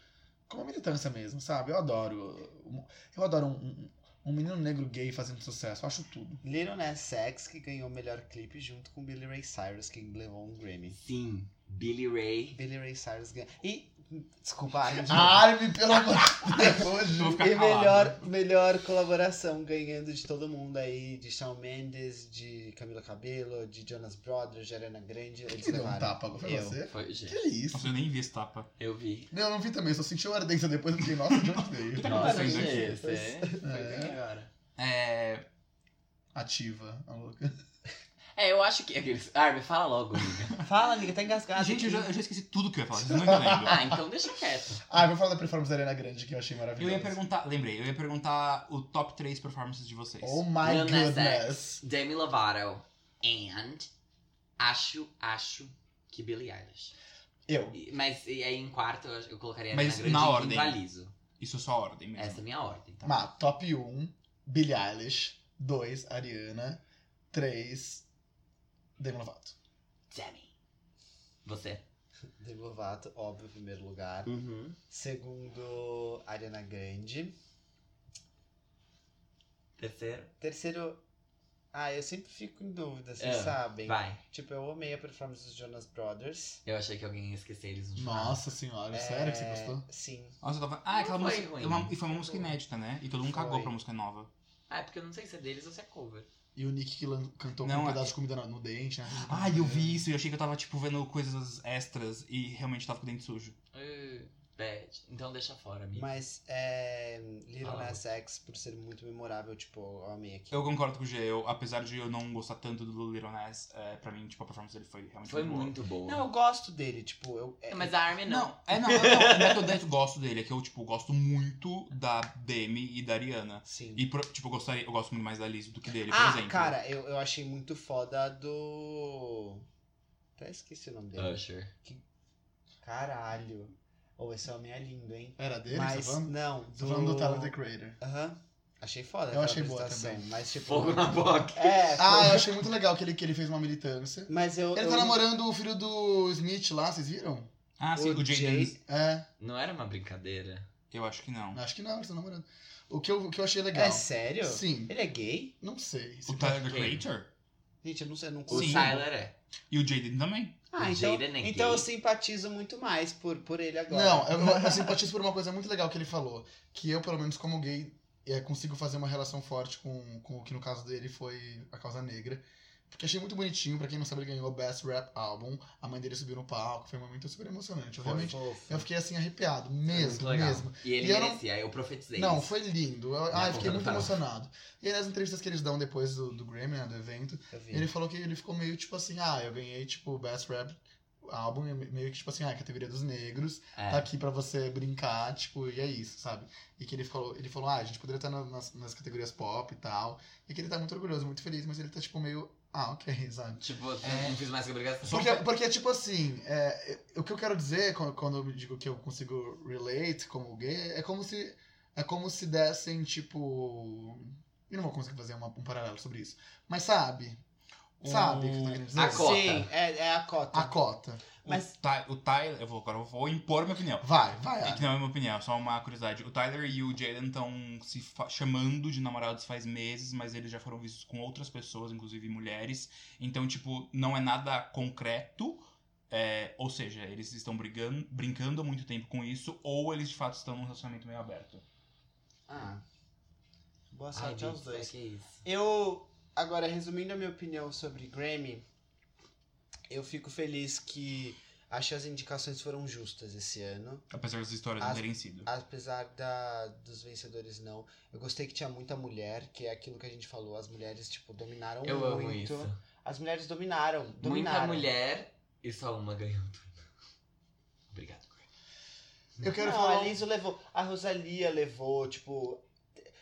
como militância mesmo, sabe? Eu adoro. um- Eu adoro um, um, um menino negro gay fazendo sucesso, eu acho tudo. Little Nas X, que ganhou o melhor clipe junto com Billy Ray Cyrus, que levou um Grammy. Sim, Billy Ray. Billy Ray Cyrus ganhou. E. Desculpa, Armin. Arme, pelo amor de Deus! Eu vou ficar E calado. melhor, melhor colaboração ganhando de todo mundo aí, de Shawn Mendes, de Camila Cabello, de Jonas Brothers, de Ariana Grande. Eles Quem deu um levaram. tapa? Foi Eu. você? Foi, Que gente, isso? Nossa, eu nem vi esse tapa. eu vi. Não, eu não vi também, só senti uma ardência depois e fiquei, nossa, de onde Tá veio? Nossa, Nossa, acontecendo aqui? gente. É. agora. É. Ativa, a louca. É, eu acho que. Armin, fala logo, amiga. Fala, amiga, tá engasgada. gente, eu já, eu já esqueci tudo que eu ia falar, vocês não me lembram. Ah, então deixa quieto. Ah, eu vou falar da performance da Arena Grande que eu achei Eu maravilhosa. ia perguntar, lembrei, eu ia perguntar o top 3 performances de vocês. Oh my Lil Nas goodness. Demi Lovato and acho, acho que Billie Eilish. Eu. E- Mas e aí em quarto eu, eu colocaria Mas Ariana Grande na e ordem. Invaliso. Isso é só ordem mesmo. Essa é a minha ordem. tá? Má, top 1, Billie Eilish. 2, Ariana. 3, Demi Lovato. Demi. Você. Demi Lovato, óbvio, em primeiro lugar. Uhum. Segundo, Ariana Grande. Terceiro. Terceiro. Ah, eu sempre fico em dúvida, vocês Ah, sabem. Vai. Tipo, eu amei a performance dos Jonas Brothers. Eu achei que alguém ia esquecer eles no final. Nossa senhora, sério que você É, gostou? Sim. Nossa, eu tava. Ah, aquela Não foi música. ruim. é uma- E foi uma música inédita, né? E todo mundo Foi. cagou pra música nova. Ah, é porque eu não sei se é deles ou se é cover. E o Nick que lan- cantou Não, com um é- pedaço de comida no, no dente, né? Ah, eu vi isso e eu achei que eu tava, tipo, vendo coisas extras e realmente tava com o dente sujo. Uh, bad. Então deixa fora, amigo. Mas é, Little Fala. Nas X, por ser muito memorável, tipo, eu amei aqui. Eu concordo com o G, eu, apesar de eu não gostar tanto do Little Nas, é, pra mim, tipo, a performance dele foi realmente Foi boa. muito boa. Não, eu gosto dele, tipo, eu. é- Mas a Armin não. Não, é não, não, não, não é que eu detesto- gosto dele, é que eu, tipo, gosto muito da Demi e da Ariana. Sim. E, pro- tipo, eu, gostaria, eu gosto muito mais da Liz do que dele, por ah, exemplo. cara, eu, eu achei muito foda a do. Até esqueci o nome Ah, dele. Usher. Caralho. Ou esse homem é lindo, hein? Era dele, Mas, você tá falando? não, Você do. tá falando do Tyler, The Creator. Aham. Achei foda. Eu aquela achei boa apresentação, também. Mas, tipo. Fogo na boca. É, Ah, eu fogo. achei muito legal que ele, que ele fez uma militância. Mas eu. Ele eu tá namorando o filho do Smith lá, vocês viram? Ah, sim, o, O Jaden. Jay- É, Não era uma brincadeira. Eu acho que não. acho que não, eles estão namorando. O que eu, o que eu achei legal. É sério? Sim, Ele é gay? não sei. se O tá- Tyler, the Quem? Creator? Gente, eu não sei, eu não O Sim. consigo. Tyler é. E o Jaden também. O Ah, então, Jaden é então gay. eu simpatizo muito mais por, por ele agora. Não, eu, eu- eu simpatizo por uma coisa muito legal que ele falou. Que eu, pelo menos como gay, é, consigo fazer uma relação forte com, com o que no caso dele foi a causa negra. Porque achei muito bonitinho, pra quem não sabe, ele ganhou o Best Rap Album. A mãe dele subiu no palco, foi um momento super emocionante. Eu realmente Fofo. eu fiquei assim, arrepiado, Foi muito mesmo, legal. mesmo. E um ele E eu não- merecia, eu profetizei. Não, isso. foi lindo. Eu, Minha ai, fiquei boca muito não tá. emocionado. E aí, nas entrevistas que eles dão depois do, do Grammy, né, do evento, Eu vi. ele falou que ele ficou meio tipo assim, ah, eu ganhei, tipo, Best Rap Album, e meio que tipo assim, ah, categoria dos negros É. tá aqui pra você brincar, tipo, e é isso, sabe? E que ele falou, ele falou, ah, a gente poderia estar na- nas, nas categorias pop e tal. E que ele tá muito orgulhoso, muito feliz, mas ele tá, tipo, meio, ah, ok, sabe? Tipo, eu não fiz mais que um obrigação. Porque, porque tipo assim, é, eu- o que eu quero dizer quando, quando eu digo que eu consigo relate como gay, é como se. É como se dessem, tipo. Eu não vou conseguir fazer uma- um paralelo sobre isso. Mas sabe? Sabe o que eu tô querendo dizer? A cota. Sim, é, é a cota. A cota. Mas- O, Ty- o Tyler. Eu vou, agora eu vou impor minha opinião. Vai, vai. É Ari. que não é minha opinião, é só uma curiosidade. O Tyler e o Jaden estão se fa- chamando de namorados faz meses, mas eles já foram vistos com outras pessoas, inclusive mulheres. Então, tipo, não é nada concreto. é, ou seja, eles estão brigando, brincando há muito tempo com isso, ou eles de fato estão num relacionamento meio aberto. Ah. Boa Ai, sorte aos gente, dois. é que isso. Eu, agora, resumindo a minha opinião sobre Grammy, eu fico feliz que acho que as indicações foram justas esse ano. Apesar das histórias não As- terem sido. Apesar da, dos vencedores não. Eu gostei que tinha muita mulher, que é aquilo que a gente falou. As mulheres, tipo, dominaram Eu muito. amo isso. As mulheres dominaram. Muita dominaram. mulher e só uma ganhou tudo. Obrigado. Eu quero não, falar. a Lizzo levou. A Rosalia levou, tipo.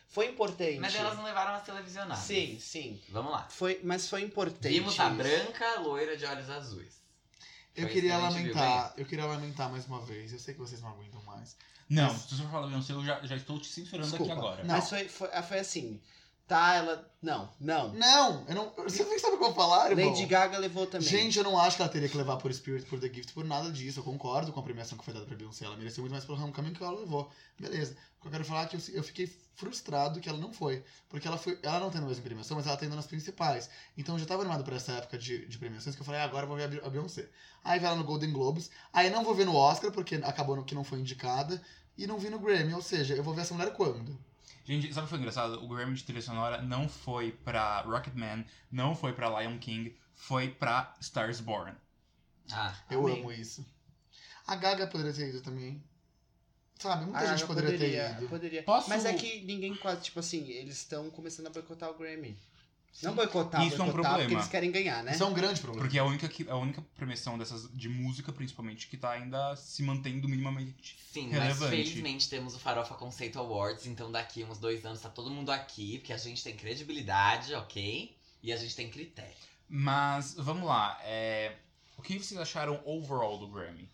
Foi importante. Mas elas não levaram as televisionadas. Sim, sim. Vamos lá. Foi, mas foi importante. Vimos a isso. branca loira de olhos azuis. Eu Foi queria isso que a gente viu, lamentar, eu queria lamentar mais uma vez. Eu sei que vocês não aguentam mais. Não, se você for falar do Beyoncé, eu já, já estou te censurando aqui Desculpa. agora. Não. Mas foi, foi, ah, foi assim. tá, ela. Não, não. Não, eu não. Você nem sabe o que eu vou falar, irmão. Lady Gaga levou também. Gente, eu não acho que ela teria que levar por Spirit, por The Gift, por nada disso. Eu concordo com a premiação que foi dada pra Beyoncé. Ela mereceu muito mais pelo Homecoming que ela levou. Beleza. O que eu quero falar é que eu, eu fiquei frustrado que ela não foi. Porque ela foi. Ela não tem a mesma premiação, mas ela tá indo nas principais. Então eu já tava animado pra essa época de, de premiações que eu falei, ah, agora eu vou ver a Be- a Beyoncé. Aí vi ela no Golden Globes. Aí não vou ver no Oscar, porque acabou no que não foi indicada. E não vi no Grammy. Ou seja, eu vou ver essa mulher quando? Gente, sabe o que foi engraçado? O Grammy de trilha sonora não foi pra Rocketman, não foi pra Lion King, foi pra Stars Born. Ah, Eu Amém. amo isso. A Gaga poderia ter ido também. Sabe, muita Ah, gente eu poderia, poderia, ter ido. poderia. Posso- Mas é que ninguém quase, tipo assim, eles estão começando a boicotar o Grammy. Não boicotar, Isso é um boicotar porque problema. eles querem ganhar, né? Isso é um grande problema. Porque é a única, que, a única premiação dessas de música, principalmente, que tá ainda se mantendo minimamente. Sim, mas Relevante. felizmente temos o Farofa Conceito Awards, então daqui uns dois anos tá todo mundo aqui, porque a gente tem credibilidade, ok? E a gente tem critério. Mas vamos lá. é, O que vocês acharam overall do Grammy?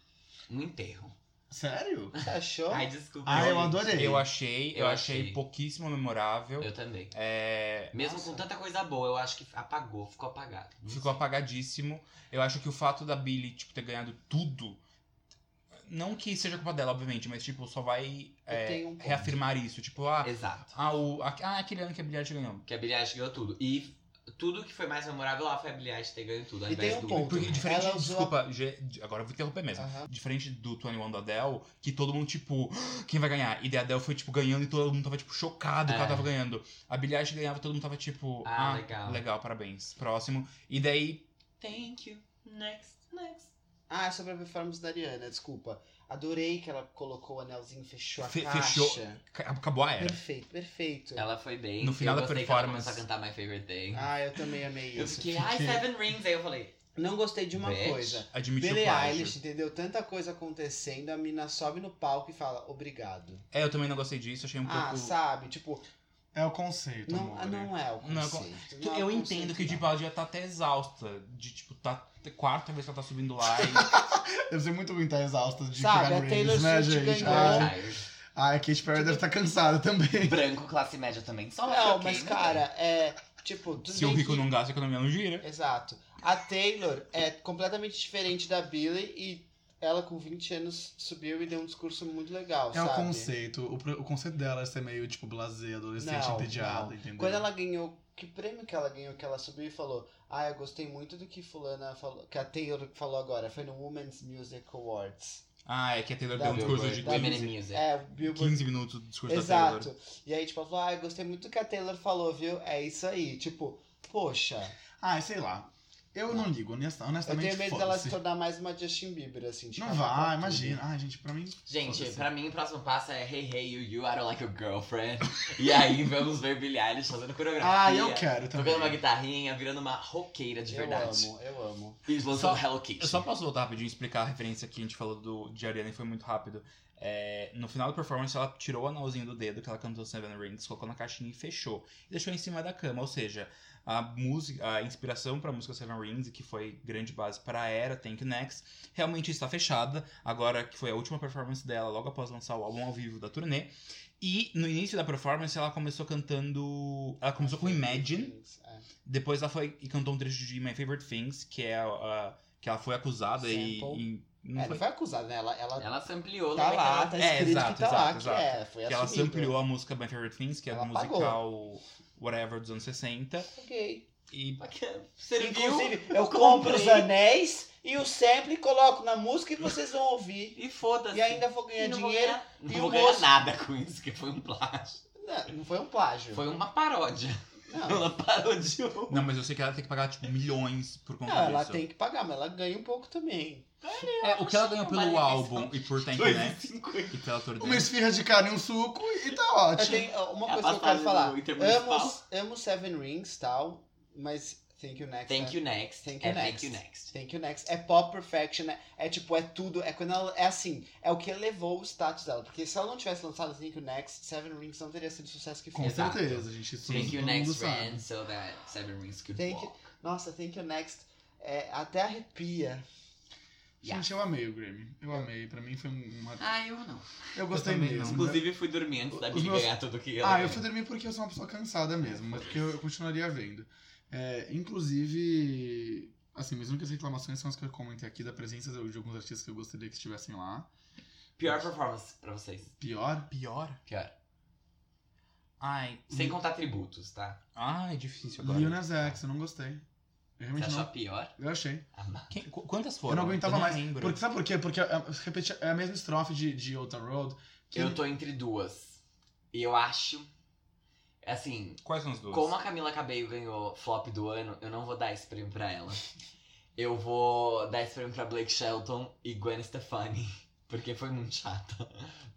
Um enterro. Sério? Você achou? Ai, desculpa. Ah, eu gente. adorei. Eu achei, eu, Eu achei, achei. pouquíssimo memorável. Eu também. É, Mesmo Nossa. com tanta coisa boa, eu acho que apagou, ficou apagado. Não Ficou apagadíssimo. Eu acho que o fato da Billy, tipo, ter ganhado tudo. Não que seja culpa dela, obviamente, mas, tipo, só vai é, tenho um ponto. reafirmar isso. Tipo, ah, Exato. ah, o, a- ah, aquele ano que a Billie Eilish ganhou. Que a Billie Eilish ganhou tudo. E tudo que foi mais memorável lá foi a Billie Eilish ter ganho tudo, ao E invés tem do... um ponto. Porque, diferente, Ela usou desculpa, ge- de- agora eu vou interromper mesmo. Aham. Diferente do 21 da Adele, que todo mundo, tipo, "Ah, quem vai ganhar? E da Adele foi, tipo, ganhando e todo mundo tava, tipo, chocado que É. ela tava ganhando. A Billie Eilish ganhava e todo mundo tava, tipo, Ah, ah, legal. legal, parabéns. Próximo. E daí, Thank you. Next, next. Ah, é sobre a performance da Ariana, desculpa. Adorei que ela colocou o anelzinho, fechou a Fe- caixa. fechou. É. ca- acabou a era. Perfeito, perfeito. Ela foi bem. No final eu da gostei performance- Que ela começou a cantar My Favorite Thing. Ah, eu também amei eu isso. fiquei, ai, Seven Rings. Aí eu falei, Não gostei de uma Bitch. coisa. Admitiu Billie plágio. Eilish, entendeu? Tanta coisa acontecendo, a mina sobe no palco e fala, obrigado. É, eu também não gostei disso, achei um ah, pouco. sabe? Tipo, É o conceito, não, amor. não é o Não é o con- conceito. Tu- não é eu o entendo conceito, que o não. Divaldi já tá até exausta. De tipo, tá é a quarta vez que ela tá subindo lá e. Deve ser muito ruim estar exausta de Sabe, pegar a Grammys, Taylor né, Swift gente? ganhou. Ai, tired. ai, a Katy Perry deve estar cansada também. Branco, classe média também. Só Não, ok, mas né? cara, é. Tipo, tudo se o bem rico que- não gasta, a economia não gira. Exato. A Taylor é completamente diferente da Billie e ela com 20 anos subiu e deu um discurso muito legal, É sabe? o conceito. O, pro- o conceito dela é ser meio, tipo, blazer, adolescente, Não, entediada, não. entendeu? Quando ela ganhou, que prêmio que ela ganhou que ela subiu e falou: "Ah, eu gostei muito do que fulana falou, que a Taylor falou agora, foi no Women's Music Awards". Ah, é que a Taylor Da deu um Billboard, discurso de da Women in 15, Music. É, o Billboard 15 minutos do discurso da Taylor. Exato. E aí, tipo, ela falou, ah, eu gostei muito do que a Taylor falou, viu? É isso aí. Tipo, poxa, Ai, sei lá. Eu não ligo, honesta- eu honestamente. tenho medo foda-se. dela se tornar mais uma Justin Bieber, assim. de Não cavar pra vai, tudo. imagina. Ai, gente, pra mim. Gente, foda-se. pra mim o próximo passo é Hey, hey, you, you, I don't like your girlfriend. e aí vamos ver Billie Eilish fazendo coreografia. Ah, eu quero também. Tocando uma guitarrinha, virando uma roqueira de verdade. É Eu amo, eu amo. E lançando Só- Hello Kitty. Eu só posso voltar rapidinho e explicar a referência que a gente falou do, de Ariana e foi muito rápido. É, no final da performance, ela tirou o anelzinho do dedo que ela cantou Seven Rings, colocou na caixinha e fechou. E deixou em cima da cama, ou seja, a, música, a inspiração pra música Seven Rings, que foi grande base para a era Thank You Next, realmente está fechada. Agora que foi a última performance dela, logo após lançar o álbum ao vivo da turnê. E no início da performance, ela começou cantando. Ela começou com Imagine. É. Depois ela foi e cantou um trecho de My Favorite Things, que é a- a- que ela foi acusada e, Sample. e- não É, foi- não foi acusada, né? Ela, ela, Ela se ampliou tá no lá, tá É, escrito exato, que tá lá, exato, que é. Foi que ela se assumido. ampliou a música My Favorite Things, que é Ela do musical whatever dos anos 60 Ok. e Serviu Inclusive, eu compro os anéis e o sample coloco na música e vocês vão ouvir. e foda-se. E ainda vou E ganhar não vou dinheiro. ganhar- e Não vou o ganhar moço- nada com isso, que foi um plástico. Não, não foi um plágio. Foi uma paródia. Não, Ela parodiou. Não, mas eu sei que ela tem que pagar tipo milhões por conta não, Ah, ela disso. tem que pagar, mas ela ganha um pouco também. É, o que ela ganhou Vale pelo isso. álbum né? e por Thank You Next 2,50. e pela turnê. Uma esfirra de carne e um suco e tá Eu ótimo. tenho ó, uma É a coisa que eu passagem quero falar. do Intermunicipal. Amo, amo Seven Rings tal, mas Thank You Next. Thank é, you next. Thank you é next. Thank you next. Thank You Next. É pop perfection, é, é tipo, é tudo. É quando ela. É assim, é o que elevou o status dela. Porque se ela não tivesse lançado Thank You Next, Seven Rings não teria sido o sucesso que Com fez. Exato. certeza, gente. Isso Thank todo you mundo next sabe. ran so that Seven Rings could Thank you- walk. Nossa, Thank You Next. é, até arrepia. Gente, eu amei o Grammy. Eu amei. Pra mim foi um- uma. Ah, eu não. eu gostei eu também mesmo. Inclusive, fui dormir antes da Os Billy meus- ganhar tudo que ela Ah, eu ganhou. fui dormir porque eu sou uma pessoa cansada mesmo, mas porque eu, eu continuaria vendo. É, inclusive, assim, mesmo que as reclamações são as que eu comentei aqui, da presença de alguns artistas que eu gostaria que estivessem lá. Pior performance pra vocês. Pior, Pior? Pior. Ai, Sem contar tributos, tá? ai, difícil agora. Lil Nas X, eu não gostei. Eu Você realmente achou não. a pior? Eu achei. Ah, não. Quem- qu- quantas foram? Eu não aguentava mais. lembro. Porque, sabe por quê? Porque é, é- repeti- é a mesma estrofe de, de Old Town Road. Que é Eu tô entre duas. E eu acho. Assim, Quais são as duas? como a Camila Cabello ganhou flop do ano, eu não vou dar esse prêmio pra ela. Eu vou dar esse prêmio pra Blake Shelton e Gwen Stefani. Porque foi muito chata.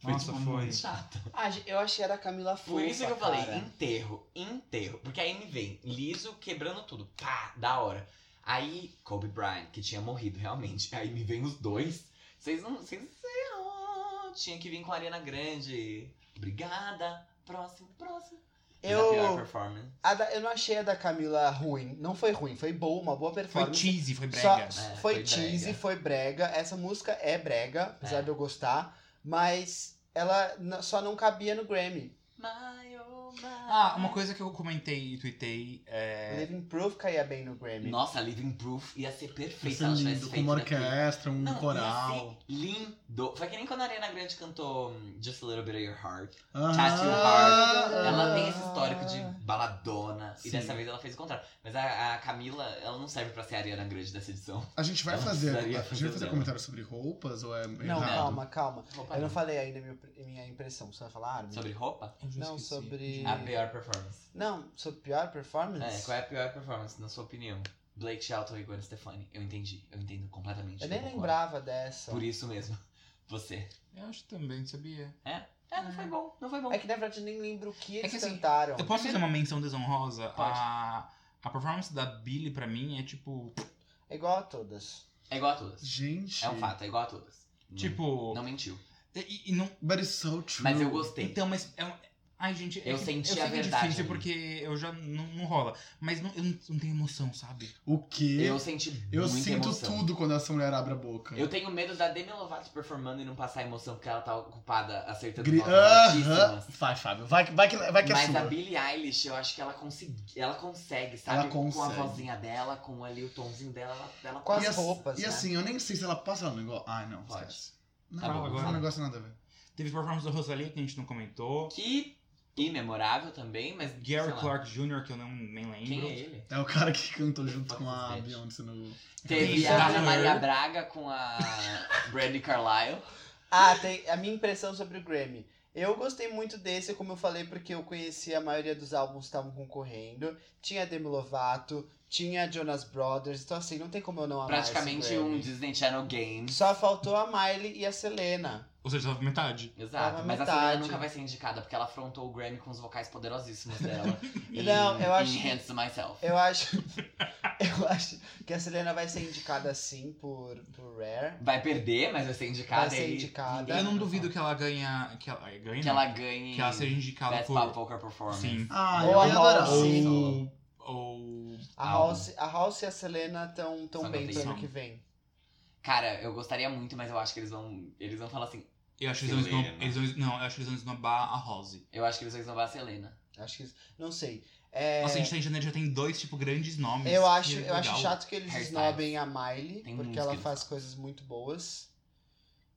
Foi, Nossa, tipo, foi. muito chata. Ah, gente, eu achei era a Camila fofa, Por isso que eu falei, cara. enterro, enterro. Porque aí me vem, liso, quebrando tudo. Pá, da hora. Aí, Kobe Bryant, que tinha morrido realmente. Aí me vem os dois. Vocês não. Vocês não. Tinha que vir com a Ariana Grande. Obrigada. Próximo, próximo. Mas A pior Eu, performance. a da- eu não achei a da Camila ruim. Não foi ruim, foi boa, uma boa Foi performance. cheesy, foi Só- brega. É, foi, foi cheesy, brega. foi brega. Essa música é brega, apesar É. de eu gostar, mas ela n- só não cabia no Grammy. My, oh, my. Ah, uma coisa que eu comentei e tuitei é... Living Proof caía bem no Grammy. Nossa, Living Proof ia ser Ia perfeita se ser ela tivesse lindo, com feito uma daquele- orquestra, um Não, assim, ia coral. ser lindo. Foi que nem quando a Ariana Grande cantou hum, Just a Little Bit of Your Heart. Ah, Tattoo ah, Heart. Ela tem esse Ah. histórico de baladona. Sim. E dessa vez ela fez o contrário. Mas a, a Camila, ela não serve pra ser a Ariana Grande dessa edição. A gente vai Ela fazer, precisaria a gente vai fazer um fazer dela. comentário sobre roupas ou é Não, Não, errado? calma, calma. Roupa Eu não não. falei ainda minha, minha impressão. Você vai falar? Armin? Ah. Sobre roupa? Eu já Não, esqueci. sobre- A pior performance. Não, sobre pior É, performance? qual é a pior performance, na sua opinião? Blake Shelton e Gwen Stefani. Eu entendi. Eu entendo completamente. eu nem concordo. lembrava dessa. Por isso mesmo. Você. Eu acho também, sabia? É, não foi bom. Não foi bom. É que na verdade eu nem lembro o que É eles que, assim, cantaram. Eu posso fazer uma menção desonrosa? Pode. A, a performance da Billy pra mim é tipo... É igual a todas. É igual a todas. Gente. É um fato. É igual a todas. Não- Tipo... Não mentiu. E, e não... But it's so true. Mas eu gostei. Então, mas... É um... Ai, gente... é Eu que- senti eu sei a que verdade É difícil ali. porque eu já... Não, não rola. Mas não, eu não, não tenho emoção, sabe? O quê? Eu senti Eu muita sinto emoção. tudo quando essa mulher abre a boca. Eu tenho medo da Demi Lovato performando e não passar emoção porque ela tá ocupada acertando Gri... Ah, notas Aham. altíssimas. Vai, Fábio. Vai, que- vai que, vai que é Mas sua. a Billie Eilish, eu acho que ela, consegui... ela consegue, sabe? Ela Com a consegue. vozinha dela, com ali o tomzinho dela, ela, ela Com as E passa. assim- roupas, E né? assim, eu nem sei se ela passa no negócio. Ai, não. Pode. Esquece. Não, Tá bom, não agora. é um negócio nada a ver. Teve performance da Rosalia que a gente não comentou. assim, Que imemorável também, mas. sei Gary lá, Clark Jr., que eu não nem lembro. Quem é ele? É o cara que cantou junto Fuck com a this bitch. Beyoncé no. Teve Isso, a Ana Junior. Maria Braga com a Brandy Carlisle. Ah, tem a minha impressão sobre o Grammy. Eu gostei muito desse, como eu falei, porque eu conheci a maioria dos álbuns que estavam concorrendo. Tinha Demi Lovato, tinha Jonas Brothers, então assim, não tem como eu não amar esse Praticamente Grammy. um Disney Channel Games. Só faltou a Miley e a Selena. Ou seja, tava metade. Exato, Tava mas a metade. Selena nunca vai ser indicada porque ela afrontou o Grammy com os vocais poderosíssimos dela. em- Não, eu acho em que- Hands Myself. Eu acho. eu acho que a Selena vai ser indicada sim por, por Rare. Vai perder, mas vai ser indicada. Vai ser é ele- indicada. ninguém- Eu não duvido que ela ganha. Que ela é, ganha. que ela ganhe que ela seja indicada Best Pop por. Poker Performance. Sim. Ah, Ou a eu ia adorar. Halsey. Ou. Ou. A Álbum. House, a House e a Selena estão tão Só bem não pro tem ano som. que vem. Cara, eu gostaria muito, mas eu acho que eles vão. Eles vão falar assim. Eu acho que eles vão, né? Selena. esnob... eles vão. Não, eu acho que eles vão esnobar a Rose. Eu acho que eles vão esnovar a Selena. Acho que. Não sei. É, Nossa, a gente tá em janeiro já tem dois, tipo, grandes nomes. eu acho, Que é eu acho legal. chato que eles Harry esnobem a Miley, Tem porque muitos ela que eles faz fazem. coisas muito boas.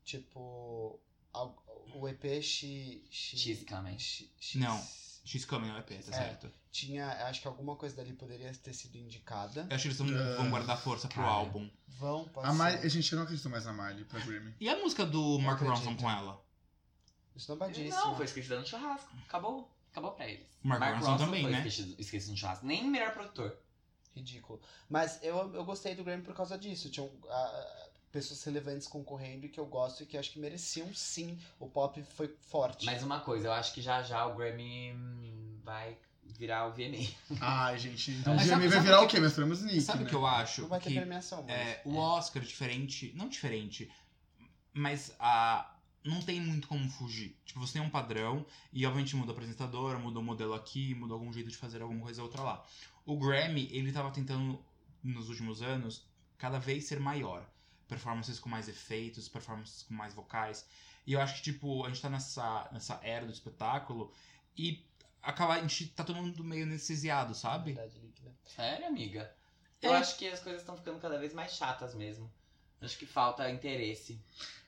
Tipo. a- O EP She. She- She's coming. She- She's- Não. She's coming, é o EP, tá É. certo. Tinha. Acho que alguma coisa dali poderia ter sido indicada. Eu acho que eles vão, Ah, vão guardar força pro cara. álbum. Vão, pode Ah, A Miley, ser. gente, eu não acredito mais na Miley pra Grammy. E a música do Mark acredito. Ronson com ela? Esnobadíssima. Não, foi esquecida no churrasco. Acabou. Acabou pra eles. Mark Ronson também, foi né? esquecido, esquecido no churrasco. Nem melhor produtor. Ridículo. Mas eu, eu gostei do Grammy por causa disso. Tinham ah, pessoas relevantes concorrendo e que eu gosto e que acho que mereciam sim. O pop foi forte. Mas uma coisa, eu acho que já já o Grammy hum, vai virar o VMA. Ai, gente. Então o Mas sabe- GMA vai sabe virar que- o quê? Meus prêmios Nick, Sabe o né? que eu acho? Não vai ter Que premiação, mas. É, o Oscar, diferente. Não diferente, mas a. Não tem muito como fugir. Tipo, você tem um padrão e obviamente muda a apresentadora, muda o modelo aqui, muda algum jeito de fazer alguma coisa outra lá. O Grammy, ele tava tentando, nos últimos anos, cada vez ser maior. performances com mais efeitos, performances com mais vocais. E eu acho que, tipo, a gente tá nessa, nessa era do espetáculo e acaba, a gente tá todo mundo meio anestesiado, sabe? Verdade líquida. Sério, amiga? Eu acho que as coisas estão ficando cada vez mais chatas mesmo. Acho que falta interesse.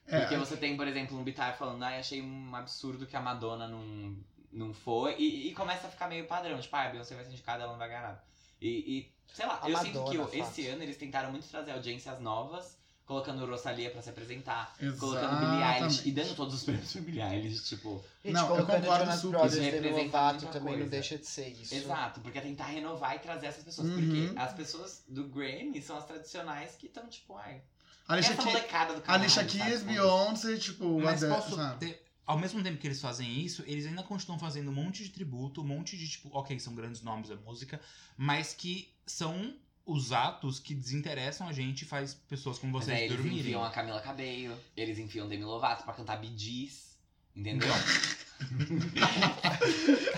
É. Porque você tem, por exemplo, um Bitar falando, ai, achei um absurdo que a Madonna não, não foi. E, e começa a ficar meio padrão, tipo, ah, a Beyoncé vai ser indicada, ela não vai ganhar nada. E, e, sei lá, A eu sinto Madonna, que o- fato. esse ano eles tentaram muito trazer audiências novas, colocando Rosalia pra se apresentar, Exatamente. tá colocando Billie Eilish e dando todos os prêmios pra Billie Eilish, tipo. Gente, Não, eu colocando concordo Jonas super. Brothers, Isso Demi representa Lovato muita também não coisa. deixa de ser isso. Exato, porque é tentar renovar e trazer essas pessoas. Uhum. Porque as pessoas do Grammy são as tradicionais que estão, tipo, ai, Alicia essa é Keys, molecada do canal. Alicia é Keys, Beyoncé, tipo, Mas Adele, posso sabe? ter- ao mesmo tempo que eles fazem isso, eles ainda continuam fazendo um monte de tributo, um monte de, tipo, ok, são grandes nomes da música, mas que são os atos que desinteressam a gente e faz pessoas como Mas vocês aí eles dormirem. enfiam a Camila Cabello, eles enfiam Demi Lovato pra cantar Bidis, entendeu?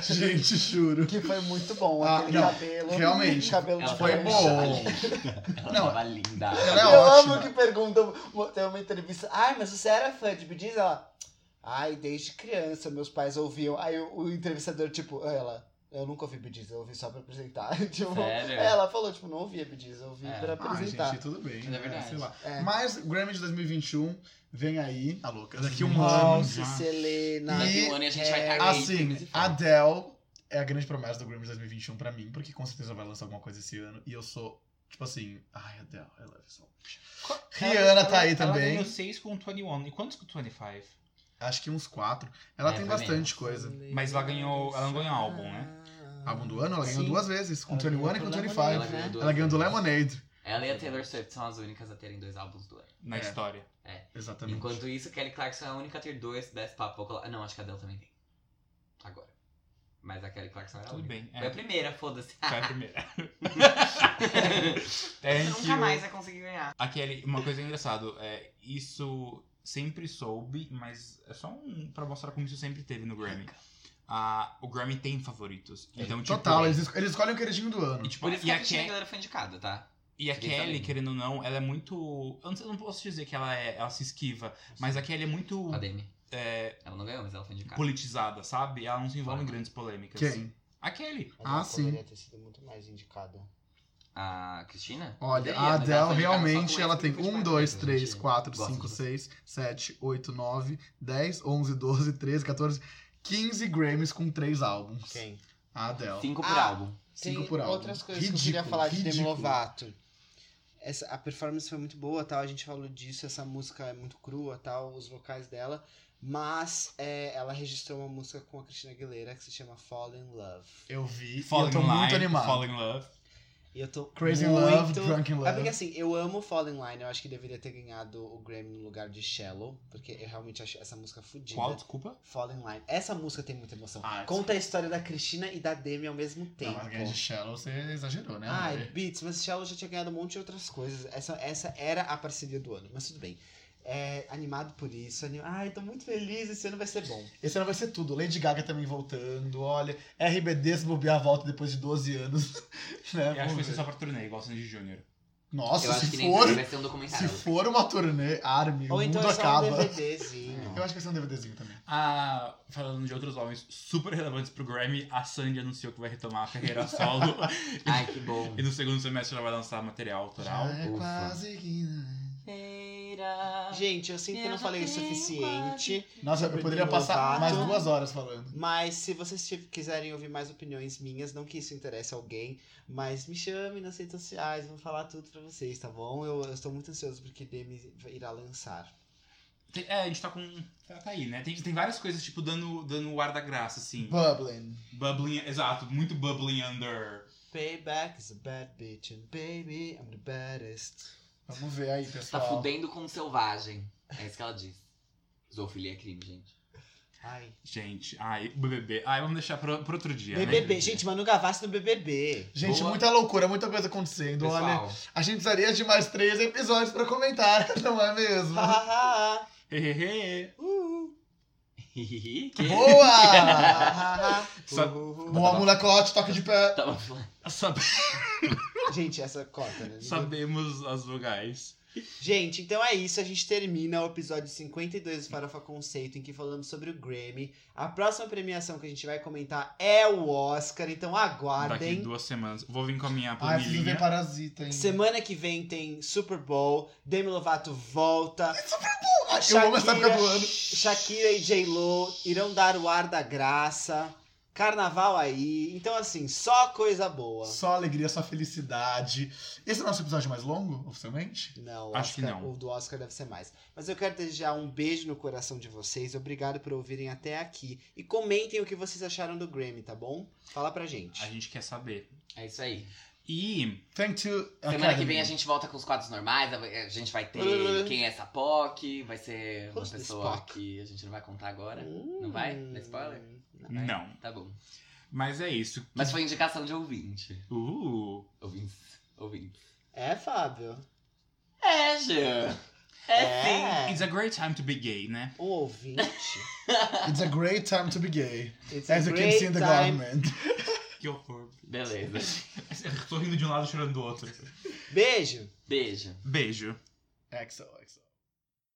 Gente, juro. Que foi muito bom, Ah, aquele não, cabelo. realmente, cabelo Ela de foi tava frente. bom. linda. Ela Não. tava linda. Ela é Eu ótima. amo que perguntam, tem uma entrevista, ai, mas você era fã de Bee Gees? Ela, ai, desde criança meus pais ouviam. Aí o, o entrevistador, tipo, ela, eu nunca ouvi Bee Gees, eu ouvi só pra apresentar. Tipo, Sério? Ela falou, tipo, não ouvia Bee Gees, eu ouvi É. pra Ah, apresentar. gente, tudo bem. Mas é verdade. sei lá. É. Tá Mas Grammy de 2021 vem aí. A louca. Daqui um ano. Nossa, Ah. Selena. Daqui um ano a gente vai é, estar gay. Assim, Adele é a grande promessa do Grammy de 2021 pra mim, porque com certeza vai lançar alguma coisa esse ano. E eu sou, tipo assim, ai, Adele, I love you so much. Rihanna tá aí Ela também. ganhou 6 com 21. E quantos com 25? Acho que uns quatro. Ela É, tem foi bastante coisa. Mas ela ganhou- ela não ganhou álbum, né? Álbum do ano, ela ganhou Ah. Sim. duas vezes, com Ela 21 ganhou e com pro 25. Lemonade, Ela ganhou duas Ela ganhou do vezes. Lemonade. Ela e a Taylor Swift são as únicas a terem dois álbuns do ano. Na É. história. Exatamente. Enquanto isso, Kelly Clarkson é a única a ter dois dez pop popular. Não, acho que a Adele também tem. Agora. Mas a Kelly Clarkson era a Tudo única. bem. Tá Foi a É. primeira, foda-se. Foi a primeira. Você Thank nunca you. mais vai conseguir ganhar. Aquele, uma coisa engraçada, é, isso sempre soube, mas é só um pra mostrar como isso sempre teve no Grammy. Ah, o Grammy tem favoritos. Então, tipo, É, Total, eles, es- eles escolhem o queridinho do ano. E, tipo, Por isso e que a a, Cristina Ke- Aguilera foi indicada, tá? e a Fiquei Kelly, sabendo. querendo ou não, ela é muito. Eu não, sei- eu não posso dizer que ela, é, ela se esquiva, mas a Kelly é muito Uh. A Demi. é, Ela não ganhou, mas ela foi indicada. politizada, sabe? Ela não se envolve em grandes polêmicas. Quem? A Kelly. Ah, sim. Poderia ter sido muito mais indicada. A Cristina? Olha, Poderia, a mas Adele ela foi indicada só realmente com ela esse tem grupo de 1, quatro 2, coisas, 3, né, gente. 4, Gosto 5, de 6, 7, 8, 9, 10, 11, 12, 13, 14, 15 Grammys com 3 álbuns. Quem? A Adele. Cinco por Ah. álbum. Cinco Tem por álbum. outras coisas que eu queria Ridículo, falar de Demi ridículo. Lovato. Essa, a performance foi muito boa, tal. A gente falou disso, essa música é muito crua, tal, os vocais dela. Mas é, ela registrou uma música com a Cristina Aguilera que se chama Fall in Love. Eu vi e eu Falling tô in muito Line, animado. Falling in Love. E eu tô Crazy in muito... Love, Drunk in É porque Love. assim, eu amo Fall in Line, eu acho que deveria ter ganhado o Grammy no lugar de Shallow, porque eu realmente acho essa música fodida. Qual? Desculpa? Fall in Line. Essa música tem muita emoção. Ah, Conta a história da Cristina e da Demi ao mesmo Não, tempo. mas ganhar de Shallow você exagerou, né? Ai, amor? Beats, mas Shallow já tinha ganhado um monte de outras coisas. Essa, essa era a parceria do ano, mas tudo bem. É, animado por isso. Anim... Ai, tô muito feliz, esse ano vai ser bom. Esse ano vai ser tudo. Lady Gaga também voltando, olha. RBD se bobear volta depois de 12 anos. Né? Eu acho que vai Vamos ser ver. só pra turnê, igual Sandy Júnior. Nossa, eu acho se que nem for, vai ser um se documentário. for uma turnê, arme, Ou o mundo então é só acaba. um DVDzinho. Eu acho que vai ser um DVDzinho também. Ah, falando de outros homens super relevantes pro Grammy, a Sandy anunciou que vai retomar a carreira solo. Ai, que bom. Então. e no segundo semestre ela vai lançar material autoral. Já é Ufa. quase que... né? Gente, eu sinto que eu não falei o suficiente. Nossa, eu poderia passar né? mais duas horas falando. Mas se vocês tiv- quiserem ouvir mais opiniões minhas, não que isso interesse alguém, mas me chame nas redes sociais, vou falar tudo pra vocês, tá bom? Eu, eu estou muito ansioso porque Demi irá lançar. Tem- É, a gente tá com. Tá tá aí, né? Tem, tem várias coisas, tipo, dando, dando o ar da graça, assim. Bubbling. Bubbling. Exato, muito bubbling under. Payback is a bad bitch and baby, I'm the baddest. Vamos ver aí, Tá pessoal. fudendo com selvagem. É isso que ela diz. Zoofilia é crime, gente. Ai. Gente, ai, BBB. Ai, vamos deixar pro, pro outro dia, né? BBB, gente, Manu Gavassi no BBB. Gente, Boa. muita loucura, muita coisa acontecendo. Olha, Pessoal, a gente precisaria de mais três episódios pra comentar, não é mesmo? Hahaha. Hehehe. Uhul. que? Boa! Hahaha. Só- Uhul. Boa, mulacote, toque de pé. Tava falando. Sabe- Gente, essa cota, né? sabemos as vogais. Gente, então é isso. A gente termina o episódio 52 do Farofa Conceito, em que falamos sobre o Grammy. A próxima premiação que a gente vai comentar é o Oscar, então Daqui aguardem. duas semanas. Vou vir com a minha Ah, eu preciso planilhinha. ver Parasita, hein? Semana que vem tem Super Bowl, Demi Lovato volta. Eu amo essa época do é ano. Shakira e J-Lo irão dar o ar da graça. Carnaval aí. Então, assim, só coisa boa. Só alegria, só felicidade. Esse é o nosso episódio mais longo, oficialmente? Não, o Acho que Oscar- não. o do Oscar deve ser mais. Mas eu quero desejar um beijo no coração de vocês. Obrigado por ouvirem até aqui. E comentem o que vocês acharam do Grammy, tá bom? Fala pra gente. A gente quer saber. É isso aí. E Thank you. Semana que vem a gente volta com os quadros normais. A a gente vai ter quem é essa POC. Vai ser uma Who's this pessoa Spock? que a gente não vai contar agora. Hum. Não vai? Dá spoiler? vai? não. Tá bom. Mas é isso. Mas foi indicação de ouvinte. Uh, Ouvintes. Ouvintes. É, Fábio. É, Jean. É, sim. É. it's a great time to be gay, né? Um ouvinte. It's a great time to be gay. É It's As you can see in the government. Que horror. Beleza. Eu tô rindo de um lado e chorando do outro. Beijo. Beijo. Beijo. XOXO.